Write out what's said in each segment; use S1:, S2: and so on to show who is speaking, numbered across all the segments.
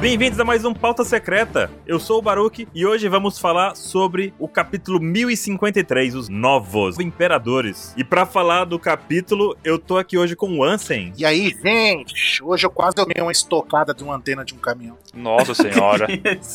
S1: Bem-vindos a mais um Pauta Secreta. Eu sou o Baruque e hoje vamos falar sobre o capítulo 1053, os novos imperadores. E pra falar do capítulo, eu tô aqui hoje com o Ansem.
S2: E aí, gente, hoje eu quase tomei uma estocada de uma antena de um caminhão.
S3: Nossa senhora.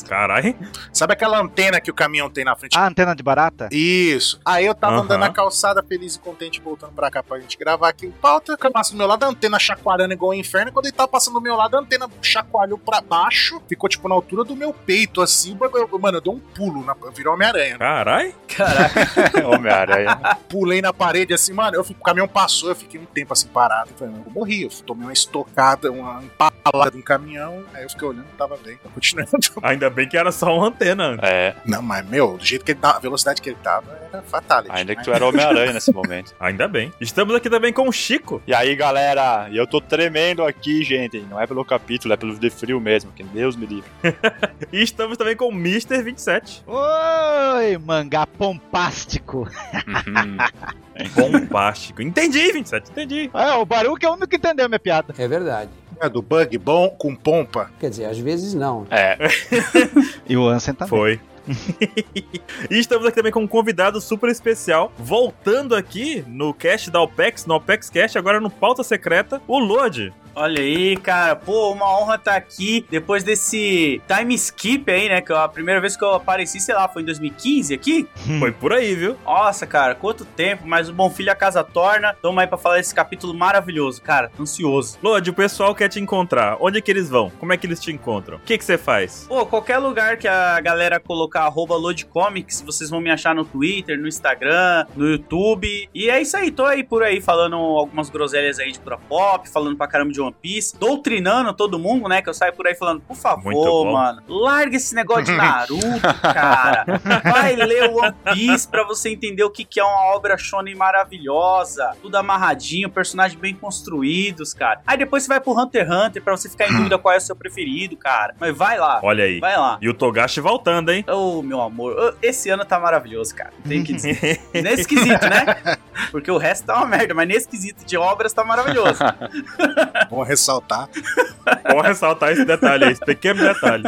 S1: Caralho.
S2: Sabe aquela antena que o caminhão tem na frente?
S4: Ah, antena de barata?
S2: Isso. Aí eu tava
S1: Aham.
S2: andando na calçada, feliz e contente, voltando pra cá pra gente gravar aqui um o pauta. Eu passo do meu lado, a antena chacoalhando igual um inferno. E Quando ele tava passando do meu lado, a antena chacoalhou pra baixo, ficou tipo na altura do meu peito, assim. o bagulho- eu- Mano, eu dei um pulo, na... virou Homem-Aranha. né?
S1: Caralho.
S3: Homem-Aranha.
S2: Pulei na parede, assim, mano. Eu, fui- o caminhão passou, eu fiquei um tempo assim parado. Eu falei, mano, eu morri. Eu tomei uma estocada, uma empalada de um caminhão. Aí eu fiquei olhando, tava bem. Continuando.
S1: Ainda bem que era só uma antena.
S3: É,
S2: Não, mas, meu, do jeito que ele tava, a velocidade que ele tava, era né? fatal.
S3: ainda que tu era Homem-Aranha nesse momento.
S1: Ainda bem. Estamos aqui também com o Chico.
S3: E aí, galera, eu tô tremendo aqui, gente. Não é pelo capítulo, é pelo de frio mesmo, que Deus me livre.
S1: E estamos também com o Mr. 27.
S4: Oi, mangá pompástico.
S3: Uhum.
S1: Bombástico. Entendi, 27. Entendi.
S4: É, o Baruque é o único que entendeu a minha piada.
S5: É verdade.
S2: É do bug bom com pompa.
S5: Quer dizer, às vezes não.
S3: É,
S4: E o Ansem tá também.
S1: Foi. e estamos aqui também com um convidado super especial, voltando aqui no cast da OPEX, no OPEX Cast, agora no Pauta Secreta, o Lorde.
S6: Olha aí, cara. Pô, uma honra estar aqui depois desse time skip aí, né? Que eu- a primeira vez que eu apareci, sei lá, foi em 2015 aqui.
S1: Foi por aí, viu?
S6: Nossa, cara, quanto tempo, mas o Bom Filho a Casa Torna. Tamo aí pra falar desse capítulo maravilhoso, cara. Tô ansioso.
S1: Lorde, o pessoal quer te encontrar. Onde é que eles vão? Como é que eles te encontram? O que que você faz?
S6: Pô, oh, qualquer lugar que a galera colocar arroba Loadcomics, vocês vão me achar no Twitter, no Instagram, no YouTube. E é isso aí, tô aí por aí falando algumas groselhas aí de pura pop, falando pra caramba de One Piece, doutrinando todo mundo, né? Que eu saio por aí falando, por
S1: Muito bom.
S6: favor, mano, larga esse negócio de Naruto, cara. Vai ler o One Piece pra você entender o que, que é uma obra shonen maravilhosa. Tudo amarradinho, personagens bem construídos, cara. Aí depois você vai pro Hunter x Hunter pra você ficar em dúvida qual é o seu preferido, cara. Mas vai lá,
S1: Olha aí.
S6: vai lá.
S1: E o Togashi voltando, hein?
S6: Ô, meu amor, ô, esse ano tá maravilhoso, cara. Tem que dizer. nesse quesito, né? Porque o resto tá uma merda, mas nesse quesito de obras tá maravilhoso.
S2: Bom ressaltar.
S1: Bom ressaltar esse detalhe aí, esse pequeno detalhe.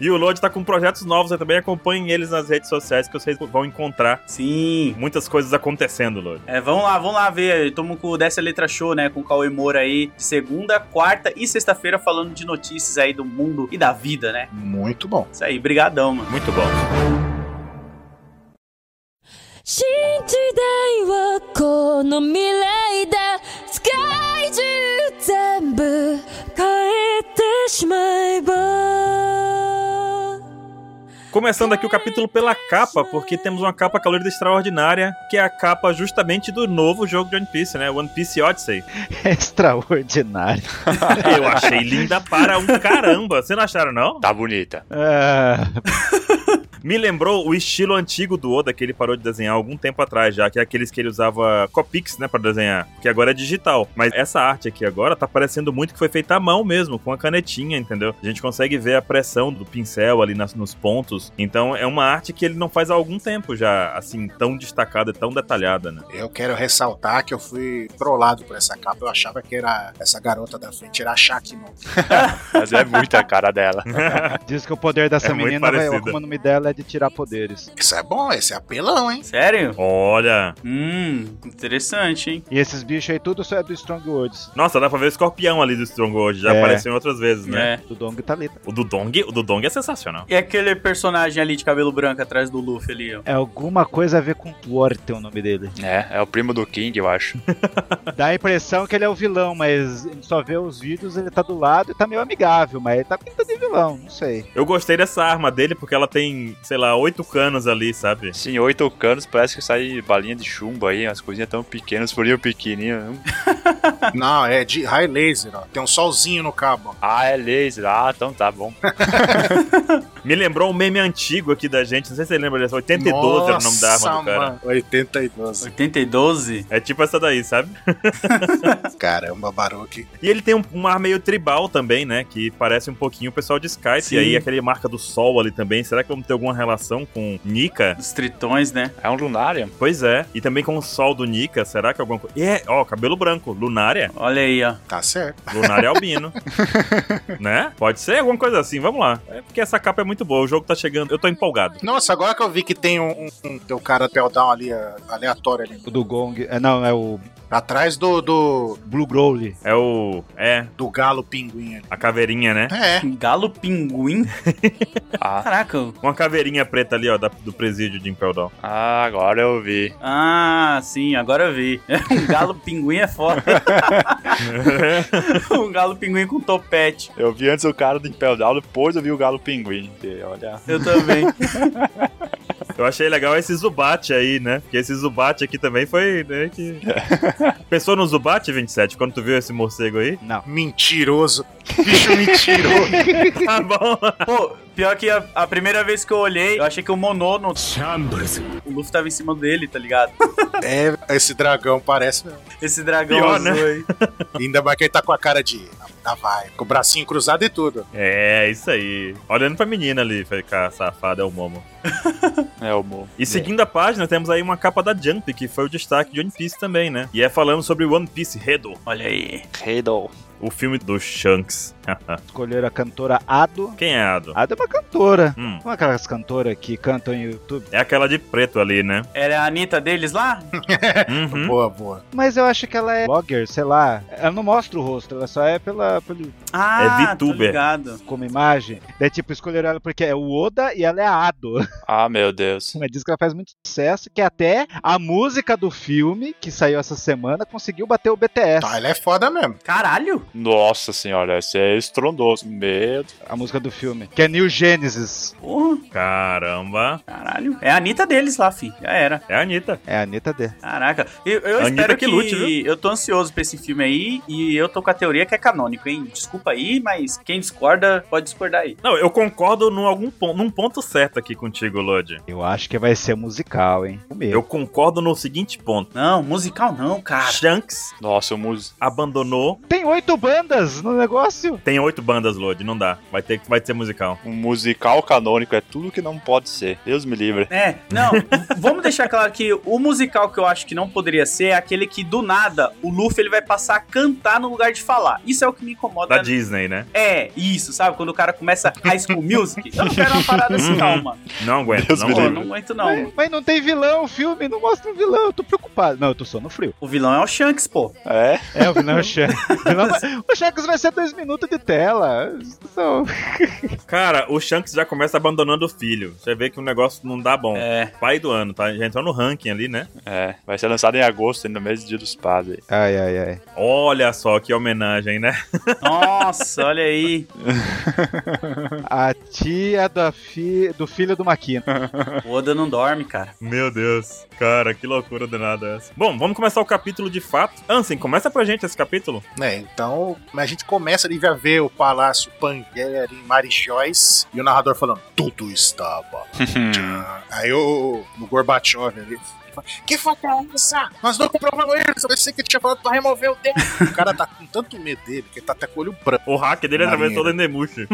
S1: E o Lorde tá com projetos novos, eu também acompanhem eles nas redes sociais que vocês vão encontrar
S6: Sim.
S1: muitas coisas acontecendo, Lorde.
S6: É, vamos lá, vamos lá ver. Tamo com o Dessa Letra Show, né? Com o Cauê Moura aí, de segunda, quarta e sexta-feira, falando de notícias aí do mundo e da vida, né?
S2: Muito bom.
S6: Isso aí, brigadão, mano.
S1: Muito bom.
S7: 新時代はこの未来だ世界中全部変えてしまえば
S1: Começando aqui o capítulo pela capa, porque temos uma capa calorida extraordinária, que é a capa justamente do novo jogo de One Piece, né? One Piece Odyssey.
S4: Extraordinário.
S1: Eu achei linda para um caramba. Vocês não acharam, não?
S3: tá bonita.
S4: Ah,
S1: Me lembrou o estilo antigo do Oda, que ele parou de desenhar há algum tempo atrás já, que é aqueles que ele usava Copix, né, pra desenhar, que agora é digital. Mas essa arte aqui agora tá parecendo muito que foi feita à mão mesmo, com a canetinha, entendeu? A gente consegue ver a pressão do pincel ali nas- nos pontos. Então é uma arte que ele não faz há algum tempo já, assim, tão destacada, tão detalhada, né?
S2: Eu quero ressaltar que eu fui trollado por essa capa. Eu achava que era essa garota da frente, era a Shakimo.
S3: Mas é muita a cara dela.
S4: diz que o poder dessa
S1: É muito
S4: menina, vai, o
S1: parecida.
S4: Akuma no Mi dela é de tirar poderes.
S2: Isso é bom, esse é apelão, hein?
S6: Sério?
S1: Olha!
S6: Hum, interessante, hein?
S4: E esses bichos aí, tudo só é do Strong Words.
S1: Nossa, dá pra ver o escorpião ali do Strong hoje, já
S4: É.
S1: apareceu em outras vezes, né?
S6: É.
S4: Do Dong Talita.
S1: O do Dong, o do Dong é sensacional.
S6: E aquele personagem ali de cabelo branco atrás do Luffy ali, ó.
S4: É alguma coisa a ver com Thwart, é o nome dele.
S3: É, é o primo do King, eu acho.
S4: Dá a impressão que ele é o vilão, mas a gente só vê os vídeos, ele tá do lado e tá meio amigável, mas ele tá pinta de vilão, não sei.
S1: Eu gostei dessa arma dele porque ela tem, sei lá, oito canos ali, sabe?
S3: Sim, oito canos, parece que sai balinha de chumbo aí, umas coisinhas tão pequenas, furinho pequenininho.
S2: Não, é de raio laser, ó. Tem um solzinho no cabo. ó.
S3: Ah, é laser. Ah, então tá bom.
S1: Me lembrou um meme antigo aqui da gente, não sei se você lembra dessa, 82 era é o nome da arma do cara.
S2: mano. 82.
S6: 82?
S1: É tipo essa daí, sabe?
S2: Caramba, Baruque.
S1: E ele tem um, um ar meio tribal também, né? Que parece um pouquinho o pessoal de Skype.
S6: Sim.
S1: E aí aquele marca do sol ali também. Será que vamos ter alguma relação com Nika?
S6: Dos tritões, né?
S3: É um Lunarian?
S1: Pois é. E também com o sol do Nika, será que alguma coisa. É, ó, cabelo branco. Lunária?
S6: Olha aí, ó.
S2: Tá certo.
S1: Lunária albino. né? Pode ser alguma coisa assim, vamos lá. É porque essa capa é muito boa, o jogo tá chegando. Eu tô empolgado.
S2: Nossa, agora que eu vi que tem um, um, um tem um cara peldown ali, ah, aleatório ali.
S4: O do Gong. É, não, é o
S2: Atrás do, do,
S4: Blue Growly.
S1: É o. É,
S2: do galo pinguim ali.
S1: a caveirinha, né?
S2: É,
S6: Galo pinguim?
S3: Ah,
S6: Caraca. eu-
S1: Uma caveirinha preta ali, ó, da- do presídio de Impel Down.
S3: ah, agora eu vi.
S6: Ah, sim, agora eu vi. Um galo pinguim é foda. um galo pinguim com topete.
S3: Eu vi antes o cara do Impel Down, depois eu vi o Galo Pinguim. que, olha.
S6: Eu também.
S1: Eu achei legal esse Zubat aí, né? Porque esse Zubat aqui também foi, né, que... Pensou no Zubat, 27, quando tu viu esse morcego aí?
S2: mentiroso. Bicho mentiroso.
S1: Tá bom.
S6: Pô, pior que a, a primeira vez que eu olhei, eu achei que o Monono. O Luffy tava em cima dele, tá ligado?
S2: é, esse dragão parece mesmo.
S6: Esse dragão
S1: Pior,
S6: azul
S1: né?
S6: aí.
S2: Ainda mais que ele tá com a cara de. Ah, vai. Com o bracinho cruzado e tudo.
S1: É, isso aí. Olhando pra menina ali, falei, cara, safada é o Momo.
S3: É o Mo.
S1: E seguindo a página, temos aí uma capa da Jump, que foi o destaque de One Piece também, né? E é falando sobre One Piece Redo,
S6: Olha aí.
S3: Riddle.
S1: o filme do Shanks.
S4: Escolheram a cantora Ado.
S1: Quem é Ado?
S4: Ado é uma cantora.
S1: Hum,
S4: Como é aquelas cantoras que cantam em YouTube?
S1: é aquela de preto ali, né?
S6: Era a Anitta deles lá?
S1: É Uhum.
S2: Boa, boa.
S4: Mas eu acho que ela é blogger, sei lá. Ela não mostra o rosto, ela só é pela, pelo,
S6: Ah,
S1: É
S6: tô
S1: VTuber.
S6: ligado.
S4: como imagem. Daí, tipo, escolheram ela porque é o Oda e ela é a Ado.
S3: Ah, meu Deus.
S4: Mas diz que ela faz muito sucesso, que até a música do filme, que saiu essa semana, conseguiu bater o BTS.
S2: Tá, ela é foda mesmo.
S6: Caralho!
S3: Nossa senhora, esse é estrondoso. Meu Deus.
S4: A música do filme. Que é New Genesis.
S6: Porra,
S1: Caramba.
S6: caralho. É a Anitta deles lá, fi. Já era.
S1: É a Anitta.
S4: É a Anitta D.
S6: Caraca. Eu, eu
S1: Anitta
S6: espero
S1: que
S6: que,
S1: tá lute, viu?
S6: Eu tô ansioso pra esse filme aí e eu tô com a teoria que é canônico, hein? Desculpa aí, mas quem discorda pode discordar aí.
S1: Não, eu concordo num, algum ponto, num ponto certo aqui contigo, Lodi.
S4: Eu acho que vai ser musical, hein? O meu.
S1: Eu concordo no seguinte ponto.
S6: Não, musical não, cara.
S1: Shanks
S3: Nossa, o Mus.
S1: abandonou.
S4: Tem oito bandas no negócio.
S1: Tem oito bandas, Lodi, não dá. Vai ter, vai ter musical.
S3: Um musical canônico é tudo que não pode ser. Deus me livre.
S6: É, não, vamos deixar claro que o musical que eu acho que não poderia ser é aquele que do nada o Luffy ele vai passar a cantar no lugar de falar. Isso é o que me incomoda.
S1: Da Disney, né?
S6: É, isso, sabe? Quando o cara começa High School Music. Eu não quero uma parada assim,
S1: Uhum.
S6: não, mano.
S1: Não aguento,
S3: Deus
S1: não
S3: me
S6: Pô,
S1: aguento.
S3: livre.
S6: não aguento não.
S4: Mas, mas não tem vilão o filme, não mostra um vilão. Eu tô preocupado. Não, eu tô só no frio.
S6: O vilão é o Shanks, pô.
S3: É?
S4: É, o vilão é o Shanks. O vilão vai- O Shanks vai ser dois minutos de tela. Não.
S1: Cara, o Shanks já começa abandonando o filho. Você vê que o negócio não dá bom.
S6: É.
S1: Pai do ano, tá? Já entrou no ranking ali, né?
S3: É. Vai ser lançado em agosto, no mês do Dia dos Pais. aí.
S4: Ai, ai, ai.
S1: Olha só que homenagem, né?
S6: Nossa, olha aí.
S4: A tia da fi... do filho do Maquino.
S6: O Oda não dorme, cara.
S1: Meu Deus. Cara, que loucura danada essa. Bom, vamos começar o capítulo de fato. Ansem, começa pra gente esse capítulo.
S2: Né? Então, a gente começa ali a ver o Palácio Pangera em Marijóis e o narrador falando: tudo estava. Aí o, o Gorbachev ali. fala, Que foto é essa? Nós não comprovamos isso. Eu pensei que ele tinha falado pra remover o dedo. O cara tá com tanto medo dele que ele tá até com o olho branco.
S1: O hack dele é
S2: Marinheiro.
S1: atravessou o Nemushi.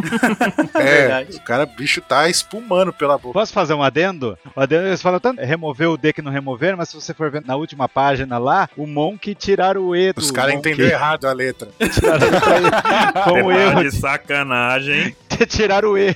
S2: É,
S6: verdade.
S2: o cara, bicho, tá espumando pela boca.
S4: Posso fazer um adendo? O adendo eles falam tanto remover o D que não removeram, mas se você for ver na última página lá, o Monk tiraram o E do
S2: Os caras
S4: Monk.
S2: entenderam errado a letra.
S4: Tiraram o E. Foi um
S1: Tá
S4: erro
S1: de sacanagem.
S4: de tirar o E.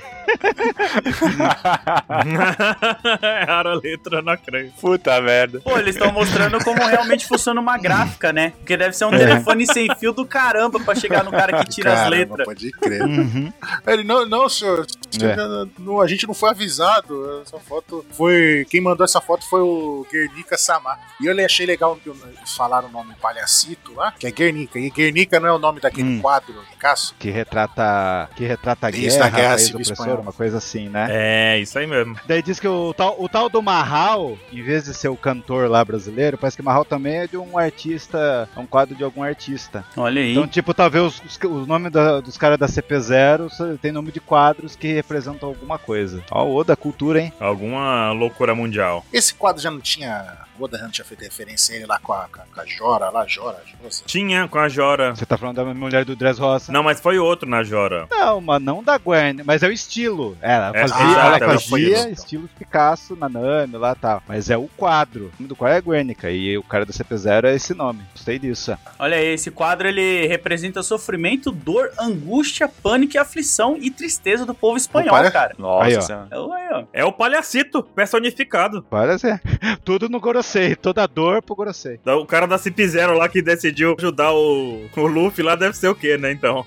S1: Erraram a letra na crente.
S3: Puta merda.
S6: Pô, eles estão mostrando como realmente funciona uma gráfica, né? Porque deve ser um telefone sem fio do caramba pra chegar no cara que tira as
S2: É. Caramba,
S6: letras.
S2: Pode crer.
S4: Uhum.
S2: Ele, não, não, senhor. senhor, não, a gente não foi avisado. Essa foto foi. Quem mandou essa foto foi o Guernica Samar. E eu achei legal que falaram o nome Palhacito lá, que é Guernica. E Guernica não é o nome daquele
S4: Hum.
S2: quadro, Cássio?
S4: Que retrata. Que retrata a guerra,
S2: Isso, da Guerra
S4: país
S2: Civil
S4: opressor, era uma coisa assim, né?
S1: É, isso aí mesmo.
S4: Daí diz que o tal, o tal do Marral, em vez de ser o cantor lá brasileiro, parece que Marral também é de um artista, é um quadro de algum artista.
S6: Olha aí.
S4: Então, tipo, talvez os, os, os nomes da- dos caras da CP0 só tem nome de quadros que representam alguma coisa. Ó, o Oda, cultura, hein?
S1: Alguma loucura mundial.
S2: Esse quadro já não tinha. O Oda Hunt tinha feito referência a ele lá com a, com a- com a Jora, lá, Jora, Jora.
S1: Tinha com a Jora.
S4: Você tá falando da mulher do Dress Roça?
S1: Não, mas foi outro na Jora.
S4: Não, mas não da Gwen, mas é o estilo. É, ela
S1: É,
S4: fazia,
S1: exato,
S4: ela
S1: ela
S4: fazia
S1: então.
S2: foi-
S4: estilo Picasso, Nanami lá e tal. Mas é o quadro. O nome do quadro é Guernica e o cara da CP0 é esse nome. Gostei disso. ó.
S6: Olha aí, esse quadro ele representa sofrimento, dor, angústia, pânico, e aflição e tristeza do povo espanhol,
S2: Opa, né?
S6: cara.
S3: Nossa
S4: Aí, ó.
S3: senhora.
S6: É, ué, ó.
S1: É o palhacito personificado.
S4: Parece. é. Tudo no Gorosei, toda dor pro Gorosei.
S1: O cara da Cip Zero lá que decidiu ajudar o, o Luffy lá deve ser o quê, né? Então.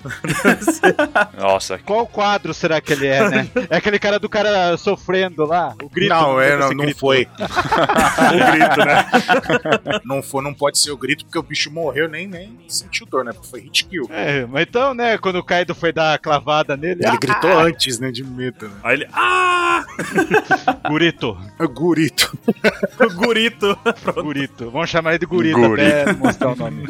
S3: Nossa,
S4: Qual quadro será que ele é, né? É aquele cara do cara sofrendo lá? O grito. assim.
S2: não, é,
S4: Esse
S2: não, não
S4: grito.
S2: foi.
S1: O grito, né?
S2: Não foi, não pode ser o grito, porque o bicho morreu, nem, nem sentiu dor, né? Foi hit kill.
S4: É, mas então, né, quando o Kaido foi dar a clavada nele,
S2: Ele
S4: ah,
S2: gritou antes, né? De medo, né? É
S1: Aí ele. Ah!
S4: Gurito,
S2: O Gurito.
S1: O gurito.
S4: Gurito. Vamos chamar ele de Gurito,
S3: Gurito.
S4: até mostrar o nome.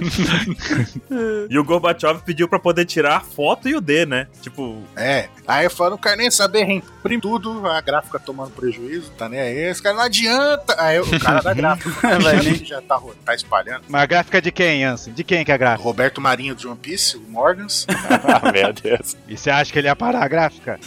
S1: E o Gorbachev pediu pra poder tirar a foto e o D, né? Tipo,
S2: É. Aí eu falo, não quero nem saber, reimprime tudo, a gráfica tomando prejuízo, tá nem aí. Esse cara não adianta. Aí o cara da gráfica
S6: Vai,
S2: já, já tá, ro- tá espalhando.
S4: Mas a gráfica é de quem, Ansem? De quem que é a gráfica?
S2: Roberto Marinho de One Piece, o Morgans.
S3: meu Deus.
S4: E você acha que ele ia parar a gráfica?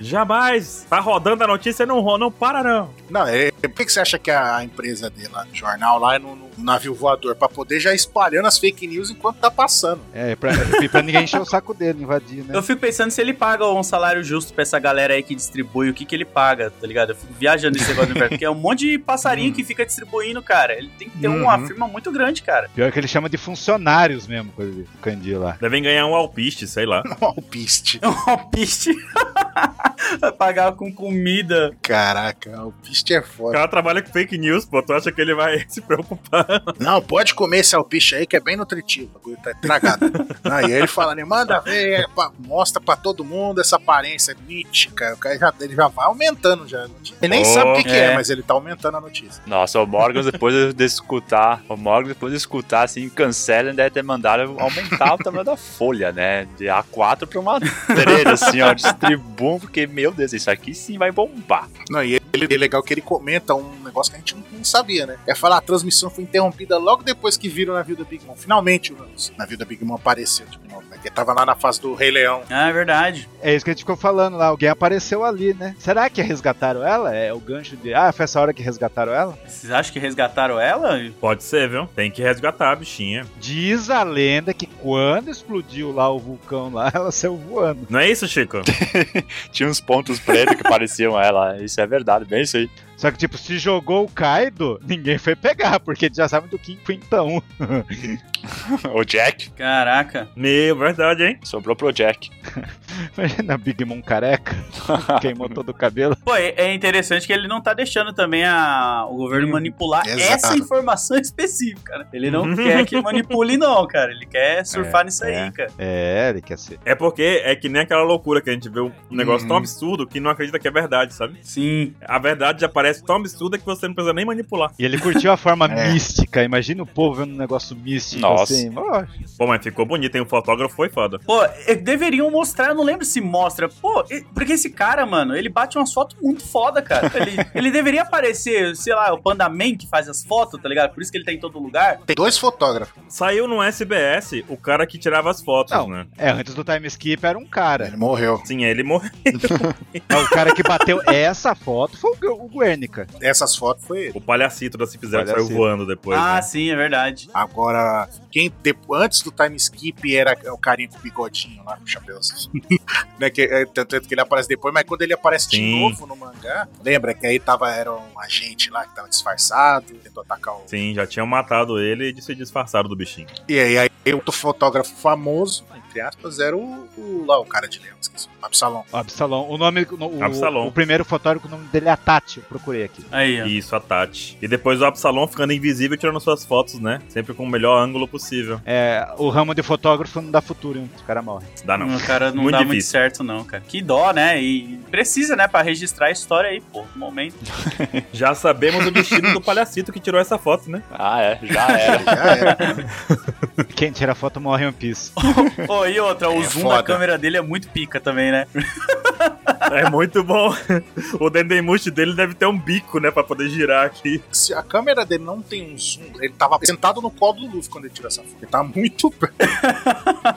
S1: jamais. Tá rodando a notícia, não, ro- não para, não.
S2: Não, é, por que que você acha que a empresa dele lá, do jornal lá, é no, no navio voador? Pra poder já espalhando as fake news enquanto tá passando.
S4: É, pra, e pra ninguém encher o saco dele, invadir, né?
S2: É.
S6: Eu fico pensando se ele paga um salário justo pra essa galera aí que distribui, o que que ele paga, tá ligado? Eu fico viajando nesse negócio do inverno, porque é um monte de passarinho que fica distribuindo, cara. Ele tem que ter uma
S2: Uhum.
S6: firma muito grande, cara.
S4: Pior que ele chama de funcionários mesmo, coisa de Kandi lá.
S1: Devem ganhar um alpiste, sei lá.
S2: Ó, o piste.
S6: É um alpiste. Vai pagar com comida.
S2: Caraca, o piste é
S1: O
S2: foda.
S1: cara trabalha com fake news, pô. Tu acha que ele vai se preocupar?
S2: Não, pode comer esse alpiste aí que é bem nutritivo. O bagulho tá tragado. aí ele fala, né, manda ver, é, pa- mostra pra todo mundo essa aparência mítica. O cara já, ele já vai aumentando já. a notícia. Ele nem
S1: Oh,
S2: sabe o que, que
S6: é.
S2: é, mas ele tá aumentando a notícia.
S3: Nossa, o Morgan depois de escutar, o Morgan depois de escutar assim, cancela deve ter mandado aumentar o tamanho da folha, né? De A4 pra uma 3, assim, ó, distribuam, porque, meu Deus, isso aqui sim vai bombar.
S2: Não, e ele, é legal que ele comenta um negócio que a gente não, não sabia, né? É falar, a transmissão foi interrompida logo depois que viram o navio da Big Mom. Finalmente o navio da Big Mom apareceu de novo, né? Porque tava lá na fase do Rei Leão.
S6: Ah, é verdade.
S4: É isso que a gente ficou falando lá, alguém apareceu ali, né? Será que resgataram ela? É o gancho de. Ah, foi essa hora que resgataram ela?
S6: Vocês acham que resgataram ela?
S1: Pode ser, viu? Tem que resgatar a bichinha.
S4: Diz a lenda que quando explodiu lá o vulcão lá, ela saiu voando.
S1: Não é isso, Chico?
S3: Tinha uns pontos pretos que pareciam ela, isso é verdade, bem isso aí.
S4: Só que, tipo, se jogou o Kaido, ninguém foi pegar, porque eles já sabem do então. Kim Quintão.
S3: O Jack,
S6: Caraca.
S1: Meu, verdade, hein?
S3: sobrou pro Jack.
S4: Imagina a Big Mom careca, queimou todo o cabelo.
S6: Pô, é é interessante que ele não tá deixando também a, o governo manipular
S2: exato.
S6: essa informação específica, né? Ele não quer que manipule, não, cara. Ele quer surfar nisso
S4: é.
S6: aí, cara.
S4: É, ele quer ser.
S1: É porque é que nem aquela loucura que a gente vê um negócio
S2: Uhum.
S1: tão absurdo que não acredita que é verdade, sabe?
S6: Sim.
S1: A verdade já parece tão absurda que você não precisa nem manipular.
S4: E ele curtiu a forma
S2: É.
S4: mística. Imagina o povo vendo um negócio místico
S3: Nossa.
S4: assim. ó,
S1: Pô, mas ficou bonito, hein? O fotógrafo foi foda.
S6: Pô, eh, deveriam mostrar, eu não lembro se mostra. Pô, eh, porque esse cara, mano, ele bate umas fotos muito foda, cara. Ele, ele deveria aparecer, sei lá, o Panda Man que faz as fotos, tá ligado? Por isso que ele tá em todo lugar.
S2: Tem dois fotógrafos.
S1: Saiu no SBS o cara que tirava as fotos,
S4: Não.
S1: né?
S4: É, antes do time skip era um cara.
S2: né? Ele morreu.
S1: Sim, aí ele morreu.
S4: É, o cara que bateu essa foto foi o Gu- o Guernica.
S2: Essas fotos foi ele.
S1: O palhacito da Cip Zero saiu
S4: Palhacito.
S1: voando depois,
S6: ah,
S1: né?
S6: sim, é verdade.
S2: Agora, quem de- antes do time skip era o carinha com o bigodinho lá, com o chapéuzinho. né, que, é, tanto, tanto que ele aparece depois, mas quando ele aparece
S1: Sim.
S2: de novo no mangá, lembra que aí tava, era um agente lá que tava disfarçado, tentou atacar o.
S1: Sim, já tinham matado ele e se disfarçaram do bichinho.
S2: E aí, aí outro fotógrafo famoso, entre aspas, era o, o- lá o cara de leão, esqueci. o Absalom.
S4: O Absalom. O nome. O,
S1: Absalom.
S4: o primeiro fotógrafo, o nome dele é Atati, eu procurei aqui.
S6: Aí, ó.
S1: Isso, a Tati. E depois o Absalom ficando invisível e tirando suas fotos, né? Sempre com o melhor ângulo possível.
S4: É, o ramo de fotógrafo não dá futuro, hein? O cara morre.
S1: Dá Ah, não.
S6: O cara não
S1: Muito
S6: dá muito
S1: difícil.
S6: certo, não, cara. Que dó, né? E precisa, né, pra registrar a história aí, pô. Um momento.
S1: Já sabemos o destino do palhacito que tirou essa foto, né?
S3: Ah, é, já era.
S2: Já era.
S4: Quem tira foto morre em One Piece.
S6: Pô, e outra, o
S2: É
S6: zoom da
S2: foda.
S6: câmera dele é muito pica também, né?
S1: É muito bom. O Dendemushi dele deve ter um bico, né? Pra poder girar aqui.
S2: é, Se a câmera dele não tem um zoom, ele tava sentado no colo do Luffy quando ele tirou essa foto. Ele tá muito perto.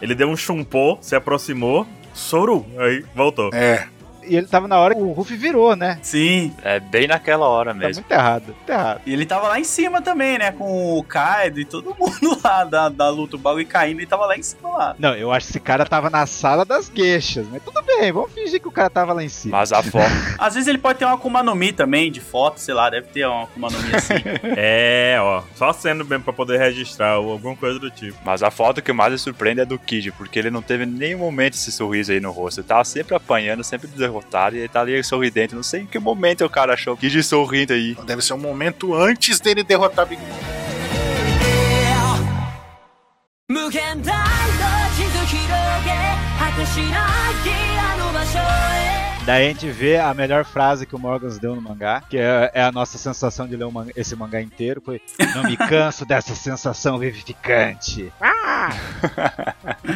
S1: Ele deu um chumpô, se aproximou. Soru, aí voltou.
S2: É.
S4: E ele tava na hora que o Ruffy virou, né?
S6: Sim.
S3: É bem naquela hora
S4: Tá
S3: mesmo.
S4: muito errado, muito errado.
S6: E ele tava lá em cima também, né? Com o Kaido e todo mundo lá da, da luta, o bagulho caindo, ele tava lá em cima lá.
S4: Não, eu acho que esse cara tava na sala das gueixas, mas tudo bem, vamos fingir que o cara tava lá em cima.
S3: Mas a foto.
S6: Às vezes ele pode ter uma Akuma no Mi também, de foto, sei lá, deve ter uma Akuma no Mi assim.
S1: É, ó. Só sendo mesmo pra poder registrar ou alguma coisa do tipo.
S3: Mas a foto que mais me surpreende é do Kid, porque ele não teve em nenhum momento esse sorriso aí no rosto. Ele tava sempre apanhando, sempre derrotado, e ele tá ali sorridente. Não sei em que momento o cara achou o Kid sorrindo aí.
S2: Deve ser um momento antes dele derrotar Big Mom.
S7: 無限大の地図広げ果てしなきあの場所へ
S4: Daí a gente vê a melhor frase que o Morgans deu no mangá, que é, é a nossa sensação de ler o man- esse mangá inteiro, foi Não me canso dessa sensação vivificante.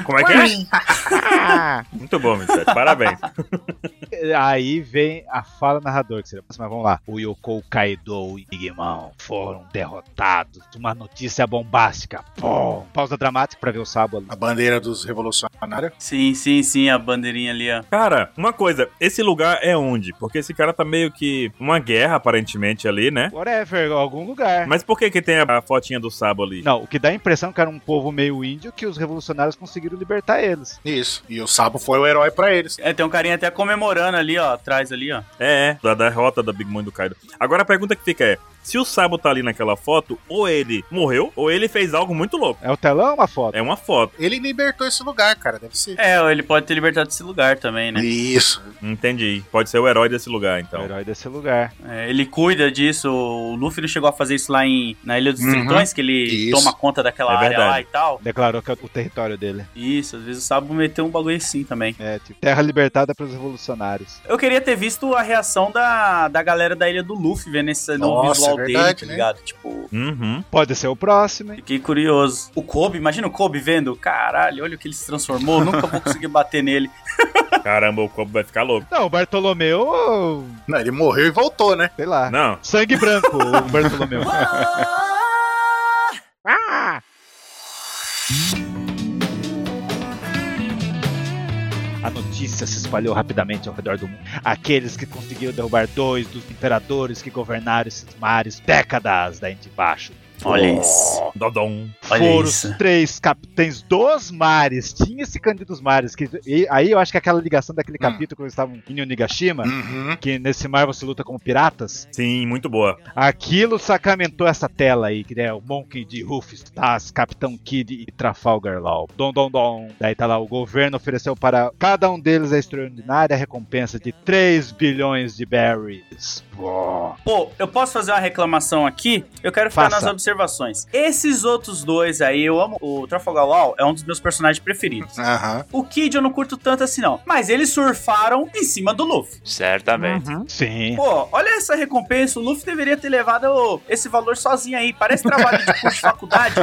S1: Como é que é?
S4: Ah!
S1: Muito bom, Michel. Parabéns.
S4: Aí vem a fala do narrador, que seria, mas vamos lá. O Yoko Kaido e Big Mom foram derrotados. Uma notícia bombástica. Pum. Pausa dramática pra ver o sábado ali.
S2: A bandeira dos revolucionários.
S6: sim, sim, sim, a bandeirinha ali, ó.
S1: Cara, uma coisa. Esse lugar é onde? Porque esse cara tá meio que uma guerra, aparentemente, ali, né?
S4: Whatever, algum lugar.
S1: Mas por que que tem a a fotinha do Sabo ali?
S4: Não, o que dá a impressão que era um povo meio índio que os revolucionários conseguiram libertar eles.
S2: Isso. E o Sabo foi o herói pra eles.
S6: É, tem um carinha até comemorando ali, ó, atrás ali, ó.
S1: É, é, da derrota da Big Mom e do Kaido. Agora a pergunta que fica é: se o Sabo tá ali naquela foto, ou ele morreu, ou ele fez algo muito louco.
S4: É o telão ou uma foto?
S1: É uma foto,
S2: Ele libertou esse lugar, cara. Deve ser.
S6: É, ele pode ter libertado esse lugar também, né?
S2: Isso.
S1: entendi. Pode ser o herói desse lugar,
S4: É O
S1: então.
S4: herói desse lugar.
S6: É, ele cuida disso, o Luffy não chegou a fazer isso lá em, na Ilha dos
S2: Uhum.
S6: Tritões, que ele
S2: Isso.
S6: toma conta daquela
S1: É
S6: área
S1: verdade.
S6: lá e tal.
S4: Declarou que é o território dele.
S6: Isso, às vezes o Sabo meteu um bagulho assim também.
S4: É, tipo, terra libertada pelos revolucionários.
S6: Eu queria ter visto a reação da, da galera da Ilha do Luffy vendo esse novo
S2: Nossa,
S6: visual
S2: é verdade,
S6: dele, tá
S2: né?
S6: ligado? Tipo,
S1: Uhum.
S4: Pode ser o próximo, hein?
S6: fiquei curioso. O Kobe, imagina o Kobe vendo, caralho, olha o que ele se transformou, nunca vou conseguir bater nele.
S1: Caramba, o Kobe vai ficar louco.
S4: Não, o Bartolomeu,
S2: Não, ele morreu e voltou, né?
S4: sei lá.
S1: Não.
S4: Sangue branco, o Bartolomeu. A notícia se espalhou rapidamente ao redor do mundo. Aqueles que conseguiram derrubar dois dos imperadores que governaram esses mares décadas daí de baixo
S6: Olha isso.
S1: Dodom.
S6: Olha
S4: foram
S6: isso.
S4: os três capitães dos mares. Tinha esse Candido dos Mares. Que, e aí eu acho que é aquela ligação daquele capítulo que eles estavam em Onigashima,
S2: Uhum.
S4: que nesse mar você luta como piratas.
S1: Sim, muito boa.
S4: Aquilo sacramentou essa tela aí, que é o Monkey D. Rufus, Taz, Capitão Kidd e Trafalgar Law. Dom, dom, dom. Daí tá lá, o governo ofereceu para cada um deles a extraordinária recompensa de 3 bilhões de berries. Uou.
S6: Pô, eu posso fazer uma reclamação aqui? Eu quero ficar
S4: Faça.
S6: nas observações. Esses outros dois aí, eu amo. O Trafalgar Law é um dos meus personagens preferidos.
S2: Aham.
S6: O Kid eu não curto tanto assim, não. Mas eles surfaram em cima do Luffy.
S3: Certamente.
S4: Uhum. Sim.
S6: Pô, olha essa recompensa. O Luffy deveria ter levado ô, esse valor sozinho aí. Parece trabalho de curso de faculdade.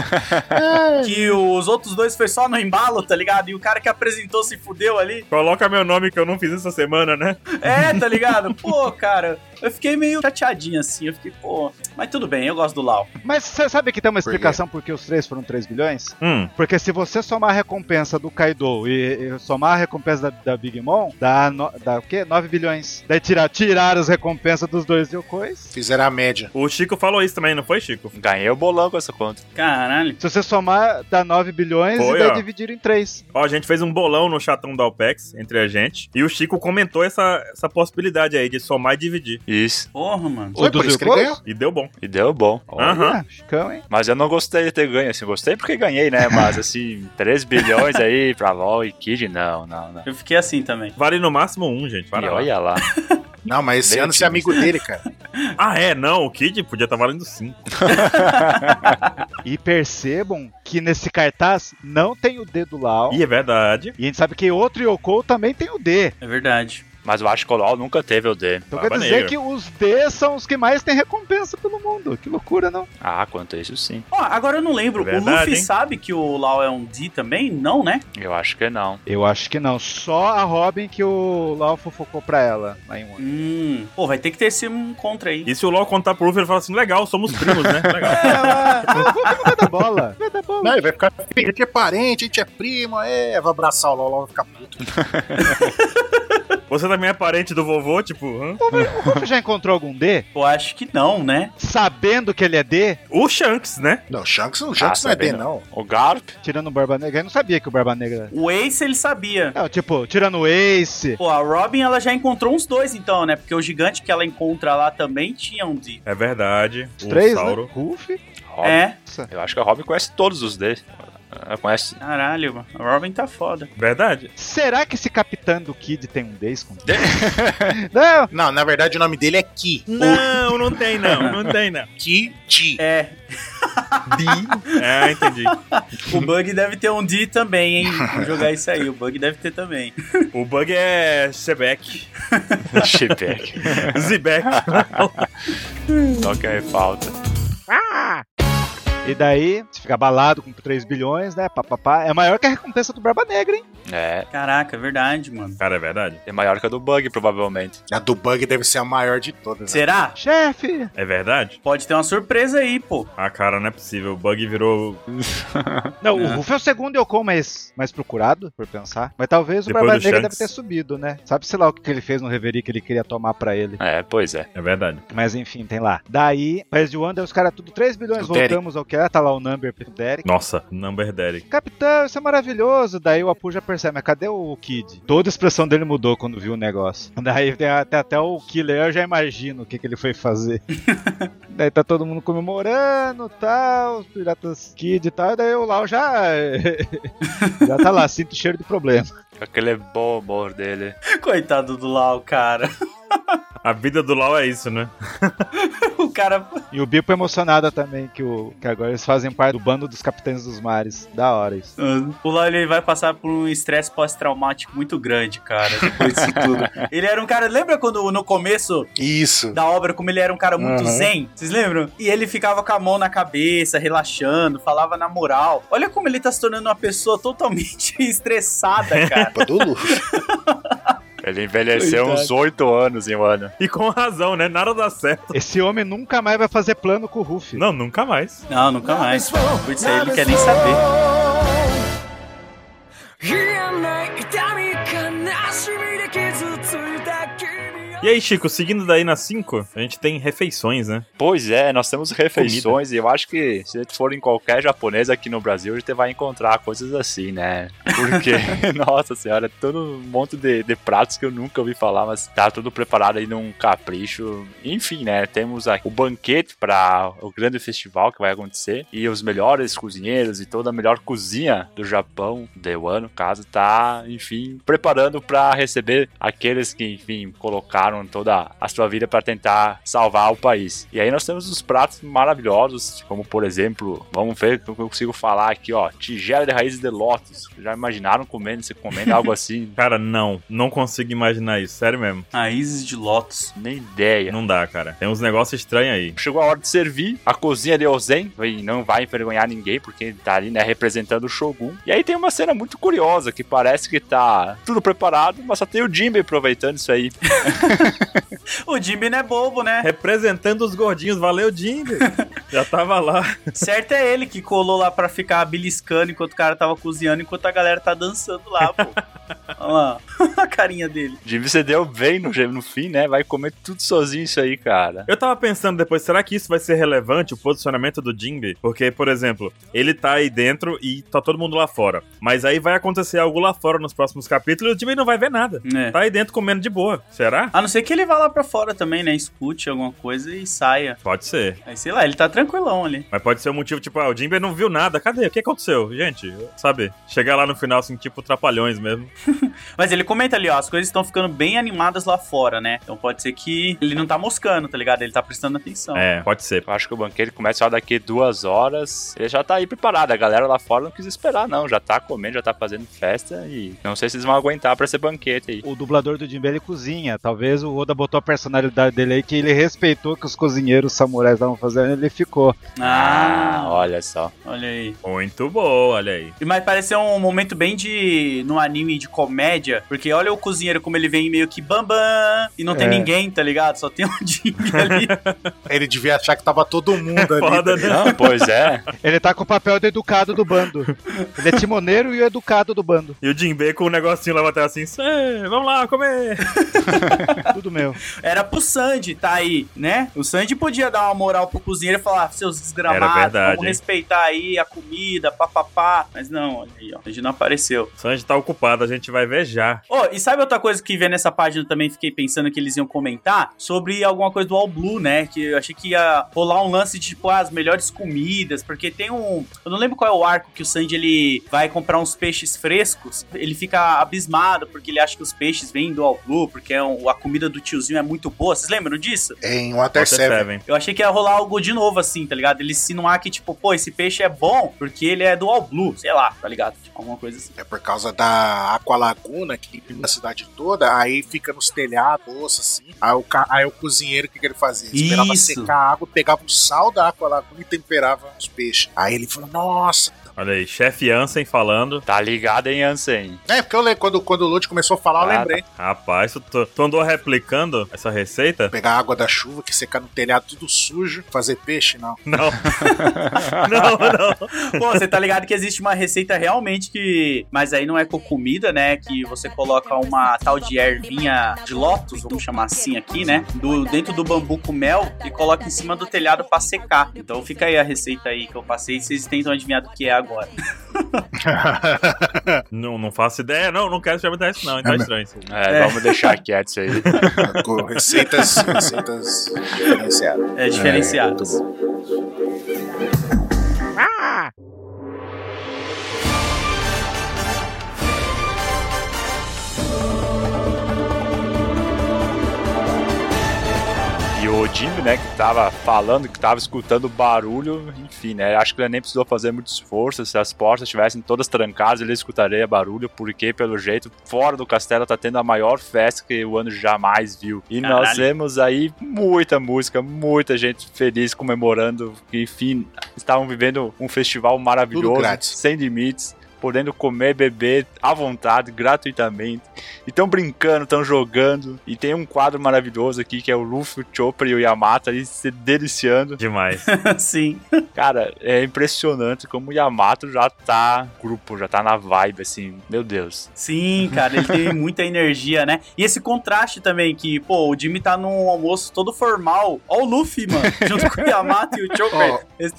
S6: que os outros dois foi só no embalo, tá ligado? E o cara que apresentou se fudeu ali.
S1: Coloca meu nome que eu não fiz essa semana, né?
S6: É, tá ligado? Pô, cara. Eu fiquei meio chateadinho assim. Eu fiquei, pô. Mas tudo bem, eu gosto do Lau.
S4: Mas você sabe que tem uma
S2: quê?
S4: explicação por que os três foram 3 bilhões?
S1: Hum.
S4: Porque se você somar a recompensa do Kaido e, e somar a recompensa da, da Big Mom, dá, no, dá o quê? 9 bilhões. Daí tirar, tirar as recompensas dos dois Yokois.
S2: Fizeram a média.
S1: O Chico falou isso também, não foi, Chico?
S3: Ganhei o bolão com essa conta.
S6: Caralho.
S4: Se você somar, dá 9 bilhões
S1: Foi,
S4: e daí
S1: ó.
S4: dividir em 3.
S1: Ó, a gente fez um bolão no chatão da OPEX entre a gente. E o Chico comentou essa, essa possibilidade aí de somar e dividir.
S3: Isso.
S6: Porra, mano.
S2: Foi
S4: O do
S2: por isso que ele
S4: Zircon?
S2: ganhou?
S1: E deu bom.
S3: E deu bom.
S1: Aham.
S4: Olha, É, Chicão, hein?
S3: Mas eu não gostei de ter ganho, assim. Gostei porque ganhei, né? Mas, assim, 3 bilhões aí pra LOL e Kid, não, não, não.
S6: Eu fiquei assim também.
S1: Vale no máximo um, gente.
S3: E
S1: Para lá.
S3: olha lá.
S2: Não, mas esse
S3: Bem
S2: ano esse é amigo dele, cara.
S1: Ah, é, não. O Kid podia estar valendo cinco.
S4: E percebam que nesse cartaz não tem o D do Lau.
S1: E é verdade.
S4: E a gente sabe que outro Yoko também tem o D.
S6: É verdade.
S3: Mas eu acho que o LOL nunca teve o
S2: Ah,
S3: D.
S4: Então
S1: Baba
S4: quer dizer
S1: negra.
S4: que os D são os que mais têm recompensa pelo mundo. Que loucura, não?
S3: Ah, quanto a isso, sim.
S6: Ó, agora eu não lembro.
S1: É Verdade,
S6: o Luffy
S1: hein?
S6: sabe que o Lau é um D também? Não, né?
S3: Eu acho que não.
S4: Eu acho que não. Só a Robin que o Lau fofocou pra ela lá em um.
S6: Hum. Pô, vai ter que ter esse um contra aí.
S1: E se o LOL contar pro Luffy, ele fala assim, legal, somos primos, né? Legal.
S4: Ah, vou vai dar bola. Vai dar bola.
S2: Não, ele vai ficar. A gente é parente, a gente é primo, é. Vai abraçar o LOL, o LOL vai ficar puto.
S1: Você também é parente do vovô, tipo... hã?
S4: O Ruff já encontrou algum D?
S6: Eu acho que não, né?
S4: Sabendo que ele é D?
S1: O Shanks, né?
S2: Não, o Shanks, o Shanks
S3: Ah,
S2: não é D,
S3: sabe
S2: não.
S3: O Garp?
S4: Tirando o Barba Negra. Eu não sabia que o Barba Negra...
S6: O Ace ele sabia.
S4: Não, tipo, tirando o Ace...
S6: Pô, a Robin ela já encontrou uns dois então, né? Porque o gigante que ela encontra lá também tinha um D.
S1: É verdade.
S4: Os
S1: O
S4: três,
S1: Sauro.
S4: né? Ruff.
S3: Robin.
S6: É.
S3: Eu acho que o Robin conhece todos os D. Ela Conhece.
S6: Caralho, mano. A Robin tá foda.
S1: Verdade.
S4: Será que esse capitão do Kid tem um D escondido? não,
S2: Não, na verdade o nome dele é Ki.
S1: Não, não tem não, não tem não.
S2: Ki Di.
S6: É,
S1: É, entendi.
S6: o Bug deve ter um D também, hein? Vou jogar isso aí. O Bug deve ter também.
S1: O bug é Shebek.
S3: Shipek.
S1: Zibek.
S3: Toca então aí, falta.
S4: E daí, você fica abalado com 3 bilhões, né? Pá, pá, pá. É maior que a recompensa do Barba Negra, hein?
S3: É.
S6: Caraca, é verdade, mano.
S1: Cara, é verdade.
S3: É maior que a do Bug, provavelmente.
S2: A do Bug deve ser a maior de todas. Né?
S6: Será?
S4: Chefe!
S1: É verdade?
S6: Pode ter uma surpresa aí, pô.
S1: Ah, cara, não é possível. O bug virou.
S4: Não,
S6: É.
S4: o Ruff é o segundo Yoko mais, mais procurado, por pensar. Mas talvez o
S1: Depois
S4: Barba
S1: do
S4: Negra
S1: Shanks.
S4: deve ter subido, né? Sabe, sei lá, o que que ele fez no Reverie que ele queria tomar pra ele.
S3: É, pois é.
S1: É verdade.
S4: Mas enfim, tem lá. Daí, País de Wanda, os caras tudo 3 bilhões,
S2: O Derek.
S4: voltamos ao que era, tá lá o Number pro Derek.
S1: Nossa, Number Derek.
S4: Capitão, isso é maravilhoso. Daí o Apu já percebe, mas cadê o Kid? Toda a expressão dele mudou quando viu o negócio. Daí tem até, até o Killer, eu já imagino o que, que ele foi fazer. daí tá todo mundo comemorando tal, os piratas Kid e tal. Daí o Lau já. já tá lá, sinto cheiro de problema.
S3: Aquele bom humor dele.
S6: Coitado do Lau, cara.
S1: A vida do Lau é isso, né?
S6: O cara.
S4: E o Bipo emocionada também, que, o, que agora eles fazem parte do bando dos capitães dos mares. Da hora isso.
S6: O Lau ele vai passar por um estresse pós-traumático muito grande, cara. Depois disso tudo. Ele era um cara. Lembra quando no começo
S2: Isso.
S6: da obra, como ele era um cara muito
S2: Aham.
S6: zen. Vocês lembram? E ele ficava com a mão na cabeça, relaxando, falava na moral. Olha como ele tá se tornando uma pessoa totalmente estressada, cara.
S2: Culpa do Luffy.
S3: Ele envelheceu
S4: Coitado.
S3: uns 8 anos em um ano.
S1: E com razão, né? Nada dá certo.
S4: Esse homem nunca mais vai fazer plano com o Ruff.
S1: Não, nunca mais.
S6: Não, nunca mais. Por isso aí ele não quer nem saber.
S7: 冷えない痛み悲しみで傷ついた君を
S1: E aí, Chico, seguindo daí na 5, a gente tem refeições, né?
S3: Pois é, nós temos refeições e eu acho que se você for em qualquer japonês aqui no Brasil, você vai encontrar coisas assim, né? Porque, nossa senhora, é todo um monte de, de pratos que eu nunca ouvi falar, mas tá tudo preparado aí num capricho. Enfim, né? Temos aqui o banquete para o grande festival que vai acontecer e os melhores cozinheiros e toda a melhor cozinha do Japão, de One, no caso, tá, enfim, preparando para receber aqueles que, enfim, colocaram toda a sua vida para tentar salvar o país. E aí nós temos os pratos maravilhosos, como por exemplo, vamos ver o que eu consigo falar aqui, ó, tigela de raízes de lótus. Já imaginaram comendo, você comendo algo assim?
S1: Cara, não. Não consigo imaginar isso. Sério mesmo.
S6: Raízes de Lotus.
S3: Nem ideia.
S1: Não dá, cara. Tem uns negócios estranhos aí.
S3: Chegou a hora de servir. A cozinha de Ozen e não vai envergonhar ninguém, porque ele tá ali, né, representando o Shogun. E aí tem uma cena muito curiosa, que parece que tá tudo preparado, mas só tem o Jimmy aproveitando isso aí.
S6: O Jimmy não é bobo, né?
S1: Representando os gordinhos, valeu, Jimmy. Já tava lá.
S6: Certo é ele que colou lá pra ficar beliscando enquanto o cara tava cozinhando, enquanto a galera tá dançando lá, pô. Olha lá. carinha dele.
S3: Jimmy, você deu bem no, no fim, né? Vai comer tudo sozinho isso aí, cara.
S1: Eu tava pensando depois, será que isso vai ser relevante, o posicionamento do Jimby? Porque, por exemplo, ele tá aí dentro e tá todo mundo lá fora. Mas aí vai acontecer algo lá fora nos próximos capítulos e o Jimmy não vai ver nada.
S6: É.
S1: Tá aí dentro comendo de boa. Será?
S6: A não ser que ele vá lá pra fora também, né? Escute alguma coisa e saia.
S1: Pode ser.
S6: Aí, sei lá, ele tá tranquilão ali.
S1: Mas pode ser um motivo, tipo, ah, o Jimby não viu nada. Cadê? O que aconteceu? Gente, sabe? Chegar lá no final, assim, tipo, trapalhões mesmo.
S6: Mas ele comenta ali, ó, as coisas estão ficando bem animadas lá fora, né? Então pode ser que ele não tá moscando, tá ligado? Ele tá prestando atenção.
S1: É, pode ser.
S3: Eu acho que o banquete começa ó, daqui duas horas. Ele já tá aí preparado. A galera lá fora não quis esperar, não. Já tá comendo, já tá fazendo festa. E não sei se eles vão aguentar pra esse banquete aí.
S4: O dublador do Jimbe ele cozinha. Talvez o Oda botou a personalidade dele aí que ele respeitou que os cozinheiros samurais estavam fazendo ele ficou.
S3: Ah,
S6: Ah,
S3: olha só.
S6: olha aí.
S1: Muito boa, olha aí.
S6: E Mas pareceu um momento bem de. no anime de comédia, porque olha o cozinheiro como ele vem meio que bambam e não tem
S4: É.
S6: ninguém, tá ligado? Só tem um Jimmy ali.
S2: Ele devia achar que tava todo mundo ali.
S1: Foda, né?
S3: Não, pois é.
S4: Ele tá com o papel do educado do bando. Ele é timoneiro e o educado do bando.
S1: E o Jinbe com o negocinho lá atrás assim, "Cê, vamos lá comer.
S4: Tudo meu.
S6: Era pro Sandy tá aí, né? O Sandy podia dar uma moral pro cozinheiro e falar, seus desgramados,
S1: Era verdade,
S6: vamos
S1: hein?
S6: respeitar aí a comida, papapá. Mas não, olha aí, ó. Sandy não apareceu.
S1: Sanji tá ocupado, a gente vai ver já.
S6: Ô, e sabe outra coisa que vê nessa página também fiquei pensando que eles iam comentar? Sobre alguma coisa do All Blue, né? Que eu achei que ia rolar um lance de, tipo, ah, as melhores comidas, porque tem um... Eu não lembro qual é o arco que o Sandy, ele vai comprar uns peixes frescos, ele fica abismado porque ele acha que os peixes vêm do All Blue, porque é um- a comida do tiozinho é muito boa. Vocês lembram disso?
S2: Em Water
S1: Water
S2: Seven.
S1: Seven.
S6: Eu achei que ia rolar algo de novo, assim, tá ligado? Ele se insinuar que, tipo, pô, esse peixe é bom porque ele é do All Blue, sei lá, tá ligado? Tipo, alguma coisa assim.
S2: É por causa da Aqualaguna, que limpa a cidade toda, aí fica nos telhados, louça, assim. Aí o, ca- aí o cozinheiro, o que, que ele fazia? Ele esperava
S6: Isso.
S2: secar a água, pegava o sal da Aqualaguna e temperava os peixes. Aí ele falou, nossa...
S1: Olha aí, chefe Ansem falando.
S3: Tá ligado, hein, Ansem?
S2: É, porque eu lembro, quando, quando o Lute começou a falar, eu
S3: Ah,
S2: lembrei.
S1: tá. Rapaz, tu, tu- tu andou replicando essa receita?
S2: Pegar a água da chuva, que secar no telhado, tudo sujo. Fazer peixe, não.
S1: Não. não, não.
S6: Pô, você tá ligado que existe uma receita realmente que. Mas aí não é com comida, né? Que você coloca uma tal de ervinha de lótus, vamos chamar assim aqui, né? Do, dentro do bambu com mel e coloca em cima do telhado pra secar. Então fica aí a receita aí que eu passei e vocês tentam adivinhar do que é agora.
S1: Não, não faço ideia, não. Não quero experimentar isso, não. Tá estranho isso.
S3: É,
S6: É.
S3: vamos deixar quieto isso aí.
S2: Com receitas, receitas diferenciadas.
S6: É, diferenciadas.
S3: E o Jimmy, né, que tava falando, que tava escutando o barulho, enfim, né, acho que ele nem precisou fazer muito esforço, se as portas estivessem todas trancadas, ele escutaria barulho, porque, pelo jeito, fora do castelo tá tendo a maior festa que o ano jamais viu. E nós
S6: Caralho.
S3: temos aí muita música, muita gente feliz comemorando, que, enfim, estavam vivendo um festival
S2: Tudo
S3: maravilhoso,
S2: grátis.
S3: sem limites, podendo comer, beber à vontade, gratuitamente. E tão brincando, tão jogando. E tem um quadro maravilhoso aqui que é o Luffy, o Chopper e o Yamato ali se deliciando.
S1: Demais.
S6: Sim.
S3: Cara, é impressionante como o Yamato já tá grupo, já tá na vibe, assim. Meu Deus.
S6: Sim, cara, ele tem muita energia, né? E esse contraste também, que, pô, o Jimmy tá num almoço todo formal. Ó o Luffy, mano, junto com o Yamato e o Chopper. Eles-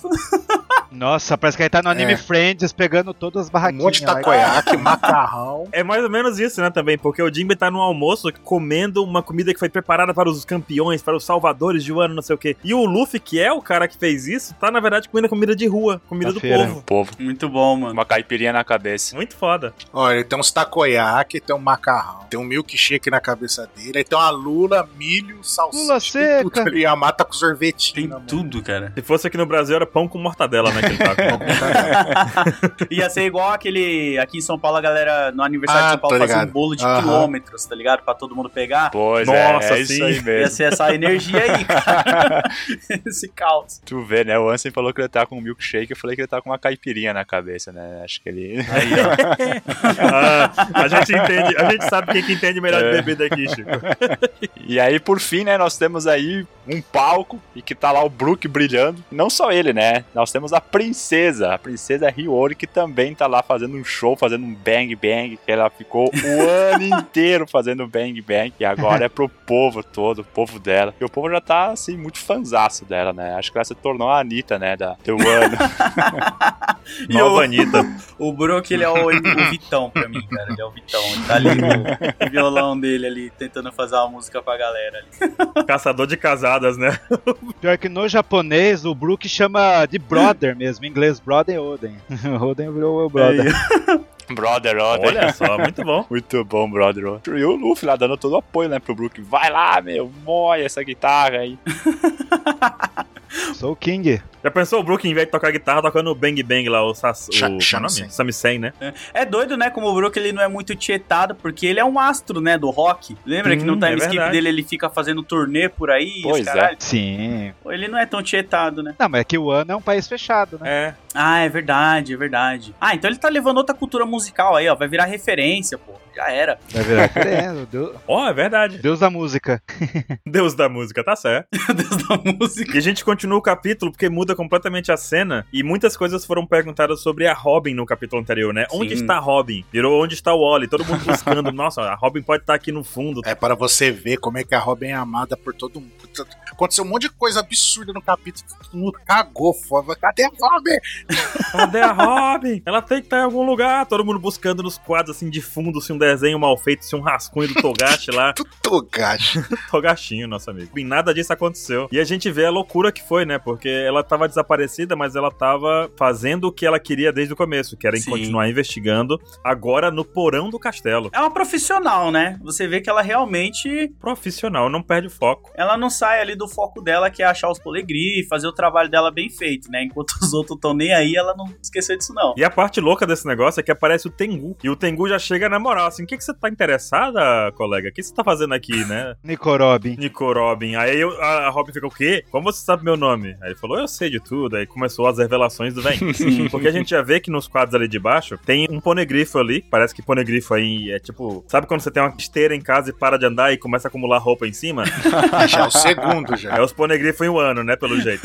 S4: Nossa, parece que ele tá no Anime
S2: É.
S4: Friends pegando todas as
S2: Um
S4: barraquinhas.
S2: monte de
S4: lá.
S2: takoyaki, macarrão.
S1: É mais ou menos isso, né, também, porque o Jimbe tá num almoço comendo uma comida que foi preparada para os campeões, para os salvadores de um ano, não sei o quê. E o Luffy, que é o cara que fez isso, tá, na verdade, comendo comida de rua, comida
S4: Da
S1: do
S4: feira.
S1: povo.
S3: O povo,
S6: Muito bom, mano.
S3: uma caipirinha na cabeça.
S1: Muito foda.
S2: Olha, tem uns takoyaki, tem um macarrão, tem um milkshake na cabeça dele, aí tem uma lula, milho, salsicha.
S4: Lula
S2: tem
S4: seca.
S2: tudo ali, a mata com sorvetinho.
S6: Tem
S2: na mão.
S6: tudo, cara.
S1: Se fosse aqui no Brasil, era pão com mortadela, né, que ele tá comendo.
S6: Ia ser igual aquele. Aqui em São Paulo, a galera, no aniversário de
S2: Ah,
S6: São Paulo,
S2: tô
S6: fazia um
S2: ligado.
S6: bolo de
S2: Aham.
S6: quilômetros, tá ligado? Pra todo mundo pegar.
S3: Pois
S1: Nossa,
S3: é, é
S1: sim.
S3: isso aí
S6: Ia
S3: mesmo.
S6: ser essa energia aí, cara. Esse caos.
S3: Tu vê, né? O Ansem falou que ele tá com um milkshake, eu falei que ele tá com uma caipirinha na cabeça, né? Acho que ele...
S6: Aí, ó.
S1: Ah, a gente entende, a gente sabe quem que entende melhor
S3: É.
S1: de bebida aqui, Chico.
S3: E aí, por fim, né, nós temos aí um palco e que tá lá o Brook brilhando. E não só ele, né? Nós temos a princesa, a princesa Hiyori, que também tá lá fazendo um show, fazendo um bang bang. que Ela ficou o ano inteiro fazendo bang bang. E agora é pro povo todo, o povo dela. E o povo já tá, assim, muito fanzaço dela, né? Acho que ela se tornou a Anitta, né? Da The One.
S6: E
S1: Nova
S6: o-
S1: Anitta.
S6: O Brook, ele é o, o Vitão pra mim, cara. Ele é o Vitão. Ele tá ali com o violão dele ali, tentando fazer uma música pra galera ali.
S1: Caçador de casadas, né?
S4: Pior que no japonês o Brook chama de brother mesmo. Em inglês, brother é Oden. Oden virou o brother.
S2: É
S3: Brother, brother.
S1: Olha só, muito bom.
S3: Muito bom, brother. E o Luffy lá dando todo o apoio, né, pro Brook. Vai lá, meu, moia essa guitarra aí.
S4: Sou o King.
S1: Já pensou o Brook, em vez de tocar guitarra, tocando o Bang Bang lá, o, Sas, o
S2: Cha-
S1: qual é o
S2: Shamisen.
S1: nome? Samisen, né?
S6: É doido, né? Como o Brook, ele não é muito tietado, porque ele é um astro, né? Do rock. Lembra que no
S1: Hum, é
S6: time skip
S1: verdade.
S6: dele ele fica fazendo turnê por aí?
S3: Pois é.
S6: caralho.
S4: Sim.
S6: Ele não é tão tietado, né?
S4: Não, mas é que o ano é um país fechado, né?
S1: É.
S6: Ah, é verdade, é verdade. Ah, então ele tá levando outra cultura musical aí, ó. Vai virar referência, pô. Já era.
S4: Vai virar referência, o Deus,
S1: Ó, é verdade.
S4: Deus da música.
S1: Deus da música, tá certo.
S6: Meu Deus da música.
S1: E a gente continua o capítulo porque muda completamente a cena e muitas coisas foram perguntadas sobre a Robin no capítulo anterior, né? Onde
S6: Sim.
S1: está a Robin? Virou onde está o Wally? Todo mundo buscando. Nossa, a Robin pode estar aqui no fundo.
S2: É para você ver como é que a Robin é amada por todo mundo. Puta, Aconteceu um monte de coisa absurda no capítulo. Todo mundo cagou, foda. Cadê a Robin?
S1: Cadê a Robin? Ela tem que estar em algum lugar. Todo mundo buscando nos quadros assim de fundo se um desenho mal feito, se um rascunho do Togashi lá.
S2: Tudo gacho.
S1: Togashinho, nosso amigo. E nada disso aconteceu. E a gente vê a loucura que foi, né? Porque ela tava desaparecida, mas ela tava fazendo o que ela queria desde o começo, que era em
S6: Sim.
S1: continuar investigando agora no porão do castelo.
S6: É uma profissional, né? Você vê que ela realmente
S1: Profissional, não perde o foco.
S6: ela não sai ali do foco dela, que é achar os polegri, fazer o trabalho dela bem feito, né? Enquanto os outros estão nem aí, ela não esqueceu disso, não.
S1: E a parte louca desse negócio é que aparece o Tengu. E o Tengu já chega na moral, assim, o que, que você tá interessada, colega? O que você tá fazendo aqui, né?
S4: Nico Robin.
S1: Nico Robin. Aí eu- a a Robin fica, o quê? Como você sabe meu nome? Aí ele falou, eu sei de tudo. Aí começou as revelações do vem. Porque a gente já vê que nos quadros ali de baixo tem um ponegrifo ali. Parece que ponegrifo aí é tipo. Sabe quando você tem uma esteira em casa e para de andar e começa a acumular roupa em cima?
S2: Já é o segundo, já.
S1: É os ponegrifos em um ano, né? Pelo jeito.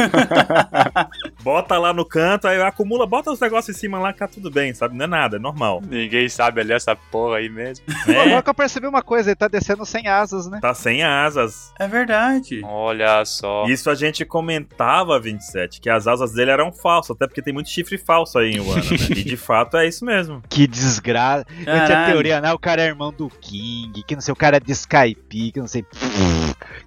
S1: bota lá no canto, aí acumula, bota os negócios em cima lá, tá tudo bem, sabe? Não é nada, é normal.
S3: Ninguém sabe ali essa porra aí mesmo.
S1: É,
S4: Agora que eu percebi uma coisa, ele tá descendo sem asas, né?
S1: tá sem asas.
S6: É verdade.
S3: Olha só.
S1: Isso a gente comentava, 27, que as asas dele eram falsas, até porque tem muito chifre falso aí em Wano, né? E de fato é isso mesmo.
S4: Que desgraça. Eu tinha
S6: Caralho.
S4: teoria, né? O cara é irmão do King, que não sei, o cara é de Skype, que não sei.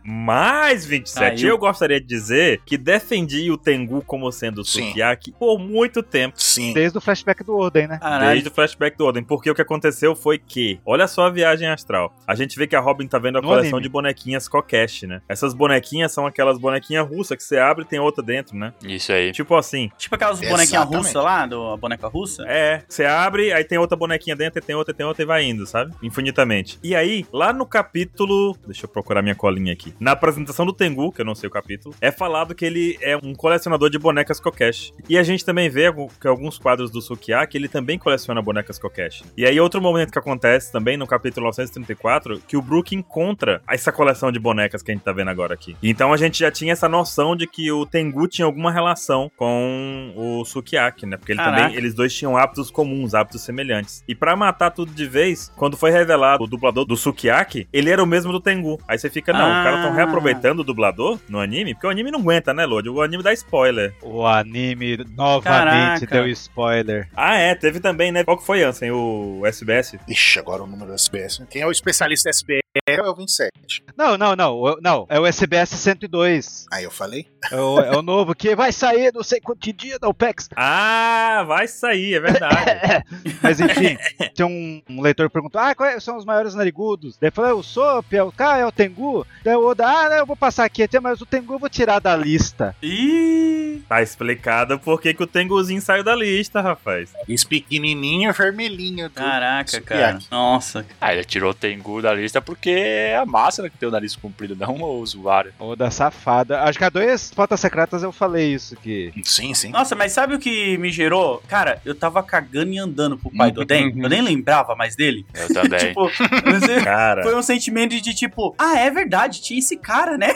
S1: Mas, 27,
S6: Caiu.
S1: eu gostaria de dizer que defendi o Tengu como sendo o
S2: Sim.
S1: Sukiyaki por muito tempo.
S2: Sim.
S4: Desde o flashback do Oden, né?
S6: Caralho.
S1: Desde o flashback do Oden, porque o que aconteceu foi que, olha só a viagem astral. A gente vê que a Robin tá vendo a
S4: No
S1: coleção
S4: anime.
S1: de bonequinhas Kokesh, né? Essas bonequinhas são aquelas bonequinhas russas que você abre e tem outra dentro, né?
S3: Isso aí.
S1: Tipo assim,
S6: Tipo aquelas bonequinhas
S2: Exatamente.
S6: russas lá, do, a boneca russa.
S1: É, você abre, aí tem outra bonequinha dentro, e tem outra, e tem outra e vai indo, sabe? Infinitamente. E aí, lá no capítulo. Deixa eu procurar minha colinha aqui. Na apresentação do Tengu, que eu não sei o capítulo, é falado que ele é um colecionador de bonecas Kokesh. E a gente também vê algu- que alguns quadros do Sukiyaki, ele também coleciona bonecas Kokesh. E aí, outro momento que acontece também, no capítulo 934, que o Brook encontra essa coleção de bonecas que a gente tá vendo agora aqui. Então a gente já tinha essa noção de que o Tengu tinha alguma relação com o Sukiyaki, né? Porque ele
S6: Caraca.
S1: também eles dois tinham hábitos comuns, hábitos semelhantes. E pra matar tudo de vez, quando foi revelado o dublador do Sukiyaki, ele era o mesmo do Tengu. Aí você fica, não,
S6: Ah.
S1: o cara tão reaproveitando o dublador no anime, porque o anime não aguenta, né, Lodi? O anime dá spoiler.
S4: O anime novamente
S6: Caraca.
S4: deu spoiler.
S1: Ah, é, teve também, né? Qual que foi, Ansem? O SBS?
S2: Ixi, agora o número do SBS. Quem é o especialista SBS é o 27.
S4: Não, não, não. o- Não, é o SBS 102.
S2: Aí eu falei.
S4: É o, é o novo que vai sair, não sei quanto dia da OPEX.
S1: Ah, vai sair, é verdade.
S4: Mas enfim, tem um, um leitor que perguntou: Ah, quais são os maiores narigudos? Daí falou: É o Sop, é o K, é o Tengu. Daí o Oda: Ah, né, eu vou passar aqui até, mas o Tengu eu vou tirar da lista.
S6: Ih!
S1: tá explicado por que que o Tenguzinho saiu da lista, rapaz.
S2: Esse pequenininho vermelhinho. do-
S6: Caraca,
S2: Isso,
S6: cara.
S2: Iac.
S6: Nossa.
S3: Ah, ele tirou o Tengu da lista porque é a máscara que tem o nariz comprido, não o usuário.
S4: Oda safada. Acho que há dois fotos secretas eu falei isso que.
S2: Sim, sim.
S6: Nossa, mas sabe o que me gerou? Cara, eu tava cagando e andando pro pai do Oden. Eu nem lembrava mais dele.
S3: Eu também.
S6: Tipo, não sei,
S1: Cara,
S6: foi um sentimento de tipo, ah, é verdade, tinha esse cara, né?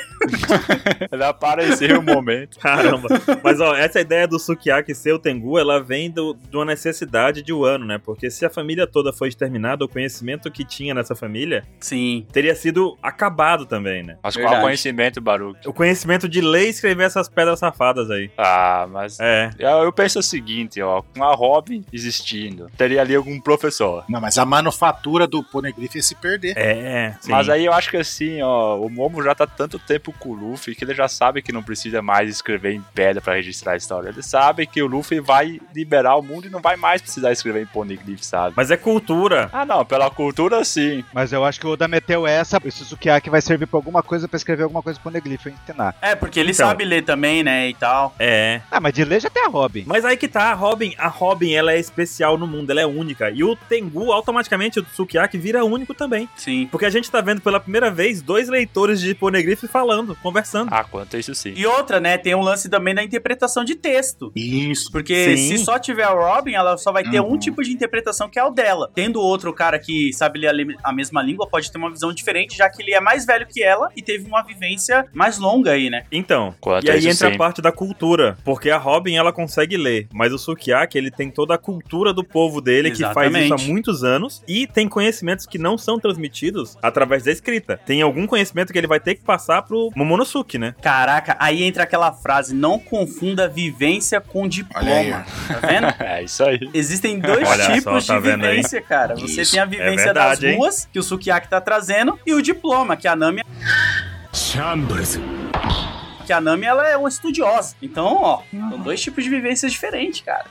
S3: ele apareceu um momento.
S1: caramba. Mas ó, essa ideia do Sukiyaki ser o Tengu, ela vem do, de uma necessidade de Wano, né? Porque se a família toda foi exterminada, o conhecimento que tinha nessa família
S6: Sim.
S1: teria sido acabado também, né?
S3: Mas qual
S6: Verdade.
S3: conhecimento, Baruque?
S1: O conhecimento de ler e escrever essas pedras safadas aí.
S3: Ah, mas.
S1: É.
S3: Eu eu penso o seguinte, ó, com a Robin existindo, teria ali algum professor.
S2: Não, mas a manufatura do Poneglyph ia se perder.
S1: É. sim.
S3: Mas aí eu acho que assim, ó, o Momo já tá tanto tempo com o Luffy que ele já sabe que não precisa mais escrever em pedra pra registrar a história. Ele sabe que o Luffy vai liberar o mundo e não vai mais precisar escrever em poneglyph, sabe?
S1: Mas é cultura.
S3: Ah, não, pela cultura sim.
S4: Mas eu acho que o Oda meteu essa. Esse Sukiyaki vai servir pra alguma coisa, pra escrever alguma coisa pro Poneglyph e ensinar.
S6: É, porque ele
S1: Então.
S6: sabe ler também, né, e tal.
S1: É.
S4: Ah, mas de ler já tem a Robin.
S1: Mas aí que tá, a Robin, a Robin, ela é especial no mundo, ela é única. E o Tengu, automaticamente, o Sukiyaki vira único também.
S6: Sim.
S1: Porque a gente tá vendo pela primeira vez dois leitores de Poneglyph falando, conversando.
S3: Ah, quanto a isso sim.
S6: E outra, né, tem um lance também da interpretação de texto.
S2: Isso.
S6: Porque
S1: Sim.
S6: se só tiver a Robin, ela só vai ter
S2: Uhum.
S6: um tipo de interpretação que é o dela. Tendo outro cara que sabe ler a li- a mesma língua, pode ter uma visão diferente, já que ele é mais velho que ela e teve uma vivência mais longa aí, né?
S1: Então,
S3: Quanto
S1: e
S3: a
S1: aí
S3: isso
S1: entra
S3: sim.
S1: a parte da cultura, porque a Robin ela consegue ler, mas o Sukiyaki ele tem toda a cultura do povo dele que faz
S6: Exatamente.
S1: isso há muitos anos e tem conhecimentos que não são transmitidos através da escrita. Tem algum conhecimento que ele vai ter que passar pro Momonosuke, né?
S6: Caraca, aí entra aquela frase: não confunda vivência com
S2: Olha aí,
S6: diploma. Tá vendo?
S3: É isso aí.
S6: Existem dois
S1: Olha só,
S6: tipos
S1: tá
S6: de
S1: vendo aí? é
S6: vivência, cara. Você
S2: Isso,
S6: tem a vivência
S1: verdade,
S6: das
S1: hein?
S6: ruas, que o Sukiyaki tá trazendo, e o diploma, que a Nami. Que a Nami, ela é uma estudiosa. Então, ó, são dois tipos de vivências diferentes, cara.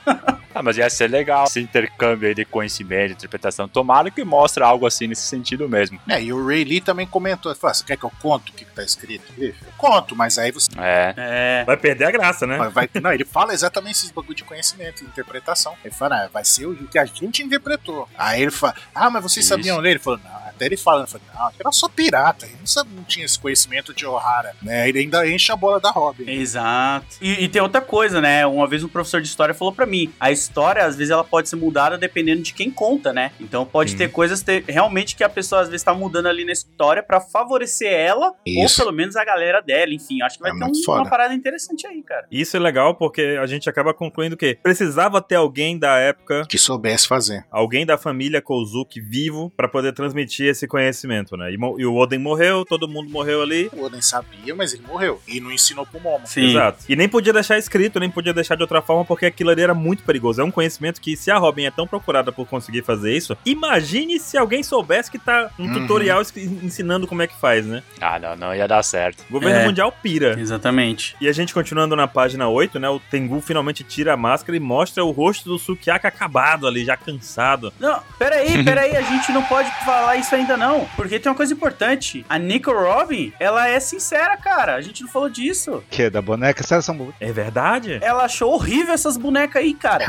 S3: Ah, mas ia ser legal esse intercâmbio aí de conhecimento, interpretação. Tomara que mostra algo assim nesse sentido mesmo.
S2: É, e o Ray Lee também comentou. ele falou, "Ah, você quer que eu conte o que, que tá escrito? Eu conto, mas aí você.
S3: É.
S6: É.
S1: Vai perder a graça, né?
S2: vai- vai- não, ele fala exatamente esses bagulho de conhecimento, de interpretação. Ele fala, ah, vai ser o que a gente interpretou. Aí ele fala, ah, mas vocês
S3: Isso.
S2: sabiam ler? Ele falou, não. Até ele fala, ele falou, não, era só pirata. Ele não, sabia, não tinha esse conhecimento de O'Hara, né? Ele ainda enche a bola da Robin.
S6: Exato. E, e tem outra coisa, né? Uma vez um professor de história falou pra mim: a história, às vezes, ela pode ser mudada dependendo de quem conta, né? Então pode
S1: Sim.
S6: ter coisas ter- realmente que a pessoa, às vezes, tá mudando ali na história pra favorecer ela,
S2: Isso.
S6: ou pelo menos a galera dela. Enfim, acho que vai
S2: É
S6: ter
S2: muito
S6: um-
S2: foda.
S6: uma parada interessante aí, cara.
S1: Isso é legal porque a gente acaba concluindo que precisava ter alguém da época,
S2: Que soubesse fazer.
S1: alguém da família Kozuki vivo pra poder transmitir esse conhecimento, né? E, mo- e o Oden morreu, todo mundo morreu ali.
S2: O Oden sabia, mas ele morreu. E não ensinou pro Momo.
S6: Sim.
S1: Exato. E nem podia deixar escrito, nem podia deixar de outra forma, porque aquilo ali era muito perigoso. É um conhecimento que, se a Robin é tão procurada por conseguir fazer isso, imagine se alguém soubesse que tá um
S2: Uhum.
S1: tutorial es- ensinando como é que faz, né?
S3: Ah, não, não ia dar certo.
S1: O governo
S6: É.
S1: mundial pira.
S6: Exatamente.
S1: E a gente continuando na página 8, né? O Tengu finalmente tira a máscara e mostra o rosto do Sukiyaki acabado ali, já cansado.
S6: Não, peraí, peraí, a gente não pode falar isso ainda não, porque tem uma coisa importante. A Nico Robin, ela é sincera, cara. A gente não falou disso.
S4: Que da boneca, essas são.
S1: É verdade?
S6: Ela achou horrível essas bonecas aí, cara.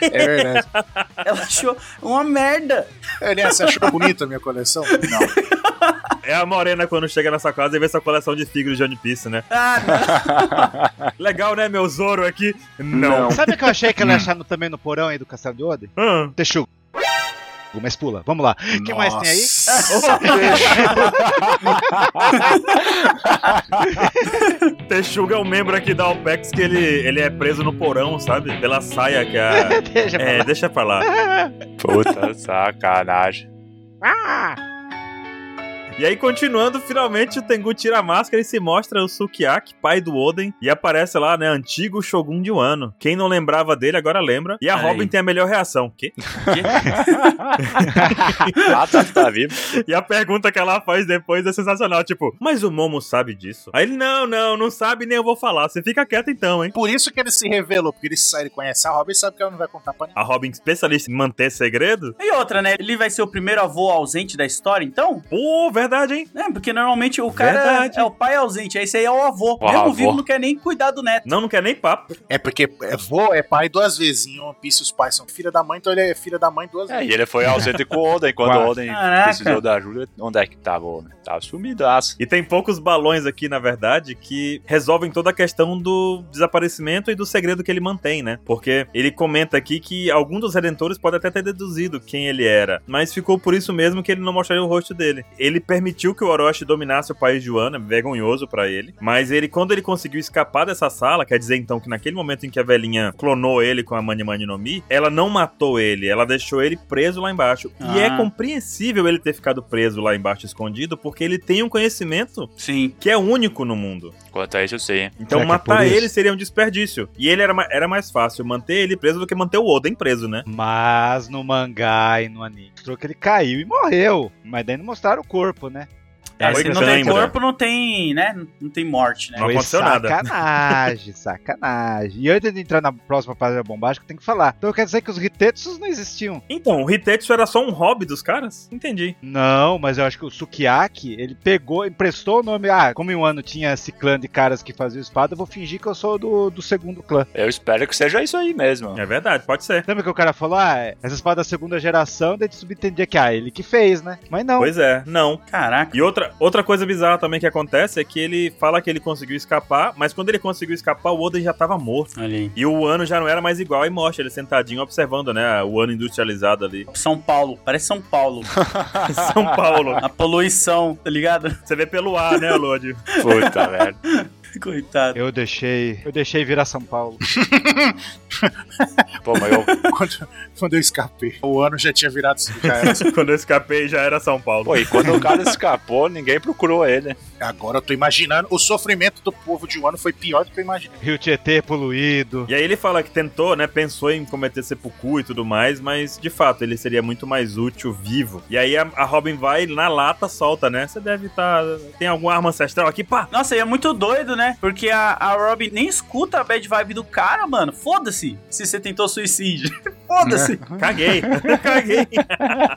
S2: É verdade.
S6: Ela achou uma merda.
S2: Aliás, você achou bonita a minha coleção? Não.
S1: É a Morena quando chega nessa casa e vê essa coleção de figuras de One Piece, né?
S6: Ah, não.
S1: Legal, né, meu Zoro aqui? Não.
S4: Sabe o que eu achei que ela ia achar no- também no porão aí do Castelo de Oden?
S1: Hum.
S4: Hum. Texugo. Mas pula, vamos lá. O que mais tem aí?
S1: Texuga é um membro aqui da OPEX que ele, ele é preso no porão, sabe? Pela saia que a.
S4: Deixa pra
S1: É,
S4: lá.
S1: deixa pra lá.
S3: Puta sacanagem.
S1: E aí, continuando, finalmente o Tengu tira a máscara e se mostra o Sukiyaki, pai do Oden, e aparece lá, né? Antigo Shogun de Wano. Quem não lembrava dele agora lembra. E a
S6: Olha aí.
S1: Robin tem a melhor reação. Quê?
S3: Ah, tá, tá vivo.
S1: E a pergunta que ela faz depois é sensacional, tipo, mas o Momo sabe disso? Aí ele, não, não, não sabe, nem eu vou falar. Você fica quieto então, hein?
S2: Por isso que ele se revelou, porque ele sabe, ele conhece a Robin e sabe que ela não vai contar pra ninguém.
S1: A Robin, especialista em manter segredo?
S6: E outra, né? Ele vai ser o primeiro avô ausente da história, então?
S1: Pô, verdade, hein?
S6: É, porque normalmente o cara
S1: Verdade.
S6: é o pai ausente, aí esse aí é o avô.
S3: O
S6: Mesmo
S3: avô.
S6: vivo não quer nem cuidar do neto.
S1: Não, não quer nem papo.
S2: É porque é vô é pai duas vezes. Em One Piece, os pais são filha da mãe, então ele é filha da mãe duas
S3: É,
S2: vezes.
S3: e ele foi ausente com o Oden. Quando o Oden
S6: Caraca.
S3: precisou da ajuda, onde é que tava o Oden? Tava sumidaço.
S1: E tem poucos balões aqui, na verdade, que resolvem toda a questão do desaparecimento e do segredo que ele mantém, né? Porque ele comenta aqui que algum dos redentores pode até ter deduzido quem ele era, mas ficou por isso mesmo que ele não mostraria o rosto dele. Ele permitiu que o Orochi dominasse o país de Wano, é vergonhoso pra ele. Mas ele, quando ele conseguiu escapar dessa sala, quer dizer então que naquele momento em que a velhinha clonou ele com a Mani Mani no Mi, ela não matou ele, ela deixou ele preso lá embaixo. E
S6: Ah.
S1: é compreensível ele ter ficado preso lá embaixo escondido, porque ele tem um conhecimento
S6: Sim.
S1: que é único no mundo.
S3: Quanto a isso, eu sei, hein?
S1: Então
S4: Será que é por
S1: matar
S4: isso?
S1: ele seria um desperdício. E ele era, ma- era mais fácil manter ele preso do que manter o Oden preso, né?
S4: Mas no mangá e no anime, mostrou que ele caiu e morreu. Mas daí não mostraram o corpo, né?
S6: É, se
S1: Pois
S6: não tem
S1: lembra.
S6: corpo, não tem, né? Não tem morte, né?
S1: Não
S4: Foi
S1: aconteceu nada.
S4: É um Sacanagem, sacanagem. E antes de entrar na próxima página bombástica, tem que falar. Então quer dizer que os Ritetsus não existiam.
S1: Então, o Hitetsu era só um hobby dos caras? Entendi.
S4: Não, mas eu acho que o Sukiyaki, ele pegou, emprestou o nome. Ah, como em um ano tinha esse clã de caras que faziam espada, eu vou fingir que eu sou do, do segundo clã.
S3: Eu espero que seja isso aí mesmo.
S1: É verdade, pode ser.
S4: Lembra que o cara falou, ah, essa espada é da segunda geração, daí tu subentendia que, ah, ele que fez, né? Mas não.
S1: Pois é, não.
S6: Caraca.
S1: E outra, outra coisa bizarra também que acontece é que ele fala que ele conseguiu escapar, mas quando ele conseguiu escapar, o Oden já tava morto.
S6: Olha aí.
S1: E o ano já não era mais igual e mostra ele sentadinho observando, né? O ano industrializado ali.
S6: São Paulo, parece São Paulo.
S1: São Paulo.
S6: A poluição, tá ligado?
S1: Você vê pelo ar, né, Lodi?
S3: Puta merda.
S6: Coitado.
S4: Eu deixei, eu deixei virar São Paulo.
S3: Pô, mas eu,
S2: Quando, quando eu escapei, o ano já tinha virado. assim, Já era-
S1: quando eu escapei já era São Paulo.
S3: pô, e quando o cara escapou, ninguém procurou ele.
S2: Agora eu tô imaginando. O sofrimento do povo de um ano foi pior do que eu imaginei.
S4: Rio Tietê poluído.
S1: E aí ele fala que tentou, né? Pensou em cometer seppuku e tudo mais, mas de fato ele seria muito mais útil vivo. E aí a, a Robin vai na lata, solta, né? Você deve estar. Tem alguma arma ancestral aqui? Pá!
S6: Nossa, e é muito doido, né? Porque a, a Robin nem escuta a bad vibe do cara, mano. Foda-se se você tentou suicídio. Foda-se.
S1: Caguei! Caguei!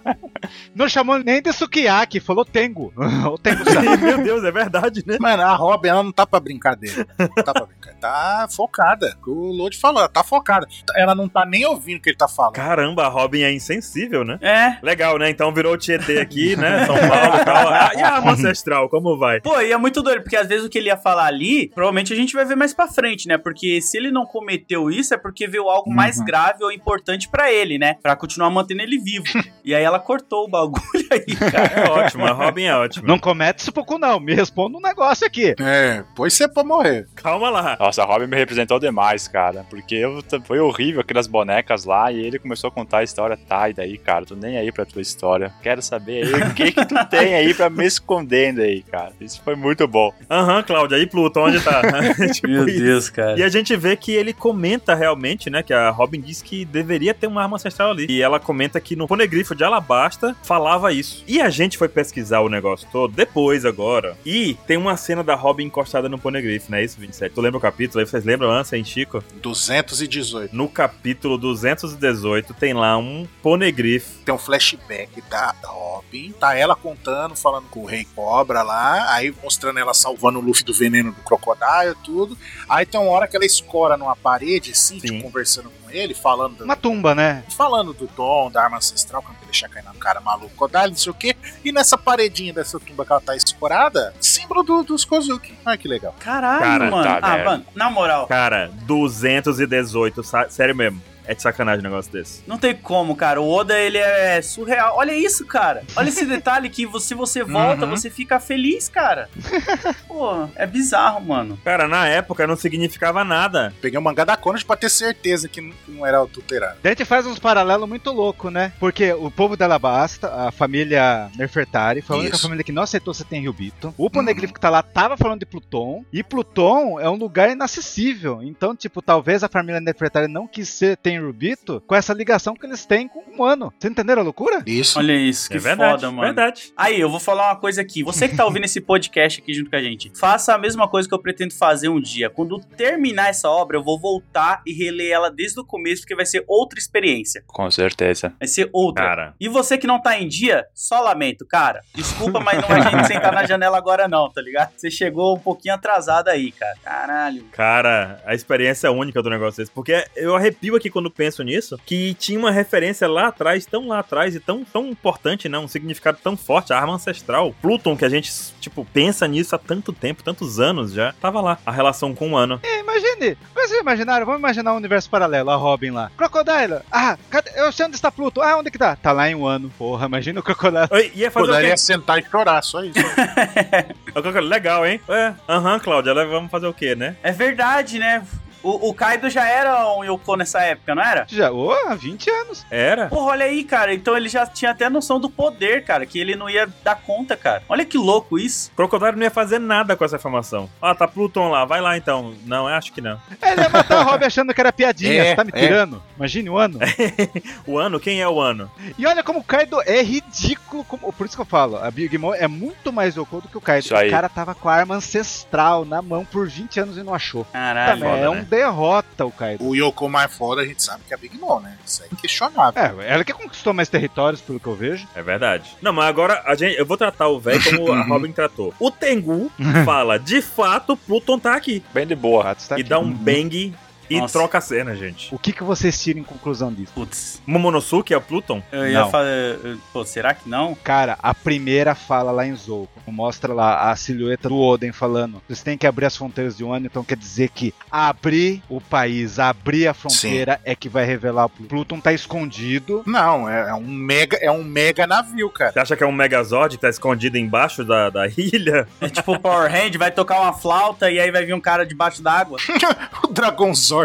S4: Não chamou nem de Sukiyaki, falou Tengo. o Tengo-san.
S1: Meu Deus, é verdade, né?
S2: Mano, a Robin, ela não tá pra brincadeira. Não tá pra brincadeira. Tá focada. O Lodi falou, ela tá focada. Ela não tá nem ouvindo o que ele tá falando.
S1: Caramba, a Robin é insensível, né?
S6: É.
S1: Legal, né? Então virou o Tietê aqui, né? São Paulo e tal. Ah, e a arma ancestral, como vai?
S6: Pô, e é muito doido, porque às vezes o que ele ia falar ali, provavelmente a gente vai ver mais pra frente, né? Porque se ele não cometeu isso, é porque viu algo mais
S1: Uhum.
S6: grave ou importante pra ele, né? Pra continuar mantendo ele vivo. e aí ela cortou o bagulho aí, cara.
S1: É ótimo, a Robin é ótima.
S4: Não comete isso pouco não, me responda um negócio aqui.
S2: É, pois você pode morrer.
S1: Calma lá.
S3: Nossa, a Robin me representou demais, cara. Porque eu, t- foi horrível aquelas bonecas lá e ele começou a contar a história. Tá, e daí, cara? Tô nem aí pra tua história. Quero saber aí o que que tu tem aí pra me escondendo aí, cara. Isso foi muito bom.
S1: Aham, Cláudia, e Pluto, onde tá? Tipo isso.
S6: cara.
S1: E a gente vê que ele comenta realmente, né? Que a Robin diz que deveria ter uma arma ancestral ali. E ela comenta que no Ponegrifo de Alabasta falava isso. E a gente foi pesquisar o negócio todo depois agora. E tem uma cena da Robin encostada no Ponegrifo, né? Isso, 27. Tu lembra o capítulo aí? Vocês lembram, Ansa e Chico?
S2: 218.
S1: No capítulo 218 tem lá um Ponegrifo.
S2: Tem um flashback da Robin. Tá ela contando, falando com o Rei Cobra lá. Aí mostrando ela salvando o Luffy do veneno do crocodilo e tudo. Aí tem uma hora que ela escora numa parede, assim, tipo,
S1: Sim.
S2: conversando com ele, falando da
S4: Uma tumba, né?
S2: falando do dom, da arma ancestral, que eu não queria deixar cair na cara maluco, Kodali, não sei o quê. E nessa paredinha dessa tumba que ela tá escorada, símbolo do- dos Kozuki. Ah, que legal.
S6: Caralho,
S1: Cara,
S6: mano.
S3: tá,
S6: ah,
S3: velho.
S6: mano, na moral,
S1: Cara, 218. sa- Sério mesmo. É de sacanagem um negócio desse.
S6: não tem como, cara. O Oda, ele é surreal. Olha isso, cara. Olha esse detalhe que vo- se você
S1: Uhum.
S6: volta, você fica feliz, cara. Pô, é bizarro, mano.
S1: Cara, na época não significava nada.
S2: Peguei o mangá da Conan pra ter certeza que n- que não era adulterado.
S4: Daí a gente faz uns paralelos muito loucos, né? Porque o povo da Alabasta, a família Nefertari, foi a única
S2: Isso.
S4: família que não aceitou você tem Ryubito. O Poneglyph que tá lá tava falando de Pluton. E Pluton é um lugar inacessível. Então, tipo, talvez a família Nefertari não quis ser tem Rubito com essa ligação que eles têm com o humano. Vocês entenderam a loucura?
S2: Isso.
S6: Olha isso, que
S1: é verdade,
S6: foda, mano.
S1: verdade.
S6: Aí, eu vou falar uma coisa aqui. Você que tá ouvindo esse podcast aqui junto com a gente, faça a mesma coisa que eu pretendo fazer um dia. Quando terminar essa obra, eu vou voltar e reler ela desde o começo, porque vai ser outra experiência.
S3: Com certeza.
S6: Vai ser outra.
S1: Cara,
S6: E você que não tá em dia, só lamento, cara. Desculpa, mas não vai gente sentar na janela agora, não, tá ligado? Você chegou um pouquinho atrasado aí, cara. Caralho.
S1: Cara, a experiência é única do negócio desse. Porque eu arrepio aqui quando penso nisso, que tinha uma referência lá atrás, tão lá atrás e tão, tão importante, né? Um significado tão forte, a arma ancestral. Pluton, que a gente, tipo, pensa nisso há tanto tempo, tantos anos já, tava lá. A relação com o ano.
S4: É, mas Imagine! Vocês imaginaram? Vamos imaginar um universo paralelo, a Robin lá. Crocodile! Ah, cadê? Eu sei onde está Pluto. Ah, onde que tá? Tá lá em um ano. Porra, imagina o Crocodile.
S1: Oi, Ia fazer o
S2: Poderia
S1: quê?
S2: sentar e chorar, só isso.
S1: Eu coloquei, Legal, hein? É, aham, Cláudia, le- vamos fazer o quê, né?
S6: É verdade, né? O, o Kaido já era um Yoko nessa época, não era?
S4: Já, ô, há 20 anos.
S1: Era?
S6: Porra, olha aí, cara. Então ele já tinha até noção do poder, cara, que ele não ia dar conta, cara. Olha que louco isso.
S1: Crocodile não ia fazer nada com essa informação. Ah, tá Pluton lá, vai lá então. Não, eu acho que não.
S4: É, Ele ia matar a Robin achando que era piadinha.
S3: É,
S4: Você tá me
S3: é.
S4: tirando? Imagine o ano.
S1: O ano, quem é o ano?
S4: E olha como o Kaido é ridículo. como- Por isso que eu falo, a Big Mom é muito mais oculto do que o Kaido.
S3: Isso aí.
S4: O cara tava com a arma ancestral na mão por 20 anos e não achou.
S6: Caralho.
S4: Também é
S3: foda,
S4: um
S3: né?
S4: derrota o Kaido.
S2: o Yoko mais foda, a gente sabe que é a Big Mom, né? Isso é inquestionável.
S4: É, ela que conquistou mais territórios, pelo que eu vejo.
S1: É verdade. Não, mas agora a gente, eu vou tratar o velho como a Robin tratou. O Tengu fala, de fato, Pluton tá aqui.
S3: Bem de boa.
S4: Fato está
S1: E
S4: aqui.
S1: dá um bang e
S6: Nossa.
S1: troca a cena, gente.
S4: O que, que vocês tiram em conclusão disso?
S6: Putz,
S1: Momonosuke é o Pluton?
S6: eu ia
S4: Não.
S6: falar. eh, Pô, será que não?
S4: Cara, a primeira fala lá em Zouko. Mostra lá a silhueta do Oden falando: vocês têm que abrir as fronteiras de Wano, então quer dizer que abrir o país, abrir a fronteira é que vai revelar. o Pluton Pluton tá escondido.
S2: Não, é, é um mega, é um mega navio, cara.
S1: Você acha que é um Megazord que tá escondido embaixo da, da ilha?
S6: É tipo o Power Hand, vai tocar uma flauta e aí vai vir um cara debaixo d'água.
S2: O Dragonzord.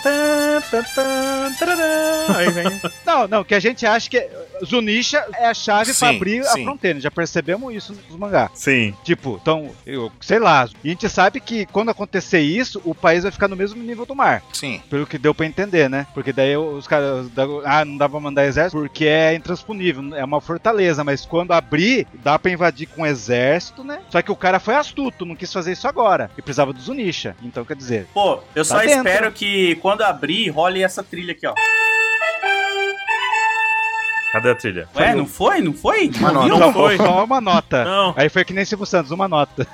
S1: Tã, tã, tã, tarará. Aí vem.
S4: Não, não, que a gente acha que Zunisha é a chave pra
S2: Sim,
S4: abrir a
S2: sim.
S4: fronteira. Já percebemos isso nos mangá.
S1: Sim.
S4: Tipo, então, eu sei lá. E a gente sabe que quando acontecer isso, o país vai ficar no mesmo nível do mar.
S2: Sim.
S4: Pelo que deu pra entender, né? Porque daí os caras. da- Ah, não dá pra mandar exército porque é intransponível. É uma fortaleza, mas quando abrir, dá pra invadir com exército, né? Só que o cara foi astuto, não quis fazer isso agora. E precisava do Zunisha. Então, quer dizer.
S6: Pô, eu só
S4: Tá dentro.
S6: espero que quando abrir, role essa trilha aqui, ó.
S1: Cadê a trilha?
S6: Ué, não foi? Não foi?
S2: Mano,
S6: viu?
S1: Não
S4: só,
S1: foi.
S4: só uma nota.
S1: Não.
S4: Aí foi que nem Silvio Santos, uma nota.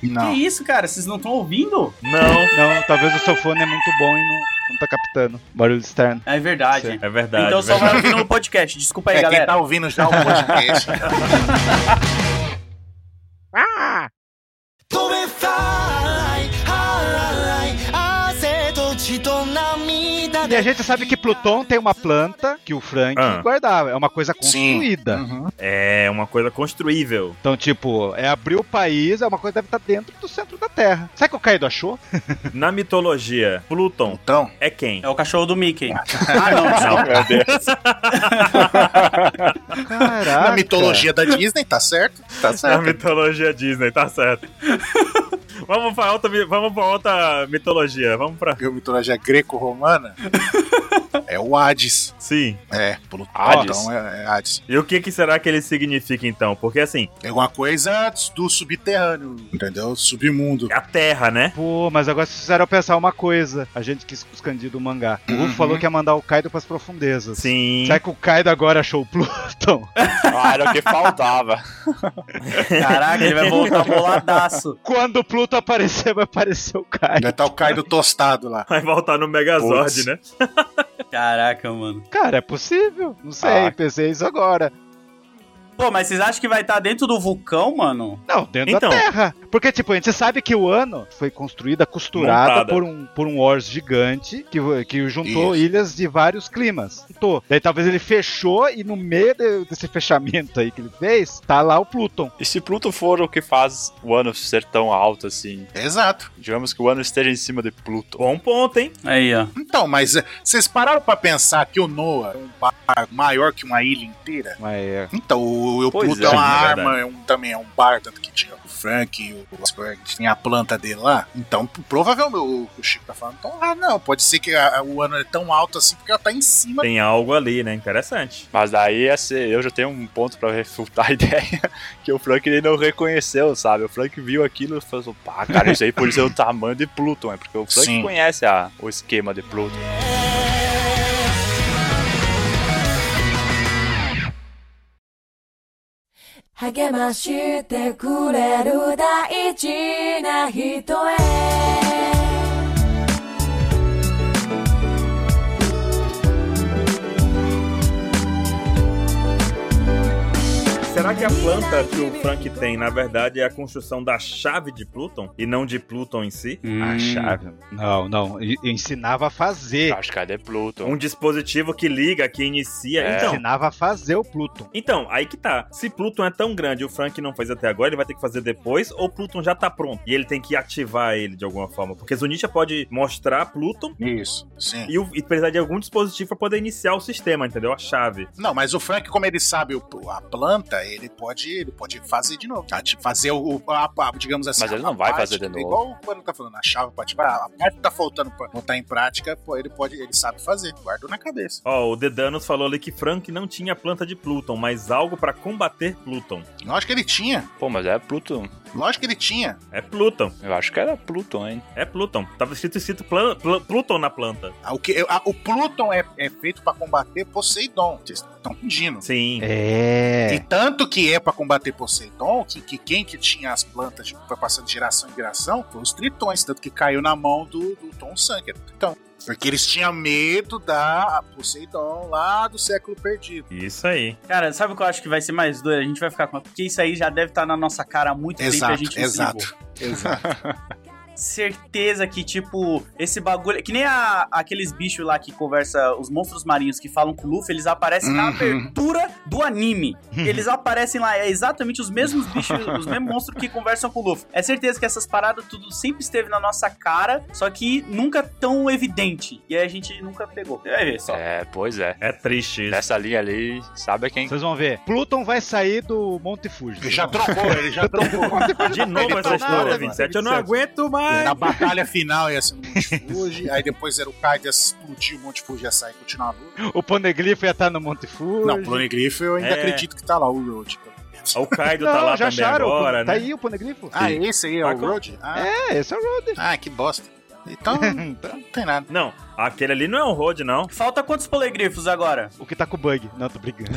S2: Não.
S6: Que isso, cara? Vocês não estão ouvindo?
S1: Não.
S4: Não, talvez o sofone é muito bom e não, não tá captando. Barulho externo.
S6: É verdade.
S4: Sim.
S1: É verdade.
S6: então só vai
S1: verdade.
S6: ouvir no podcast. Desculpa aí,
S2: é, quem
S6: galera.
S2: tá ouvindo já o podcast.
S4: Ah!
S5: 飛べさああい汗と血と涙
S4: E
S5: で
S4: a gente sabe que Pluton tem uma planta que o Frank
S1: Ah.
S4: guardava. É uma coisa
S2: Sim.
S4: construída.
S2: Uhum.
S1: É uma coisa construível.
S4: Então, tipo, é abrir o país, é uma coisa que deve estar dentro do centro da Terra. Será que o Kaido achou?
S1: Na mitologia, Pluton
S2: Então,
S1: é quem?
S6: É o cachorro do Mickey. Ah, não, desculpa.
S3: Meu Deus.
S4: Caraca.
S2: na mitologia da Disney, tá certo? Tá
S1: Na
S2: certo.
S1: mitologia Disney, tá certo. vamos, pra outra, mi- vamos pra outra mitologia. Vamos pra.
S2: Porque a mitologia greco-romana é o Hades.
S1: Sim.
S2: É, Plutão
S3: Hades?
S2: então é, é Hades.
S1: E o que, que será que ele significa então? Porque assim,
S2: É alguma coisa do subterrâneo, entendeu? Submundo.
S1: a terra, né?
S4: Pô, mas agora vocês fizeram eu pensar uma coisa. A gente quis escandir do mangá. O Ruff falou que ia mandar o Kaido pras profundezas.
S1: Sim.
S4: Será que o Kaido agora achou o Pluton?
S3: Ah, era o que faltava.
S6: Caraca, ele vai voltar boladaço.
S4: Quando o Pluto aparecer, vai aparecer o Kaido.
S2: Vai estar tá o Kaido tostado lá.
S1: Vai voltar no Megazord,
S3: Putz.
S1: né?
S6: Caraca, mano.
S4: Cara, é possível. Não sei,
S3: Ah.
S4: pensei isso agora.
S6: Pô, mas vocês acham que vai estar dentro do vulcão, mano?
S4: Não, dentro
S1: Então.
S4: da Terra. Porque, tipo, a gente sabe que o ano foi construída, costurada
S1: Montada.
S4: por um, por um Ors gigante que, que juntou
S2: Isso.
S4: ilhas de vários climas. Juntou. Daí talvez ele fechou e no meio de- desse fechamento aí que ele fez, tá lá o Pluton.
S3: E se Pluto for o que faz o ano ser tão alto assim?
S2: Exato.
S3: Digamos que o ano esteja em cima de Pluto.
S1: Bom É um ponto, hein?
S6: Aí, ó.
S2: Então, mas é, vocês pararam pra pensar que o Noah é um barco maior que uma ilha inteira?
S4: Mas é.
S2: Então, o, o
S3: Pois
S2: Pluto
S3: é,
S2: é, uma
S1: é verdade.
S2: arma, é um, também é um bar, tanto que tinha o Frank e o Osberg, tinha a planta dele lá. Então, p- provavelmente, o, o Chico tá falando, então, ah, não, pode ser que a- a- o ano é tão alto assim porque ela tá em cima.
S1: Tem algo ali, né? Interessante.
S3: Mas daí ia ser- eu já tenho um ponto pra refutar a ideia que o Frank ele não reconheceu, sabe? O Frank viu aquilo e falou: pá, cara, isso aí pode ser o tamanho de Pluton, é porque o Frank
S2: Sim.
S3: conhece a- o esquema de Pluton.
S7: 励ましてくれる大事な人へ
S1: Será Será que a planta que o Frank tem, na verdade, é a construção da chave de Pluton e não de Pluton em si?
S4: A chave. Não, não. e- e ensinava a fazer.
S3: Acho que é de Pluton.
S1: Um dispositivo que liga, que inicia.
S3: É.
S1: Então,
S4: Ensinava a fazer o Pluton.
S1: Então, aí que tá. Se Pluton é tão grande e o Frank não fez até agora, ele vai ter que fazer depois, ou Pluton já tá pronto. E ele tem que ativar ele de alguma forma. Porque Zunisha pode mostrar Pluton
S2: Isso. Sim.
S1: e, o- e precisar de algum dispositivo pra poder iniciar o sistema, entendeu? A chave.
S2: Não, mas o Frank, como ele sabe o- a planta, ele pode, ele pode fazer de novo. tá? Tipo, Fazer o, o- a, a- digamos assim.
S3: Mas ele
S2: a
S3: não vai
S2: parte,
S3: fazer de
S2: é
S3: novo.
S2: Igual o Mano tá falando, a chave pode ativar. A parte que tá faltando pra botar em prática, pô, ele pode, ele sabe fazer. Guarda na cabeça.
S1: Ó, o Dedanos falou ali que Frank não tinha planta de Pluton, mas algo pra combater Pluton.
S2: Lógico que ele tinha.
S3: Pô, mas é Pluton.
S2: Lógico que ele tinha.
S1: É Pluton.
S3: Eu acho que era Pluton, hein?
S1: É Pluton. Tava escrito, escrito plan- pl- Pluton na planta.
S2: Ah, O, que, ah, o Pluton é, é feito pra combater Poseidon. Vocês estão fingindo.
S1: Sim.
S2: E
S4: É.
S2: tanto que é pra combater Poseidon, que, que quem que tinha as plantas tipo, foi passando de geração em geração foi os tritões, tanto que caiu na mão do, do Tom Sanker, do tritão. Porque eles tinham medo da Poseidon lá do século
S4: É.
S2: perdido.
S1: Isso aí.
S6: Cara, sabe o que eu acho que vai ser mais doido? A gente vai ficar com. Porque isso aí já deve estar na nossa cara há muito tempo e a gente não se ligou. Certeza que, tipo, esse bagulho. Que nem a- aqueles bichos lá que conversa, os monstros marinhos que falam com o Luffy, eles aparecem na
S2: Uhum.
S6: abertura do anime. Eles aparecem lá, é exatamente os mesmos bichos, os mesmos monstros que conversam com o Luffy. É certeza que essas paradas tudo sempre esteve na nossa cara, só que nunca tão evidente. E aí a gente nunca pegou. Você vai ver só.
S3: É, pois é.
S1: É triste isso.
S3: Nessa linha ali, sabe quem
S4: Vocês vão ver. Pluton vai sair do Monte Fuji.
S2: Ele já trocou, ele já trocou.
S4: É.
S1: De novo essa história, 27. Eu não aguento mais.
S2: Na batalha final ia ser no Monte Fuji, aí depois era o Kaido ia explodir o Monte Fuji ia sair e continuar a luta.
S4: O Poneglyph ia estar no Monte Fuji.
S2: Não, o Ploneglyph eu ainda
S1: É.
S2: acredito que tá lá, o Road. pelo menos.
S1: O Kaido
S4: Não,
S1: tá lá
S4: já
S1: também
S4: acharam. o
S1: agora,
S4: Pone- Tá
S1: né?
S4: aí o Poneglyph?
S2: Ah, esse aí é
S1: Ah,
S2: o
S1: como-
S2: Road? Ah,
S4: É, esse é o Road.
S2: ah, que bosta. Então, não tem nada.
S1: Não, aquele ali não é um road, não.
S6: Falta quantos polegrifos agora?
S4: O que tá com bug. Não, tô brincando.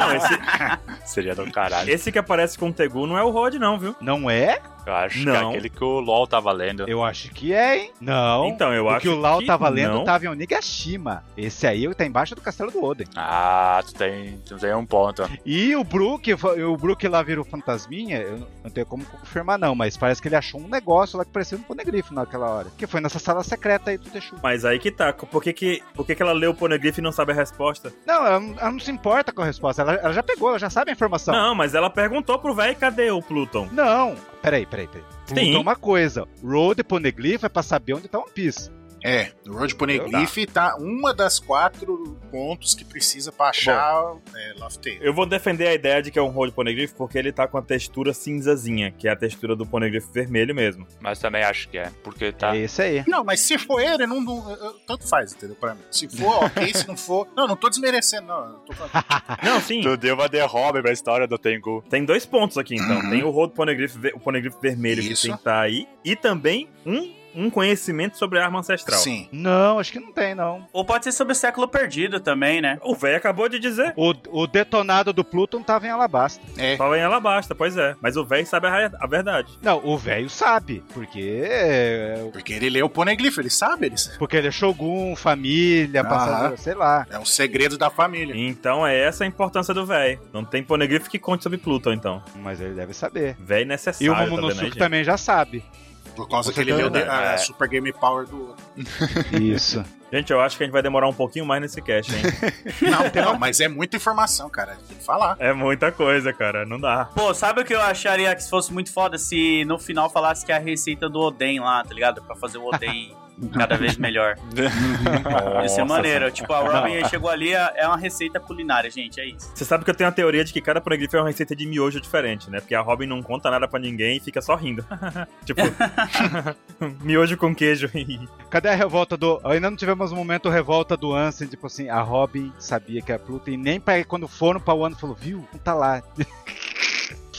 S1: Não, esse,
S3: seria do caralho?
S1: esse que aparece com o Tegu não é o road, não, viu?
S4: Não é?
S3: Eu acho que é
S1: Não.
S3: aquele que o LOL tava lendo.
S4: Eu acho que é, hein? Não.
S1: Então, eu
S4: o
S1: acho
S4: que o Lau
S1: que
S4: tava lendo
S1: não.
S4: tava em Onigashima. Esse aí tá embaixo do castelo do Oden.
S3: Ah, tu tem, tu tem um ponto.
S4: E o Brook, o Brook lá virou fantasminha, eu não tenho como confirmar não, mas parece que ele achou um negócio lá que parecia um poneglyph naquela hora. Que foi nessa sala secreta aí do Teixu.
S1: Mas aí que tá. Por que que, por que, que ela leu o Poneglyph e não sabe a resposta?
S4: Não, ela, não- ela não se importa com a resposta, ela, ela já pegou, ela já sabe a informação.
S1: Não, mas ela perguntou pro velho cadê o Pluton?
S4: Não, peraí, peraí, peraí.
S1: Sim.
S4: Então uma coisa, Road e Poneglyph é pra saber onde tá One Piece.
S2: É, o Road Poneglyph tá uma das quatro pontos que precisa pra achar é, Love Tale.
S1: Eu vou defender a ideia de que é um road Poneglyph porque ele tá com a textura cinzazinha, que é a textura do Poneglyph vermelho mesmo.
S3: Mas também acho que é. Porque tá.
S4: É esse aí.
S2: Não, mas se for ele, não, não- eu- eu- tanto faz, entendeu? Pra mim. Se for, ok. se não for. Não, não tô desmerecendo, não. Eu tô falando.
S1: Não, sim.
S3: Tu deu uma derrota pra história do Tengu.
S1: Tem dois pontos aqui, então.
S2: Uhum.
S1: Tem o road Poneglyph, ve- o Poneglyph vermelho
S2: Isso.
S1: que tem que tá aí, e também um, um conhecimento sobre a arma ancestral.
S2: Sim.
S4: Não, acho que não tem não.
S6: Ou pode ser sobre o século perdido também, né?
S1: O velho acabou de dizer.
S4: O, o detonado do Pluton tava em Alabasta.
S2: É.
S1: Tava em Alabasta, pois é. Mas o velho sabe a, ra- a verdade.
S4: Não, o velho sabe, porque é,
S2: Porque ele leu o Poneglyph, ele sabe, ele sabe.
S4: porque ele é Shogun, família,
S2: Aham.
S4: passageiro, sei lá.
S2: É um segredo da família.
S1: Então é essa a importância do velho. Não tem poneglyph que conte sobre Pluton, então.
S4: Mas ele deve saber.
S1: Véi
S4: E
S1: necessário.
S4: o
S1: tá
S4: Momonosuke
S1: vendo aí,
S4: também já sabe.
S2: Por causa
S4: Você
S2: que ele
S4: tá-
S2: leu de- a
S3: é.
S2: Super Game Power do outro.
S4: Isso.
S1: gente? Gente, eu acho que a gente vai demorar um pouquinho mais nesse cast, hein?
S2: Não, não, mas é muita informação, cara. Tem que falar.
S1: é muita coisa, cara. Não dá.
S6: Pô, sabe o que eu acharia que fosse muito foda se no final falasse que é a receita do Oden lá, tá ligado? Pra fazer o Oden cada vez melhor. Ia ser maneiro. Tipo, a Robin chegou ali, é é uma receita culinária, gente, é isso.
S1: Você sabe que eu tenho a teoria de que cada poneglyph é uma receita de miojo diferente, né? Porque a Robin não conta nada pra ninguém e fica só rindo. tipo, miojo com queijo.
S4: Cadê a revolta do. Ainda não tivemos um momento revolta do Ansem, tipo assim, a Robin sabia que era Pluto e nem pra... quando foram pra Wano falou, viu? Não tá lá.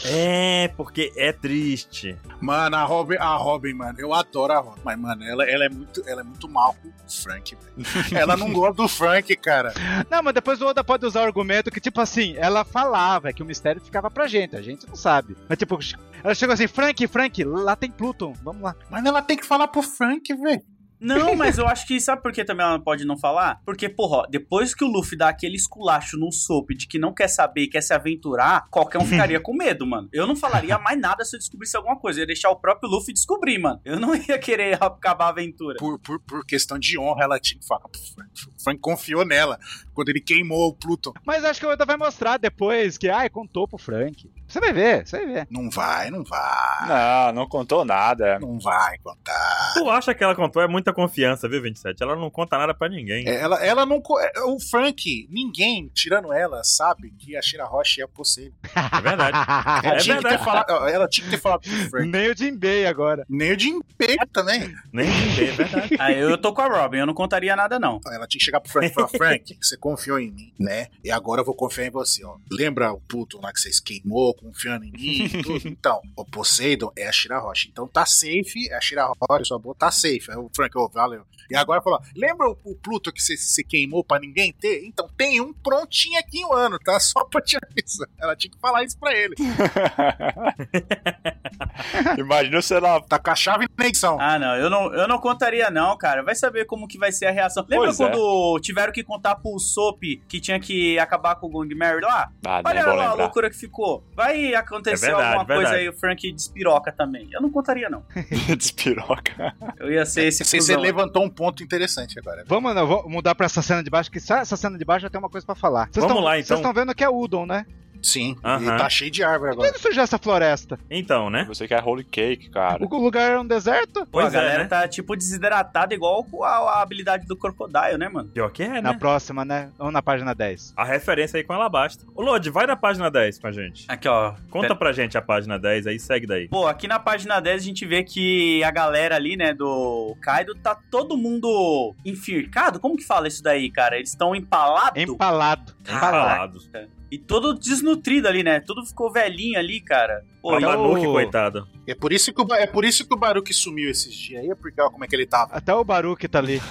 S1: é, porque é triste.
S2: Mano, a Robin, a Robin, mano, eu adoro a Robin. Mas, mano, ela, ela é muito, ela é muito mal com o Frank, velho. Ela não gosta do Frank, cara.
S4: Não, mas depois o Oda pode usar o argumento que, tipo assim, ela falava que o mistério ficava pra gente, a gente não sabe. Mas tipo, ela chegou assim, Frank, Frank, lá tem Pluton, vamos lá.
S2: Mas ela tem que falar pro Frank, velho.
S6: Não, mas eu acho que sabe por que também ela não pode não falar? Porque, porra, depois que o Luffy dá aquele esculacho no Soap de que não quer saber, quer se aventurar, qualquer um ficaria com medo, mano. Eu não falaria mais nada se eu descobrisse alguma coisa. Eu ia deixar o próprio Luffy descobrir, mano. Eu não ia querer acabar a aventura.
S2: Por, por, por questão de honra, ela tinha que falar. O Frank confiou nela quando ele queimou o Pluton.
S4: Mas acho que o Oda vai mostrar depois que, ai, contou pro Frank. Você vai ver, você vai ver.
S2: Não vai, não vai.
S3: Não, não contou nada.
S2: Não vai contar.
S1: Tu acha que ela contou? É muita confiança, viu, 27? Ela não conta nada pra ninguém.
S2: É, Ela, ela não. co- é, O Frank, ninguém, tirando ela, sabe que a Shira Rocha é a Poseidon.
S1: É verdade.
S2: Ela, tinha que ter
S1: verdade.
S2: falado- ó, ela tinha que ter falado pro Frank.
S4: Nem o Jinbei agora.
S2: Nem o de emprego também.
S1: Nem entendi, é verdade.
S6: Aí eu tô com a Robin, eu não contaria nada, não.
S2: Ela tinha que chegar pro Frank e falar: Frank, você confiou em mim, né? E agora eu vou confiar em você, ó. Lembra o puto lá que vocês queimou, confiando em mim e tudo? Então, o Poseidon é a Shira Rocha. Então tá safe, é a Shira Rocha, sua boa, tá safe. Aí o Frank, ô, valeu. E agora falou: lembra o, o Pluto que você se queimou pra ninguém ter? Então tem um prontinho aqui em um ano, tá? Só pra te avisar. Ela tinha que falar isso pra ele.
S3: Imagina se ela.
S2: Tá com a chave na edição.
S6: Ah, não, eu não, eu não contaria, não, cara. Vai saber como que vai ser a reação. Lembra
S3: Pois é.
S6: quando tiveram que contar pro Soap que tinha que acabar com o Gong Mary lá?
S3: Ah, nem
S6: Olha
S3: vou
S6: lá a
S3: lembrar.
S6: loucura que ficou. Vai acontecer
S1: É verdade,
S6: alguma coisa
S1: verdade.
S6: aí, o Frank despiroca também. Eu não contaria, não.
S3: Despiroca.
S6: Eu ia ser esse
S2: Você, você
S6: cuzão. né?
S2: levantou um ponto interessante agora.
S4: Vamos, não, vamos mudar pra essa cena de baixo, que só essa cena de baixo já tem uma coisa pra falar. Vocês
S1: Vamos
S4: tão-
S1: lá, então.
S4: Vocês estão vendo que é Udon, né?
S2: Sim, e
S1: Aham.
S2: tá cheio de árvore
S4: Por
S2: agora.
S4: que surgiu essa floresta?
S1: Então, né?
S3: Você quer holy cake, cara.
S4: O lugar é um deserto?
S6: Pô, a
S1: Pois é,
S6: galera
S1: né?
S6: tá, tipo, desidratada igual com a, a habilidade do Crocodile, né, mano?
S1: Pior que é,
S4: Na
S1: né?
S4: próxima, né? Ou na página 10.
S1: A referência aí com ela basta. Ô, Lodi, vai na página 10 com a gente.
S6: Aqui, ó.
S1: Conta pra gente a página 10 aí, segue daí.
S6: Pô, aqui na página 10 a gente vê que a galera ali, né, do Kaido, tá todo mundo enfircado? Como que fala isso daí, cara? Eles estão empalados
S4: Empalado. Empalado.
S1: Falados.
S6: e todo desnutrido ali, né? Tudo ficou velhinho ali, cara. Pô,
S1: Pra
S6: e-
S4: Então-
S1: Banuque, coitado.
S2: É por isso que o, Ba- é por isso que o Baruque sumiu esses dias aí, é porque olha como é que ele tava.
S4: Até o Baruque tá ali.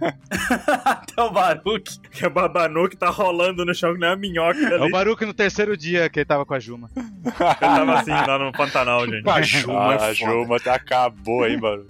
S6: até É o Baruque.
S1: Que é Babanuque tá rolando no chão que nem uma minhoca
S4: É o
S1: ali.
S4: Baruque no terceiro dia que ele tava com a Juma.
S1: Ele tava assim lá no Pantanal, gente.
S2: A Juma,
S3: Ah, a Juma até acabou aí, mano.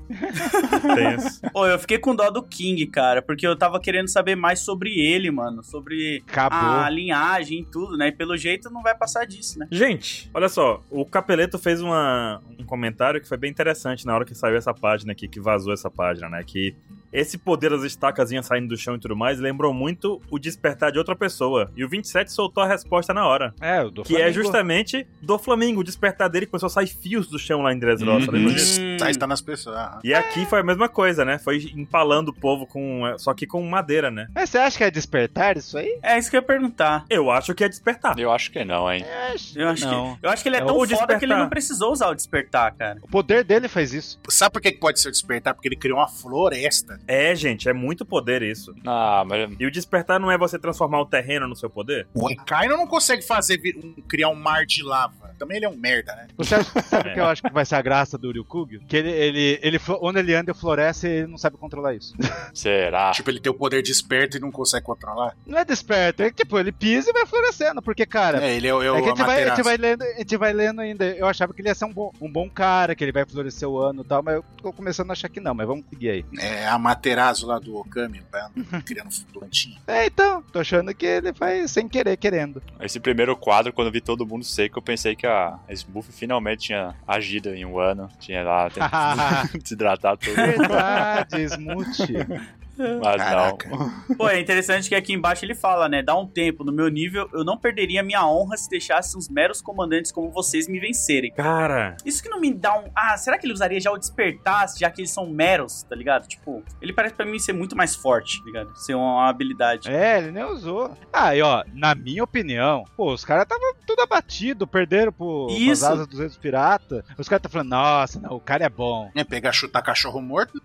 S1: Tenso.
S6: Pô, eu fiquei com dó do King, cara, porque eu tava querendo saber mais sobre ele, mano. Sobre
S4: Acabou.
S1: Ah,
S6: a linhagem e tudo, né? E pelo jeito não vai passar disso, né?
S1: Gente, olha só, o Capeleto fez uma- um comentário que foi bem interessante na hora que saiu essa página aqui, que vazou essa página, né? Que esse poder das estacazinhas saindo do chão e tudo mais lembrou muito o despertar de outra pessoa. E o 27 soltou a resposta na hora.
S4: É, o do
S1: Que é justamente do Flamengo, o despertar dele que começou a sair fios do chão lá em Dressrosa,
S3: Uhum.
S1: lembra disso?
S2: Hum. Tá, está nas pessoas. Ah,
S1: E aqui foi a mesma coisa, né? Foi empalando o povo com. Só que com madeira, né?
S4: Mas você acha que é despertar isso aí?
S6: É isso que eu ia perguntar.
S1: Eu acho que é despertar.
S3: Eu acho que não, hein?
S6: Eu acho,
S4: Não.
S6: que, eu acho que ele é,
S1: É
S6: tão
S1: o
S6: foda
S1: despertar.
S6: que ele não precisou usar o despertar, cara.
S4: O poder dele faz isso.
S2: Sabe por que que pode ser o despertar? Porque ele criou uma floresta.
S1: É, gente, é muito poder isso.
S3: Ah, mas
S1: E o despertar não é você transformar o terreno no seu poder?
S2: O Akaino não consegue fazer vir- um- criar um mar de lava. Também ele é um merda, né?
S4: Você acha, sabe o
S1: É.
S4: que eu acho que vai ser a graça do Ryukugyu? Que ele, ele, ele, flo- onde ele anda, floresce e ele não sabe controlar isso. Ah.
S3: será?
S2: Tipo, ele tem o poder desperto e não consegue controlar.
S4: Não é desperto, é que, tipo, ele pisa e vai florescendo, porque, cara. É.
S2: É, ele é, o- é o
S4: que a gente, vai, a, gente
S2: Amaterasu.
S4: vai lendo, a gente vai lendo ainda. Eu achava que ele ia ser um bom, um bom cara, que ele vai florescer o ano e tal, mas eu tô começando a achar que não, mas vamos seguir aí.
S2: É a Materazo lá do Okami, tá?
S4: Uhum.
S2: criando plantinha.
S4: É, então, tô achando que ele vai sem querer, querendo.
S3: Esse primeiro quadro, quando eu vi todo mundo seco, eu pensei que a Smooth finalmente tinha agido em um ano. Tinha lá
S4: Ah.
S3: tentado desidratar todo mundo.
S4: Verdade, Smooth.
S3: Mas
S2: Caraca.
S3: não.
S6: Pô, é interessante que aqui embaixo ele fala, né? Dá um tempo, no meu nível, eu não perderia minha honra se deixasse uns meros comandantes como vocês me vencerem.
S1: Cara,
S6: Isso que não me dá um. Ah, será que ele usaria já o despertar, já que eles são meros, tá ligado? Tipo, ele parece pra mim ser muito mais forte, tá ligado? Ser uma habilidade.
S4: É, ele nem usou. Ah, e ó, na minha opinião, pô, os caras estavam tudo abatido, perderam pro pras
S6: Isso.
S4: asas dos reis pirata. Os caras tá falando, nossa, não, o cara é bom.
S2: É, pegar, chutar cachorro morto.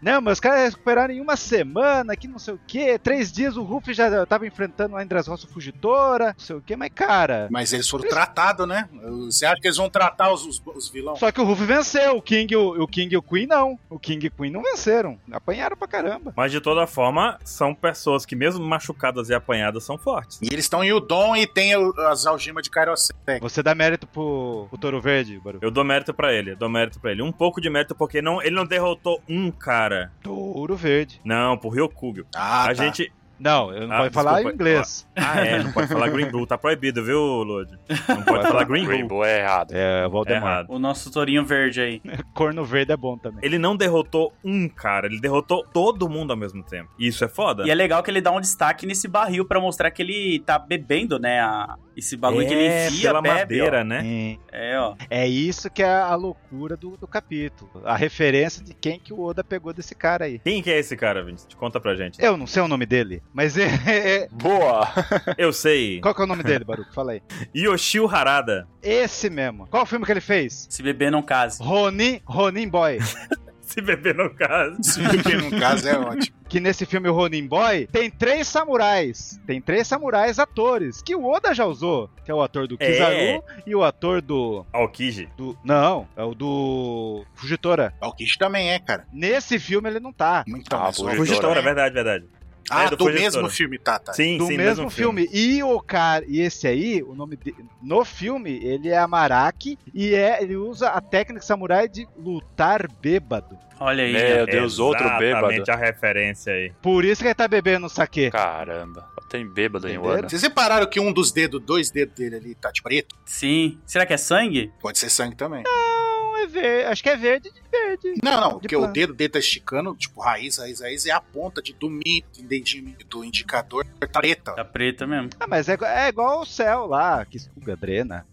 S4: Não, mas os caras recuperaram em uma semana, que não sei o quê. Três dias o Ruff já tava enfrentando a Andras Roça Fugitora, não sei o quê, mas cara.
S2: Mas eles foram tratados, né? Você acha que eles vão tratar os, os, os vilão?
S4: Só que o Ruff venceu, o King, e o, o King e o Queen não. O King e o Queen não venceram. Apanharam pra caramba.
S1: mas de toda forma, são pessoas que, mesmo machucadas e apanhadas, são fortes.
S2: E eles estão em Udon e tem o- as algemas de Kairosek.
S4: Você dá mérito pro, pro Toro Verde, Baru.
S1: Eu dou mérito pra ele, eu dou mérito pra ele. Um pouco de mérito, porque não, ele não derrotou um cara, cara?
S4: Do Ouro Verde.
S1: Não, pro Ryokugyo.
S2: Ah,
S1: a
S2: tá.
S1: gente.
S4: Não, eu não
S1: Ah,
S4: vou falar
S1: desculpa.
S4: inglês.
S1: Ah, é, não pode falar Green Bull, tá proibido, viu, Lodi? Ah, Não
S6: Tá
S1: pode falar Green
S3: Green
S1: Bull. Tá
S3: Bull é errado.
S4: É, Valdemar.
S1: Errado.
S6: O nosso tourinho verde aí.
S4: Corno Verde é bom também.
S1: Ele não derrotou um cara, ele derrotou todo mundo ao mesmo tempo. E Isso é foda.
S6: E é legal que ele dá um destaque nesse barril pra mostrar que ele tá bebendo, né? a- esse bagulho que ele
S1: É,
S6: enfia,
S1: pela
S6: bebe,
S1: madeira, né?
S4: Sim.
S6: ó. É, ó.
S4: É isso que é a loucura do, do capítulo. A referência de quem que o Oda pegou desse cara aí.
S1: Quem que é esse cara, Vinícius? Conta pra gente.
S4: Eu não sei o nome dele, mas é- é- é-
S3: Boa!
S1: Eu sei.
S4: qual que é o nome dele, Baruco? Fala aí.
S1: Yoshio Harada.
S4: Esse mesmo. Qual o filme que ele fez?
S6: Se beber não case.
S4: Ronin, Ronin Boy.
S1: Se beber no caso.
S2: Porque no caso é ótimo.
S4: Que nesse filme o Ronin Boy tem três samurais. Tem três samurais atores que o Oda já usou, que é o ator do
S1: É.
S4: Kizaru e o ator do
S1: Ah, Aokiji.
S4: do não, é o do Fugitora.
S2: O Kish também é, cara. Nesse
S4: Nesse filme ele não tá.
S2: Então,
S3: Ah,
S2: mas o-
S3: Fugitora.
S1: Fugitora, É verdade, verdade.
S2: Ah,
S1: É, do
S2: do,
S1: Fugitora.
S2: mesmo filme, tá, tá.
S1: Sim,
S4: do
S1: sim,
S4: mesmo filme. E o cara, e esse aí, o nome de, no filme, ele é Amaraki e é, ele usa a técnica samurai de lutar bêbado.
S6: Olha aí.
S3: Meu
S6: ó.
S3: Deus, outro bêbado.
S1: Exatamente a referência aí.
S4: Por isso que ele tá bebendo saque.
S3: Caramba, só tem bêbado em um
S4: Entenderam?
S3: Wanda.
S2: Vocês repararam que um dos dedos, dois dedos dele ali tá de preto?
S6: Sim. Será que é sangue?
S2: Pode ser sangue também.
S4: Não, é verde, acho que é verde de verde.
S2: Não, não,
S4: De
S2: porque
S4: plano.
S2: o dedo dele tá esticando, tipo, raiz, raiz, raiz, é a ponta de, do mi, dedinho do indicador tá preta.
S6: Tá preta mesmo.
S4: Ah, mas é, é igual o céu lá, que suga drena.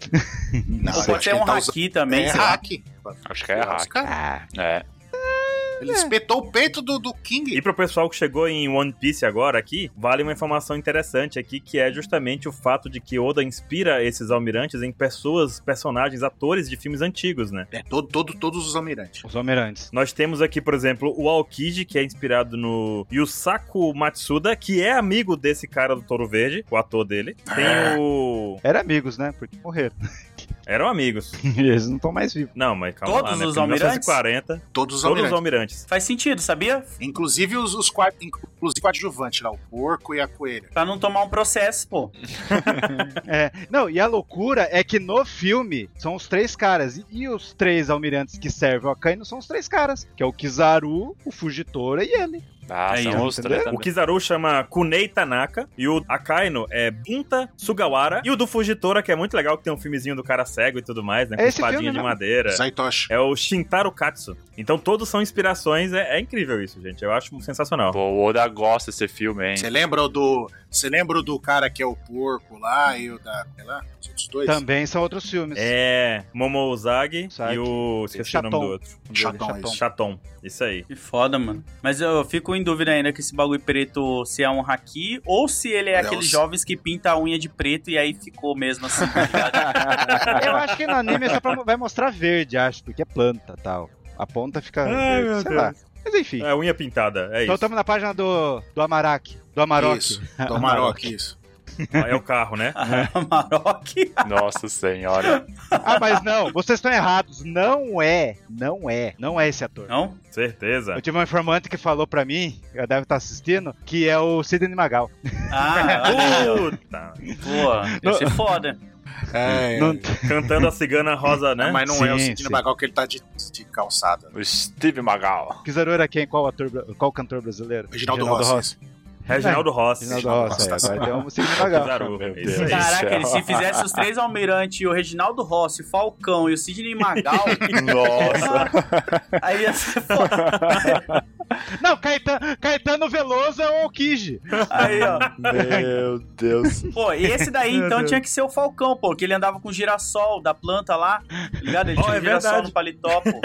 S2: Não,
S6: Ou
S2: eu
S6: pode
S2: acho
S6: ser
S2: que
S6: um
S2: ele tá usando-
S6: haki também,
S2: é
S6: sei lá.
S2: hack.
S3: Acho que é hack.
S2: Cara,
S4: Ah,
S3: É.
S2: Ele espetou o peito do, do
S1: E
S2: King.
S1: pro pessoal que chegou em One Piece agora aqui, vale uma informação interessante aqui, que é justamente o fato de que Oda inspira esses almirantes em pessoas, personagens, atores de filmes antigos, né?
S2: É, todo, todo, todos os almirantes.
S4: os almirantes.
S1: Nós temos aqui, por exemplo, o Aokiji, que é inspirado no Yusaku Matsuda, que é amigo desse cara do Touro Verde, o ator dele.
S6: É.
S1: Tem o...
S4: Eram amigos, né? Porque morreram.
S1: Eram amigos.
S4: Eles não estão mais vivos.
S1: Não, mas calma
S6: Todos
S1: lá, né?
S6: os
S1: Porque em
S6: almirantes?
S1: 1940,
S2: Todos os
S1: todos os
S2: almirantes.
S1: almirantes.
S6: Faz sentido, sabia?
S2: Inclusive os, os quad- inclusive coadjuvantes lá, o porco e a coelha.
S6: Pra não tomar um processo, pô.
S4: É, não, e a loucura é que no filme são os três caras. E, e os três almirantes que servem ao Akainu são os três caras. Que é o Kizaru, o Fugitora e ele.
S3: Ah,
S6: Aí,
S3: são os três.
S1: O Kizaru chama Kunei Tanaka e o Akainu é Bunta Sugawara e o do Fugitora, que é muito legal, que tem um filmezinho do cara cego e tudo mais, né?
S4: É
S1: com
S4: esse
S1: espadinha de
S4: filme, né?
S1: madeira.
S2: Saitoshi.
S1: É o Shintaro Katsu. Então todos são inspirações, é, é incrível isso, gente. Eu acho sensacional.
S3: Pô, o Oda gosta desse filme, hein?
S2: Você lembra o do. Você lembra o do cara que é o porco lá e o da. Sei lá, os outros dois?
S4: Também são outros filmes.
S1: É Momouzagi
S4: Sabe?
S1: e o... Esqueci o nome
S4: Chaton.
S1: do outro.
S2: Chatão,
S4: Chatão.
S2: isso.
S1: Chaton. Isso aí.
S6: Que foda, mano. Mas eu fico em dúvida ainda que esse bagulho preto se é um haki ou se ele é
S2: Não,
S6: aqueles
S2: se-
S6: jovens que pinta a unha de preto e aí ficou mesmo assim, tá ligado?
S4: Eu acho que no anime é só pra, vai mostrar verde, acho, porque é planta e tal. A ponta fica
S1: Ai,
S4: verde,
S1: meu
S4: sei
S1: Deus.
S4: lá. Mas enfim.
S1: É unha pintada, é
S4: então
S1: isso.
S4: estamos na página do, do Amaraki. Do Amarok.
S2: Isso, do Amarok, isso.
S1: É o carro, né?
S6: Maroc.
S3: Nossa senhora.
S4: Ah, mas não, vocês estão errados. Não é, não é, não é esse ator.
S6: Não?
S1: Certeza.
S2: Tá.
S4: Eu tive um informante que falou pra mim, ela deve estar assistindo, que é o Sidney Magal.
S6: Ah, olha aí, ó.
S1: Puta.
S6: Boa, ia ser foda.
S2: É,
S4: Não-
S1: Cantando a cigana rosa, né?
S2: Mas não é o
S4: Sim,
S2: Sidney
S4: sim.
S2: Magal que ele tá de, de calçada.
S3: O Steve Magal.
S4: Kizaru era quem? Qual ator, bra- qual cantor brasileiro?
S2: Reginaldo
S4: Reginaldo
S2: Rossi.
S4: Rossi.
S1: Reginaldo Rossi.
S2: Reginaldo
S4: Reginaldo Rossi,
S2: Rossi.
S4: é, agora tem um Sidney Magal.
S1: Kizaru.
S3: Meu
S1: É isso
S3: Deus.
S1: aí.
S6: Caraca,
S3: céu.
S6: ele se fizesse os três Almirante, o Reginaldo Rossi, o Falcão e o Sidney Magal,
S3: Nossa.
S6: aí ia ser foda.
S4: Não, Caetano, Caetano Veloso é o Kiji.
S6: Aí, ó.
S3: Meu Deus.
S6: Pô, e esse daí
S4: Meu
S6: então
S4: Deus.
S6: tinha que ser o Falcão, pô, que ele andava com girassol da planta lá, tá ligado? Ele
S1: Ó,
S6: tinha
S1: é
S6: um girassol
S1: verdade.
S6: no paletó, pô.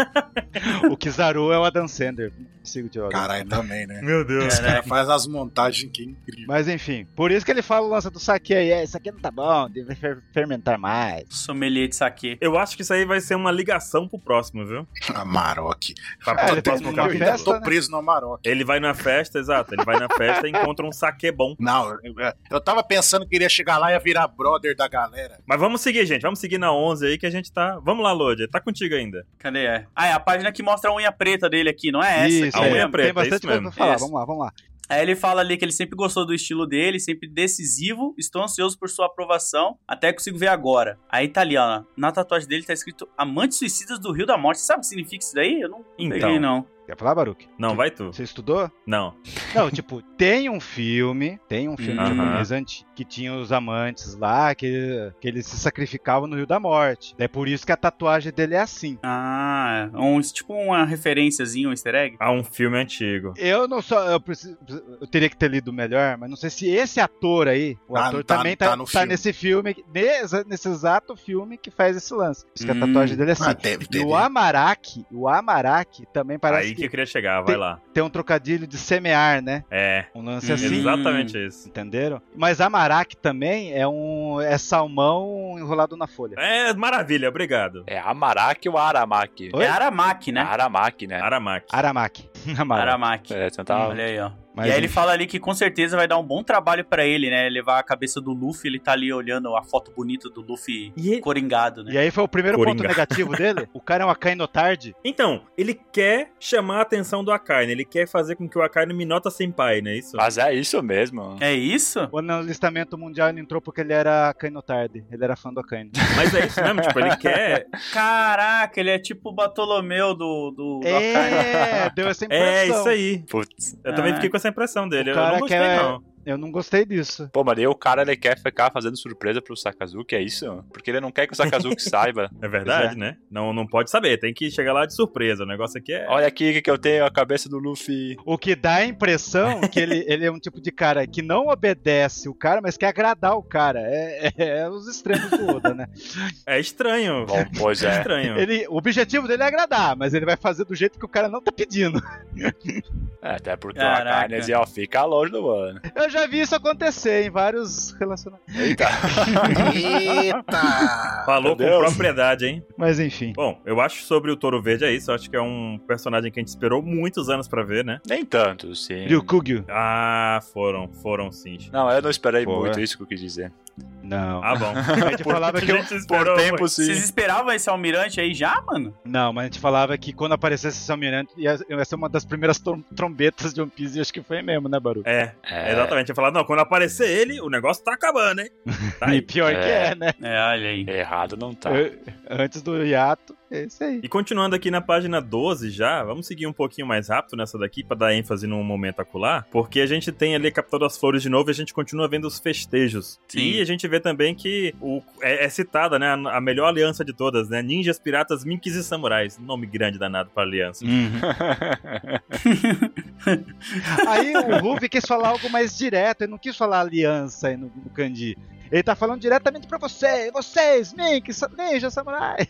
S4: O Kizaru é o Adam Sander. Não Consigo te olhar.
S2: Caralho, também, né?
S1: Meu Deus.
S2: Os caras fazem as montagens que é incrível.
S4: Mas enfim, por isso que ele fala o lance do saque aí. É, isso aqui não tá bom, deve fer- fermentar mais.
S6: Sommelier de saque.
S1: Eu acho que isso aí vai ser uma ligação pro próximo, viu?
S2: Amarok.
S1: Pra
S4: É,
S1: pra
S4: ele faz
S1: próximo
S4: uma
S1: capítulo.
S4: festa,
S2: tô
S4: né?
S2: preso no Amarok.
S1: Ele vai na festa, exato. Ele vai na festa e encontra um saque bom.
S2: Não, eu, é, eu tava pensando que iria chegar lá e ia virar brother da galera.
S1: Mas vamos seguir, gente. Vamos seguir na 11 aí que a gente tá. Vamos lá, Lodi. Tá contigo ainda.
S6: Cadê é? Ah, é a página que mostra a unha preta dele aqui, não é essa?
S4: isso,
S1: a
S6: aqui,
S4: é,
S1: unha
S6: lembra?
S1: preta, é
S4: tem bastante
S1: isso
S4: coisa
S1: mesmo.
S4: pra falar.
S6: Isso.
S4: Vamos lá, vamos lá.
S6: Aí ele fala ali que ele sempre gostou do estilo dele, sempre decisivo. Estou ansioso por sua aprovação, até consigo ver agora. Aí tá ali, ó. Na tatuagem dele tá escrito Amantes Suicidas do Rio da Morte. Sabe o que significa isso daí? Eu não
S1: Então.
S6: peguei, não.
S4: Quer falar, Baruque?
S1: Não, vai tu.
S4: Você estudou?
S1: Não.
S4: Não, tipo, tem um filme, tem um filme
S1: Aham.
S4: japonês antigo, que tinha os amantes lá, que, que eles se sacrificavam no Rio da Morte. É por isso que a tatuagem dele é assim.
S6: Ah, um, tipo uma referênciazinha, um easter egg?
S1: Há um filme antigo.
S4: Eu não sou. Eu, preciso- eu teria que ter lido melhor, mas não sei se esse ator aí, o
S2: Tá-
S4: ator
S2: tá-
S4: também tá,
S2: tá no
S4: tá
S2: filme.
S4: nesse filme, nesse, nesse exato filme que faz esse lance. Por isso que
S6: Hum.
S4: a tatuagem dele é assim.
S2: Ah, deve
S4: E
S2: ter.
S4: o Amaraki, o Amaraki também parece
S1: Aí que
S4: que,
S1: eu queria chegar, vai lá.
S4: tem um trocadilho de semear, né?
S1: É,
S4: Um lance
S6: Hum.
S4: assim.
S1: exatamente isso.
S4: Entenderam? Mas Amaraki também é um é salmão enrolado na folha.
S1: É, maravilha, obrigado.
S3: É Amaraki ou Aramaki?
S4: Oi?
S6: É Aramaki, né?
S3: Aramaki,
S4: É.
S3: né?
S1: Aramaki.
S4: Aramaki. Amaraki.
S6: Aramaki.
S3: É, então tá...
S6: Olha aí, ó.
S4: Mas
S6: e aí ele
S4: enfim.
S6: fala ali que com certeza vai dar um bom trabalho pra ele, né? Levar a cabeça do Luffy, ele tá ali olhando a foto bonita do Luffy coringado, né?
S4: E aí foi o primeiro
S1: Coringa.
S4: ponto negativo dele. O cara é um Akaino tarde.
S1: Então, ele quer chamar a atenção do Akainu, ele quer fazer com que o Akainu me nota sem pai, não é isso?
S4: Ah.
S3: Mas é isso mesmo.
S6: É isso?
S4: Ou no listamento mundial ele entrou porque ele era Akaino tarde. Ele era fã do Akaino.
S1: Mas é isso mesmo, tipo, ele quer.
S6: Caraca, ele é tipo o Bartolomeu do. do, do Akainu.
S4: É, deu essa impressão.
S1: É isso aí.
S3: Putz.
S1: Eu também
S6: Ah.
S1: fiquei com essa impressão dele.
S4: O
S1: Eu
S4: cara
S1: não gostei,
S4: quer-
S1: não.
S4: Eu não gostei disso.
S3: Pô, mas aí o cara ele quer ficar fazendo surpresa pro Sakazuki, é isso? Porque ele não quer que o Sakazuki saiba.
S1: É verdade, né? Não, não pode saber, tem que chegar lá de surpresa. O negócio aqui é.
S3: Olha aqui que eu tenho a cabeça do Luffy.
S4: O que dá a impressão que ele, ele é um tipo de cara que não obedece o cara, mas quer agradar o cara. É, é- é os extremos do Oda, né?
S1: É estranho.
S3: Bom, pois
S1: É
S3: é.
S1: estranho.
S4: Ele, o objetivo dele é agradar, mas ele vai fazer do jeito que o cara não tá pedindo.
S3: É, até porque é
S6: Caraca.
S3: o Akanes ia ficar longe do mano.
S4: Eu já vi isso acontecer em vários relacionamentos.
S3: Eita.
S2: Eita!
S1: Falou
S3: Meu
S1: com
S3: Deus.
S1: propriedade, hein?
S4: Mas enfim.
S1: Bom, eu acho sobre o Touro Verde é isso. Eu acho que é um personagem que a gente esperou muitos anos pra ver, né?
S3: Nem tanto, sim.
S4: Ryukugyu?
S1: Ah, foram, foram sim.
S3: Não, eu não esperei
S4: Pô,
S3: muito
S4: é.
S3: isso que eu quis dizer.
S4: Não.
S1: Ah, bom.
S4: A gente falava que.
S1: a gente
S3: Por
S1: esperou
S3: tempo,
S1: muito.
S3: sim.
S6: Vocês esperavam esse almirante aí já, mano?
S4: Não, mas a gente falava que quando aparecesse esse almirante ia, ia ser uma das primeiras trom- trombetas de One Piece e acho que foi mesmo, né, Baru?
S1: É,
S3: É.
S1: exatamente. Eu falava, não, quando aparecer ele, o negócio tá acabando, hein? Tá
S4: E
S1: aí.
S4: pior que
S3: É.
S4: é, né?
S6: É, olha aí.
S3: Errado não tá.
S4: Eu- antes do hiato, é isso aí.
S1: E continuando aqui na página 12 já, vamos seguir um pouquinho mais rápido nessa daqui pra dar ênfase num momento acular, porque a gente tem ali a capital das flores de novo e a gente continua vendo os festejos.
S6: Sim.
S1: E a gente vê também que o, é, é citada, né, a, a melhor aliança de todas, né, ninjas, piratas, minks e samurais. Nome grande danado pra aliança.
S4: Uhum. Aí o Ruby quis falar algo mais direto, ele não quis falar aliança aí no, no Kandi. Ele tá falando diretamente pra você, vocês, Mink, Sa- Ninja, Samurai.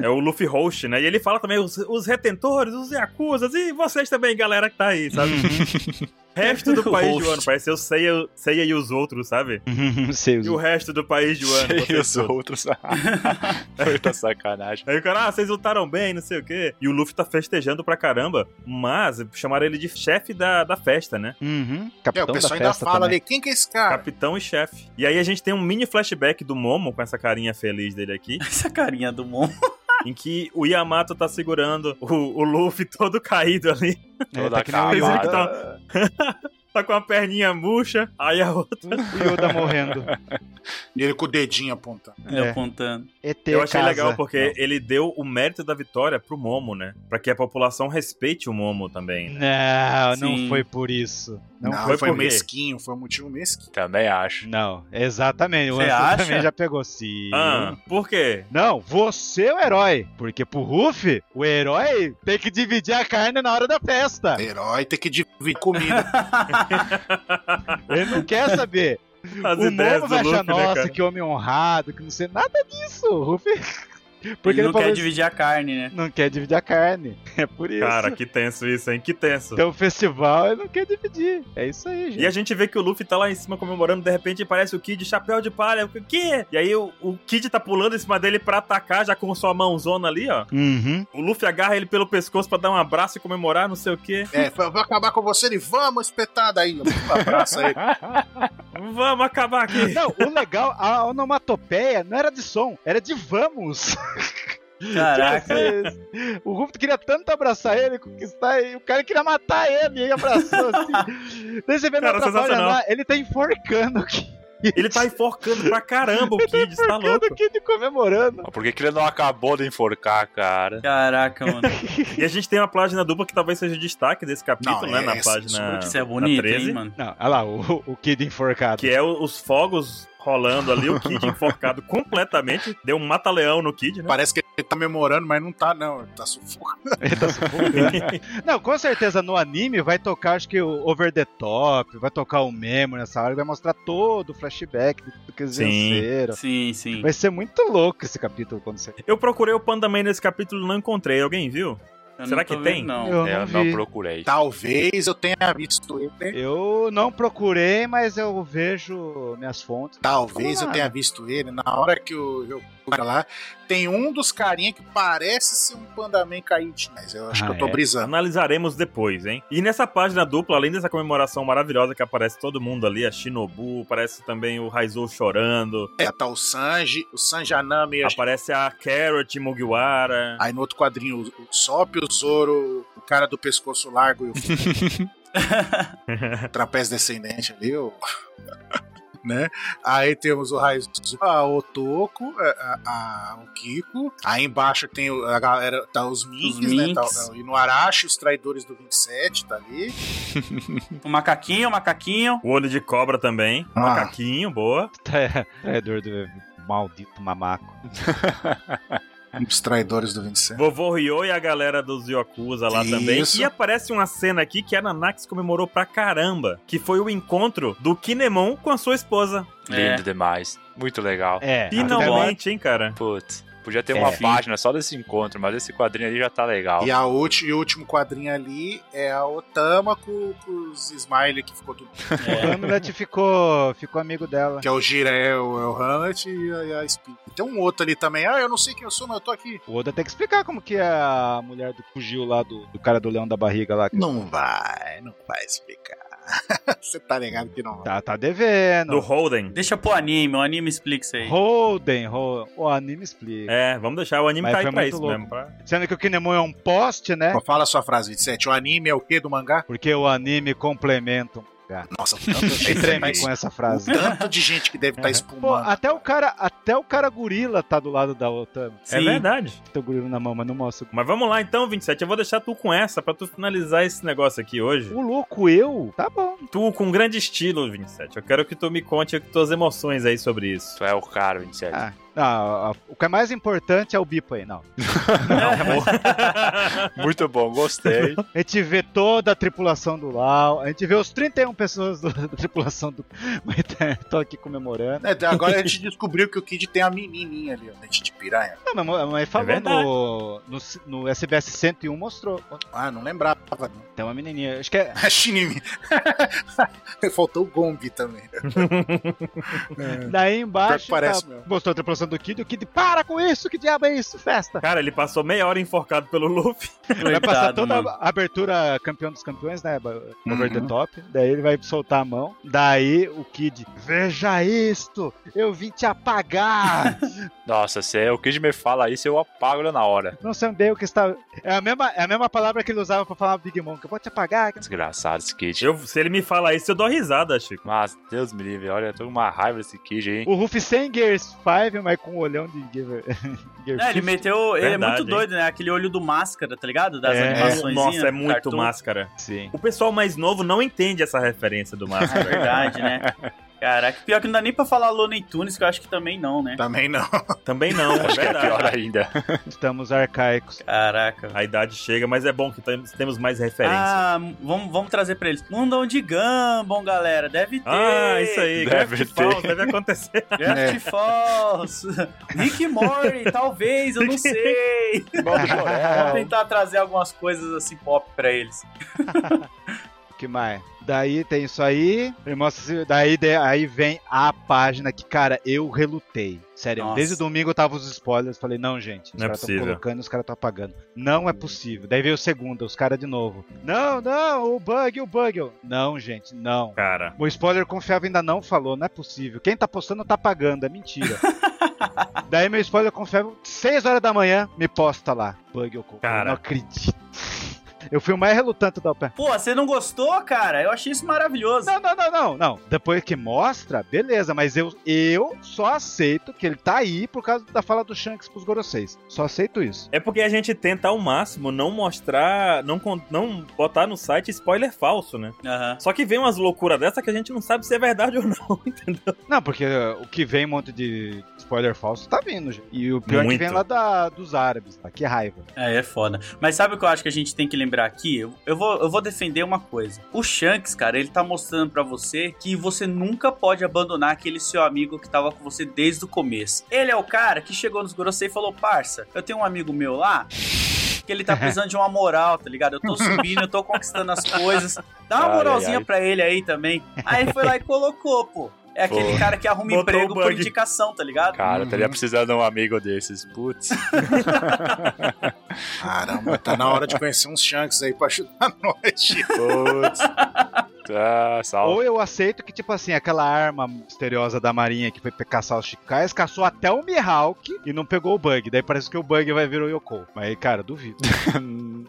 S1: É o Luffy Host, né, e ele fala também os, os retentores, os yakuzas e vocês também, galera que tá aí, sabe? Resto do país de
S6: Host.
S1: ano, pareceu Seiya, Seiya e os outros, sabe?
S4: Sei,
S1: E o resto do país de um ano.
S3: e
S1: vocês
S3: os
S1: todos.
S3: outros. Muita sacanagem.
S1: Aí o cara, ah, vocês lutaram bem, não sei o quê. E o Luffy tá festejando pra caramba, mas chamaram ele de chefe da, da festa, né?
S4: Uhum.
S2: É,
S4: Capitão
S2: o pessoal
S4: da
S2: ainda
S4: festa
S2: fala
S4: também.
S2: ali, quem que é esse cara?
S1: Capitão e chefe. E aí a gente tem um mini flashback do Momo, com essa carinha feliz dele aqui,
S6: Essa carinha do Mon.
S1: em que o Yamato tá segurando o, o Luffy todo caído ali.
S3: Toda
S4: tá que nem o
S1: Mas ele
S3: acabada.
S1: que
S4: Yoda,
S1: tá, tá com a perninha murcha, aí a outra...
S4: o Yoda morrendo.
S2: E ele com o dedinho apontando.
S6: Ele
S4: É.
S6: apontando.
S4: ET
S1: Eu achei
S4: casa.
S1: legal porque ele deu o mérito da vitória pro Momo, né? Pra que a população respeite o Momo também. né?
S4: Não,
S6: Sim.
S4: não foi por isso. Não,
S2: Não,
S4: foi
S2: foi,
S1: por quê?
S2: mesquinho, foi um motivo mesquinho.
S3: Também acho.
S4: Não, exatamente. O
S6: Você
S4: Você
S6: acha?
S4: também já pegou. Sim.
S1: Ah, por quê?
S4: Não, você é o herói. Porque pro Ruffy, o herói tem que dividir a carne na hora da festa.
S2: Herói tem que dividir comida.
S4: Ele não quer saber.
S1: As
S4: o
S1: ideias
S4: Momo
S1: do
S4: vai
S1: Luffy,
S4: achar,
S1: né,
S4: nossa,
S1: cara?
S4: que homem honrado, que não sei nada disso. O Ruffy.
S6: Porque ele, não
S4: falou
S6: quer
S4: isso,
S6: dividir a carne, né?
S4: não quer dividir a carne. É por isso.
S1: Cara, que tenso isso, hein? Que tenso.
S4: Então o festival ele não quer dividir. É isso aí, gente.
S1: E a gente vê que o Luffy tá lá em cima comemorando, de repente parece o Kid chapéu de palha. O quê? E aí o, o Kid tá pulando em cima dele pra atacar, já com sua mãozona ali, ó.
S4: Uhum.
S1: O Luffy agarra ele pelo pescoço pra dar um abraço e comemorar, não sei o quê.
S2: é, foi- vou acabar com você, ele, vamos, espetada aí. Abraça aí.
S1: Vamos acabar aqui.
S4: Não, o legal, a onomatopeia não era de som, era de vamos.
S6: Caraca.
S4: O Ruff queria tanto abraçar ele, conquistar ele, o cara queria matar ele, e ele abraçou assim. Daí você vê na
S1: Cara,
S4: outra página
S1: sensacional.
S4: lá, ele tá enforcando aqui.
S1: Ele tá enforcando pra caramba o Kid, tá louco.
S4: O Kid comemorando.
S3: Mas Por que, que ele não acabou de enforcar, cara?
S6: Caraca, mano.
S1: E a gente tem uma página dupla que talvez seja o destaque desse capítulo,
S2: Não,
S1: né?
S2: é
S1: na
S2: essa,
S1: página.
S6: Isso
S4: Tá
S6: é
S1: na
S6: bonito,
S1: 13,
S6: hein, mano?
S4: Não, olha lá, o, o Kid enforcado.
S1: Que é o- os fogos rolando ali, o Kid enforcado completamente. Deu um mata-leão no Kid, né?
S2: Parece que ele tá memorando, mas não tá, não. Ele tá sufocando.
S4: Ele tá sufocando. Não, com certeza no anime vai tocar, acho que o Over the Top, vai tocar o Memo nessa hora, vai mostrar todo o flashback do- do que eles
S1: Sim.
S4: venceram.
S6: Sim, sim.
S4: Vai ser muito louco esse capítulo quando você.
S1: Eu procurei o Pandaman nesse capítulo e não encontrei. Alguém viu?
S6: Eu
S1: Será
S6: não tô
S1: que tem?
S6: vendo, Não.
S4: Eu,
S3: É, Eu
S4: não
S3: não
S4: vi.
S3: procurei.
S2: Tá. Talvez eu tenha visto ele, né?
S4: Eu não procurei, mas eu vejo minhas fontes.
S2: Talvez
S4: Como
S2: eu
S4: nada.
S2: tenha visto ele na hora que o eu fui lá. Tem um dos carinha que parece ser um pandaman caído, mas eu acho
S4: Ah,
S2: que eu tô
S4: é?
S2: brisando.
S1: Analisaremos depois, hein? E nessa página dupla, além dessa comemoração maravilhosa que aparece todo mundo ali, a Shinobu, aparece também o Raizou chorando,
S2: É, tá o Sanji, o Sanji
S1: Tá
S2: Anami. acho-
S1: aparece a Carrot Mugiwara.
S2: Aí no outro quadrinho, o o Sop, o Zoro, o cara do pescoço largo e o trapézio descendente ali, o... né? Aí temos o Raizu, a Otoko, é, a, a- a- o Kiko. Aí embaixo tem o- a galera, tá os Minks, né?
S6: Minks.
S2: Tá, o- e no Arashi, os traidores do 27, tá ali.
S6: O macaquinho, o macaquinho.
S1: O olho de cobra também.
S2: Ah.
S1: Macaquinho, boa.
S4: Tra- Traidor do maldito mamaco.
S2: Os traidores do 27.
S1: Vovô Ryo e a galera dos Yokuza lá também.
S2: Isso.
S1: E aparece uma cena aqui que a Nanax comemorou pra caramba, que foi o encontro do Kinemon com a sua esposa.
S6: É.
S3: Lindo demais. Muito legal.
S4: É, até-
S1: Finalmente, hein, cara?
S3: Putz, podia ter
S4: É.
S3: uma
S6: Sim.
S3: página só desse encontro, mas esse quadrinho ali já tá legal.
S2: E, a ulti, e o último quadrinho ali é a Otama com, com os Smiley que ficou tudo.
S4: o
S6: é.
S4: Hamlet né, ficou, ficou amigo dela.
S2: Que é o Jirel, é o Hamlet e a, e a Speed. Tem um outro ali também. Ah, eu não sei quem eu sou, mas eu tô aqui.
S4: O Oda tem que explicar como que a mulher do fugiu lá do, do cara do leão da barriga lá.
S2: Não vai, não vai explicar. Você tá ligado que não vai.
S4: Tá, tá devendo.
S1: Do Holden.
S6: Deixa pro anime, o anime explica isso aí.
S4: Holden, Holden. O anime explica.
S1: É, vamos deixar o anime
S4: Mas
S1: tá
S4: foi
S1: aí pra
S4: muito
S1: isso
S4: louco.
S1: mesmo. pra-
S4: Sendo que o Kinemon é um poste, né?
S2: Fala a sua frase, 27. O anime é o quê do mangá?
S4: Porque o anime complementa.
S2: Nossa, o tanto de gente, que
S4: Ele
S2: tá
S4: treme
S2: es-
S4: com essa
S2: o
S4: frase. Uhum.
S2: tanto de gente que deve estar
S4: Pô,
S2: espumando.
S4: até o cara, até o cara gorila tá do lado da Otama.
S6: Sim.
S1: É verdade.
S4: Tem o gorila na mão, mas não mostra.
S1: Mas vamos lá então, 27. Eu vou deixar tu com essa pra tu finalizar esse negócio aqui hoje.
S4: O louco eu? Tá bom.
S1: Tu com grande estilo, 27. Eu quero que tu me conte as tuas emoções aí sobre isso.
S3: Tu é o cara, 27.
S4: Ah, ah, ah, o que é mais importante é o bipo aí, não.
S3: Muito bom, gostei.
S4: A gente vê toda a tripulação do Lau, a gente vê os 31 pessoas do- da tripulação do. Mas tá- tô aqui comemorando.
S2: É, agora a gente descobriu que o Kid tem a menininha ali, ó, dente de piranha.
S4: Não, mas a mãe falou
S1: verdade.
S4: no, no, no SBS 101, mostrou.
S2: Ah, não lembrava. Não.
S4: Tem uma menininha, acho que é.
S2: A Shinimi. Faltou o Gombi também.
S4: Daí
S2: É. Pior
S4: embaixo.
S2: que parece
S4: tá-
S2: mesmo.
S4: mostrou a tripulação do Kid, o Kid, para com isso, que diabo é isso, festa!
S1: Cara, ele passou meia hora enforcado pelo Luffy.
S4: Vai passar
S6: Coitado,
S4: toda
S6: mano.
S4: a abertura campeão dos campeões, né? ba- Over
S2: Uhum.
S4: the top. Daí ele vai soltar a mão. Daí o Kid, veja isto! Eu vim te apagar!
S3: Nossa, se o Kid me fala isso, eu apago ele na hora.
S4: Não sei o que está. É a mesma, é a mesma palavra que ele usava pra falar Big Mom, que eu vou te apagar. que não sei-
S3: Desgraçado esse Kid.
S1: Eu, se ele me falar isso, eu dou risada, Chico.
S3: Mas, Deus me livre, olha, eu tô com uma raiva desse Kid, hein?
S4: O Ruff sem Gears 5, mas com o olhão de Gear. Gear
S6: É, ele
S4: 5.
S6: meteu. Ele é
S1: Verdade,
S6: muito doido, né? Aquele olho do máscara, tá ligado? Das
S4: É.
S6: animações.
S1: Nossa, é
S6: do
S1: muito
S6: cartoon.
S1: máscara.
S4: Sim.
S1: O pessoal mais novo não entende essa referência do
S6: É
S1: máscara.
S6: verdade, né? Caraca, pior que não dá nem pra falar Looney Tunes, que eu acho que também não,
S1: Tá.
S6: né?
S2: Também não.
S1: Também não, é
S3: Acho que é pior
S1: verdade.
S3: ainda.
S4: Estamos arcaicos.
S6: Caraca.
S1: A idade chega, mas é bom que tam- temos mais referências.
S6: Ah, vamos, vamos trazer pra eles. Mundão de Gumball, galera. Deve ter.
S1: Ah, isso é. aí.
S3: Deve
S1: Deve,
S3: ter.
S1: deve acontecer.
S6: Gravity Falls. Nick Morty, talvez, eu não sei. Vamos tentar trazer algumas coisas assim pop pra eles.
S4: que mais? Daí tem isso aí. Ele mostra esse- daí, de- aí vem a página que, cara, eu relutei. Sério,
S6: Nossa.
S4: desde domingo eu tava os spoilers. Falei, não, gente, os
S1: Não é
S4: caras tão
S1: possível.
S4: colocando e os caras tão apagando. Não é possível. Daí veio o segundo, os caras de novo. Não, não, o bug, o bug. Eu, Não, gente, não.
S1: Cara,
S4: O spoiler confiável ainda não falou, não é possível. Quem tá postando tá pagando, é mentira. Daí meu spoiler confiável, 6 horas da manhã, me posta lá. Bug eu compro,
S1: Cara.
S4: não acredito. Eu fui o mais relutante da OP.
S6: Pô, você não gostou, cara? Eu achei isso maravilhoso.
S4: Não, não, não, não, não. Depois que mostra, beleza, mas eu, eu só aceito que ele tá aí por causa da fala do Shanks pros Goroseis. Só aceito isso.
S1: É porque a gente tenta ao máximo não mostrar, não, con- não botar no site spoiler falso, né?
S6: Aham.
S1: Só que vem umas loucuras dessa que a gente não sabe se é verdade ou não, entendeu?
S4: Não, porque uh, o que vem um monte de spoiler falso tá vindo, gente. E o pior é que
S1: Muito.
S4: vem lá da- dos árabes, tá? Que raiva.
S6: É, é foda. Mas sabe o que eu acho que a gente tem que lembrar aqui? Eu, eu vou, eu vou defender uma coisa. O Shanks, cara, ele tá mostrando pra você que você nunca pode abandonar aquele seu amigo que tava com você desde o começo. Ele é o cara que chegou nos Gorosei e falou: parça, eu tenho um amigo meu lá. Que ele tá precisando de uma moral, tá ligado? Eu tô subindo, eu tô conquistando as coisas. Dá uma
S3: Ai,
S6: moralzinha
S3: ai.
S6: pra ele aí também. Aí foi lá e colocou, pô. É aquele
S3: Pô.
S6: cara que arruma
S1: Botou
S6: emprego
S1: o
S6: por
S1: bug.
S6: indicação, tá ligado?
S3: Cara, eu teria precisado de um amigo desses. Putz.
S2: Caramba, tá na hora de conhecer uns Shanks aí pra ajudar nós. tio.
S3: Putz. Tá, salve.
S4: Ou eu aceito que, tipo assim, aquela arma misteriosa da marinha que foi pe- caçar os chicais, caçou até o Mihawk e não pegou o bug. Daí parece que o bug vai vir o Yoko. Mas, cara, duvido.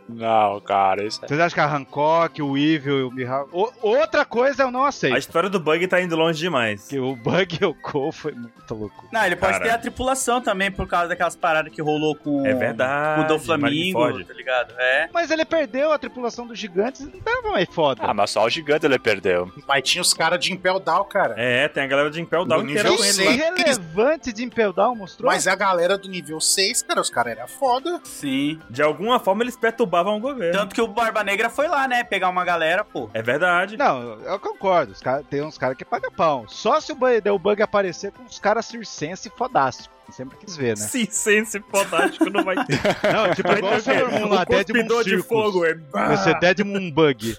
S3: Não, cara, isso é.
S4: Vocês acham que a Hancock, o Evil e o Mihawk... O- outra coisa eu não
S1: A
S4: aceito.
S1: história do bug tá indo longe demais.
S4: Que o bug e o Yoko foi muito louco.
S6: Não, ele pode
S1: Cara.
S6: ter a tripulação também por causa daquelas paradas que rolou com,
S1: É verdade,
S6: com o Doflamingo,
S1: Marineford.
S6: tá ligado? É.
S4: Mas ele perdeu a tripulação dos gigantes e não tava mais foda.
S3: Ah, mas só o gigante ele perdeu.
S2: Mas tinha os caras de Impel Down, cara.
S1: É, tem a galera de Impel Down
S2: Do
S1: inteira
S2: nível
S1: com ele
S2: seis.
S1: lá.
S4: é Irrelevante de Impel Down mostrou?
S2: Mas é a galera do nível 6, cara, os caras eram foda.
S6: Sim.
S1: De alguma forma eles perturbavam o governo.
S6: Tanto que o Barba Negra foi lá, né? Pegar uma galera, pô.
S1: É verdade.
S4: Não, eu concordo. Os cara, tem uns caras que pagam pau. Só se o bug, der o bug aparecer com os caras circense fodástico. Sempre quis ver, né?
S1: Sim, sense fodástico não vai ter.
S4: Não, tipo, igual o Sailor Moon lá,
S1: o Um cuspidor
S4: Deadmoon
S1: de
S4: Circus.
S1: fogo é...
S4: Você é Deadmoon Bug.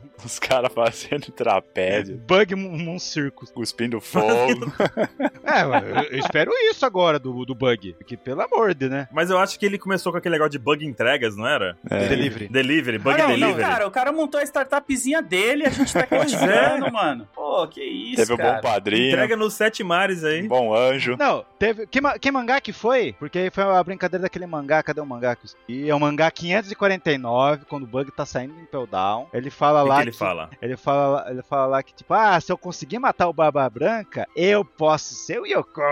S3: Os caras fazendo
S1: É,
S3: trapézio,
S4: Bug Moon Moon Circus.
S3: cuspindo fogo.
S4: É, eu, eu espero isso agora do, do Bug. Porque, pelo amor de, né?
S1: Mas eu acho que ele começou com aquele negócio de bug entregas, não era?
S4: Delivery.
S1: Delivery, bug
S6: Ah, não,
S1: delivery.
S6: não, cara, o cara montou a startupzinha dele, a gente tá
S1: é.
S6: questionando, mano. Pô, que isso,
S3: Teve um
S6: cara.
S3: bom padrinho,
S1: Entrega nos sete mares aí.
S3: um bom anjo.
S4: Não, teve. Que, ma- que mangá que foi? Porque aí foi a brincadeira daquele mangá. Cadê o mangá? que eu esqueci? É o mangá 549, quando o Bug tá saindo do Impel Down. Ele fala
S1: O que,
S4: lá.
S1: que ele fala?
S4: Ele fala, ele fala lá que, tipo, ah, se eu conseguir matar o Barba Branca, eu posso ser o Yoko.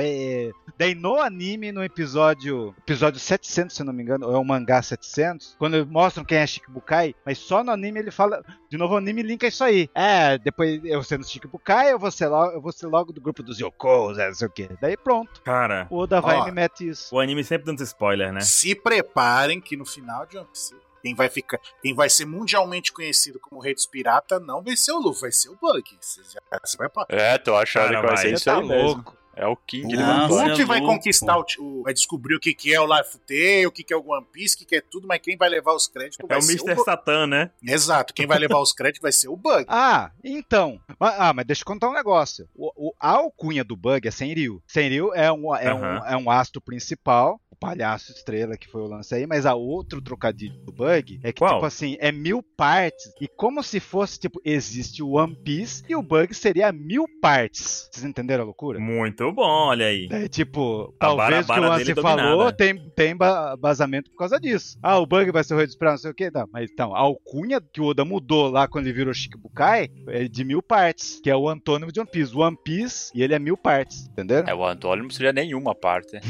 S4: é. Daí no anime, no episódio episódio 700, se eu não me engano, ou é o mangá 700, quando mostram quem é Shikibukai, mas só no anime ele fala, de novo o anime linka isso aí. É, depois eu sendo Shikibukai, eu vou ser logo, eu vou ser logo do grupo dos Yokos, é, não sei o quê. Daí pronto,
S1: Cara,
S4: o Oda vai
S2: Ó.
S4: e me mete isso.
S1: o anime sempre dando spoiler, né?
S2: Se preparem que no final de One Piece, quem vai ficar, quem vai ser mundialmente conhecido como Rei dos Pirata não vai ser o Luffy, vai ser o Bug. Você já você vai pra...
S3: É, tô achando
S1: Cara,
S3: que vai
S1: mas
S3: ser
S1: você
S3: isso aí mesmo. É o King, ele
S6: tá Nossa.
S2: o
S3: mandou.
S2: Luffy
S6: é
S2: Um vai
S6: louco.
S2: conquistar o, ti- o- vai descobrir o que que é o Life T, o que que é o One Piece, o que que é tudo, mas quem vai levar os créditos
S1: É
S2: vai
S1: o
S2: ser
S1: Mr.
S2: o Bug.
S1: Satan, né?
S2: Exato, quem vai levar os créditos vai ser o Bug.
S4: Ah, então. Ma- Ah, mas deixa eu contar um negócio. O, o- a alcunha do Bug é Senryu. Senryu é um, é, um,
S1: Aham.
S4: é um astro principal, o palhaço estrela que foi o lance aí, mas a outro trocadilho do Bug é que,
S1: Qual?
S4: tipo assim, é mil partes. E como se fosse, tipo, existe o One Piece e o Bug seria mil partes. Vocês entenderam a loucura?
S1: Muito bom, olha aí.
S4: É, tipo,
S1: A
S4: talvez o que o
S1: barabara
S4: Lance
S1: dele né?
S4: falou
S1: dominada.
S4: tem, tem ba- basamento por causa disso. Ah, o Bug vai ser o rei dos pratos, não sei o quê. Não, mas então, a alcunha que o Oda mudou lá quando ele virou Shikibukai é de mil partes, que é o antônimo de One Piece. One Piece, e ele é mil partes, entenderam?
S3: É, o Antônio não seria nenhuma parte.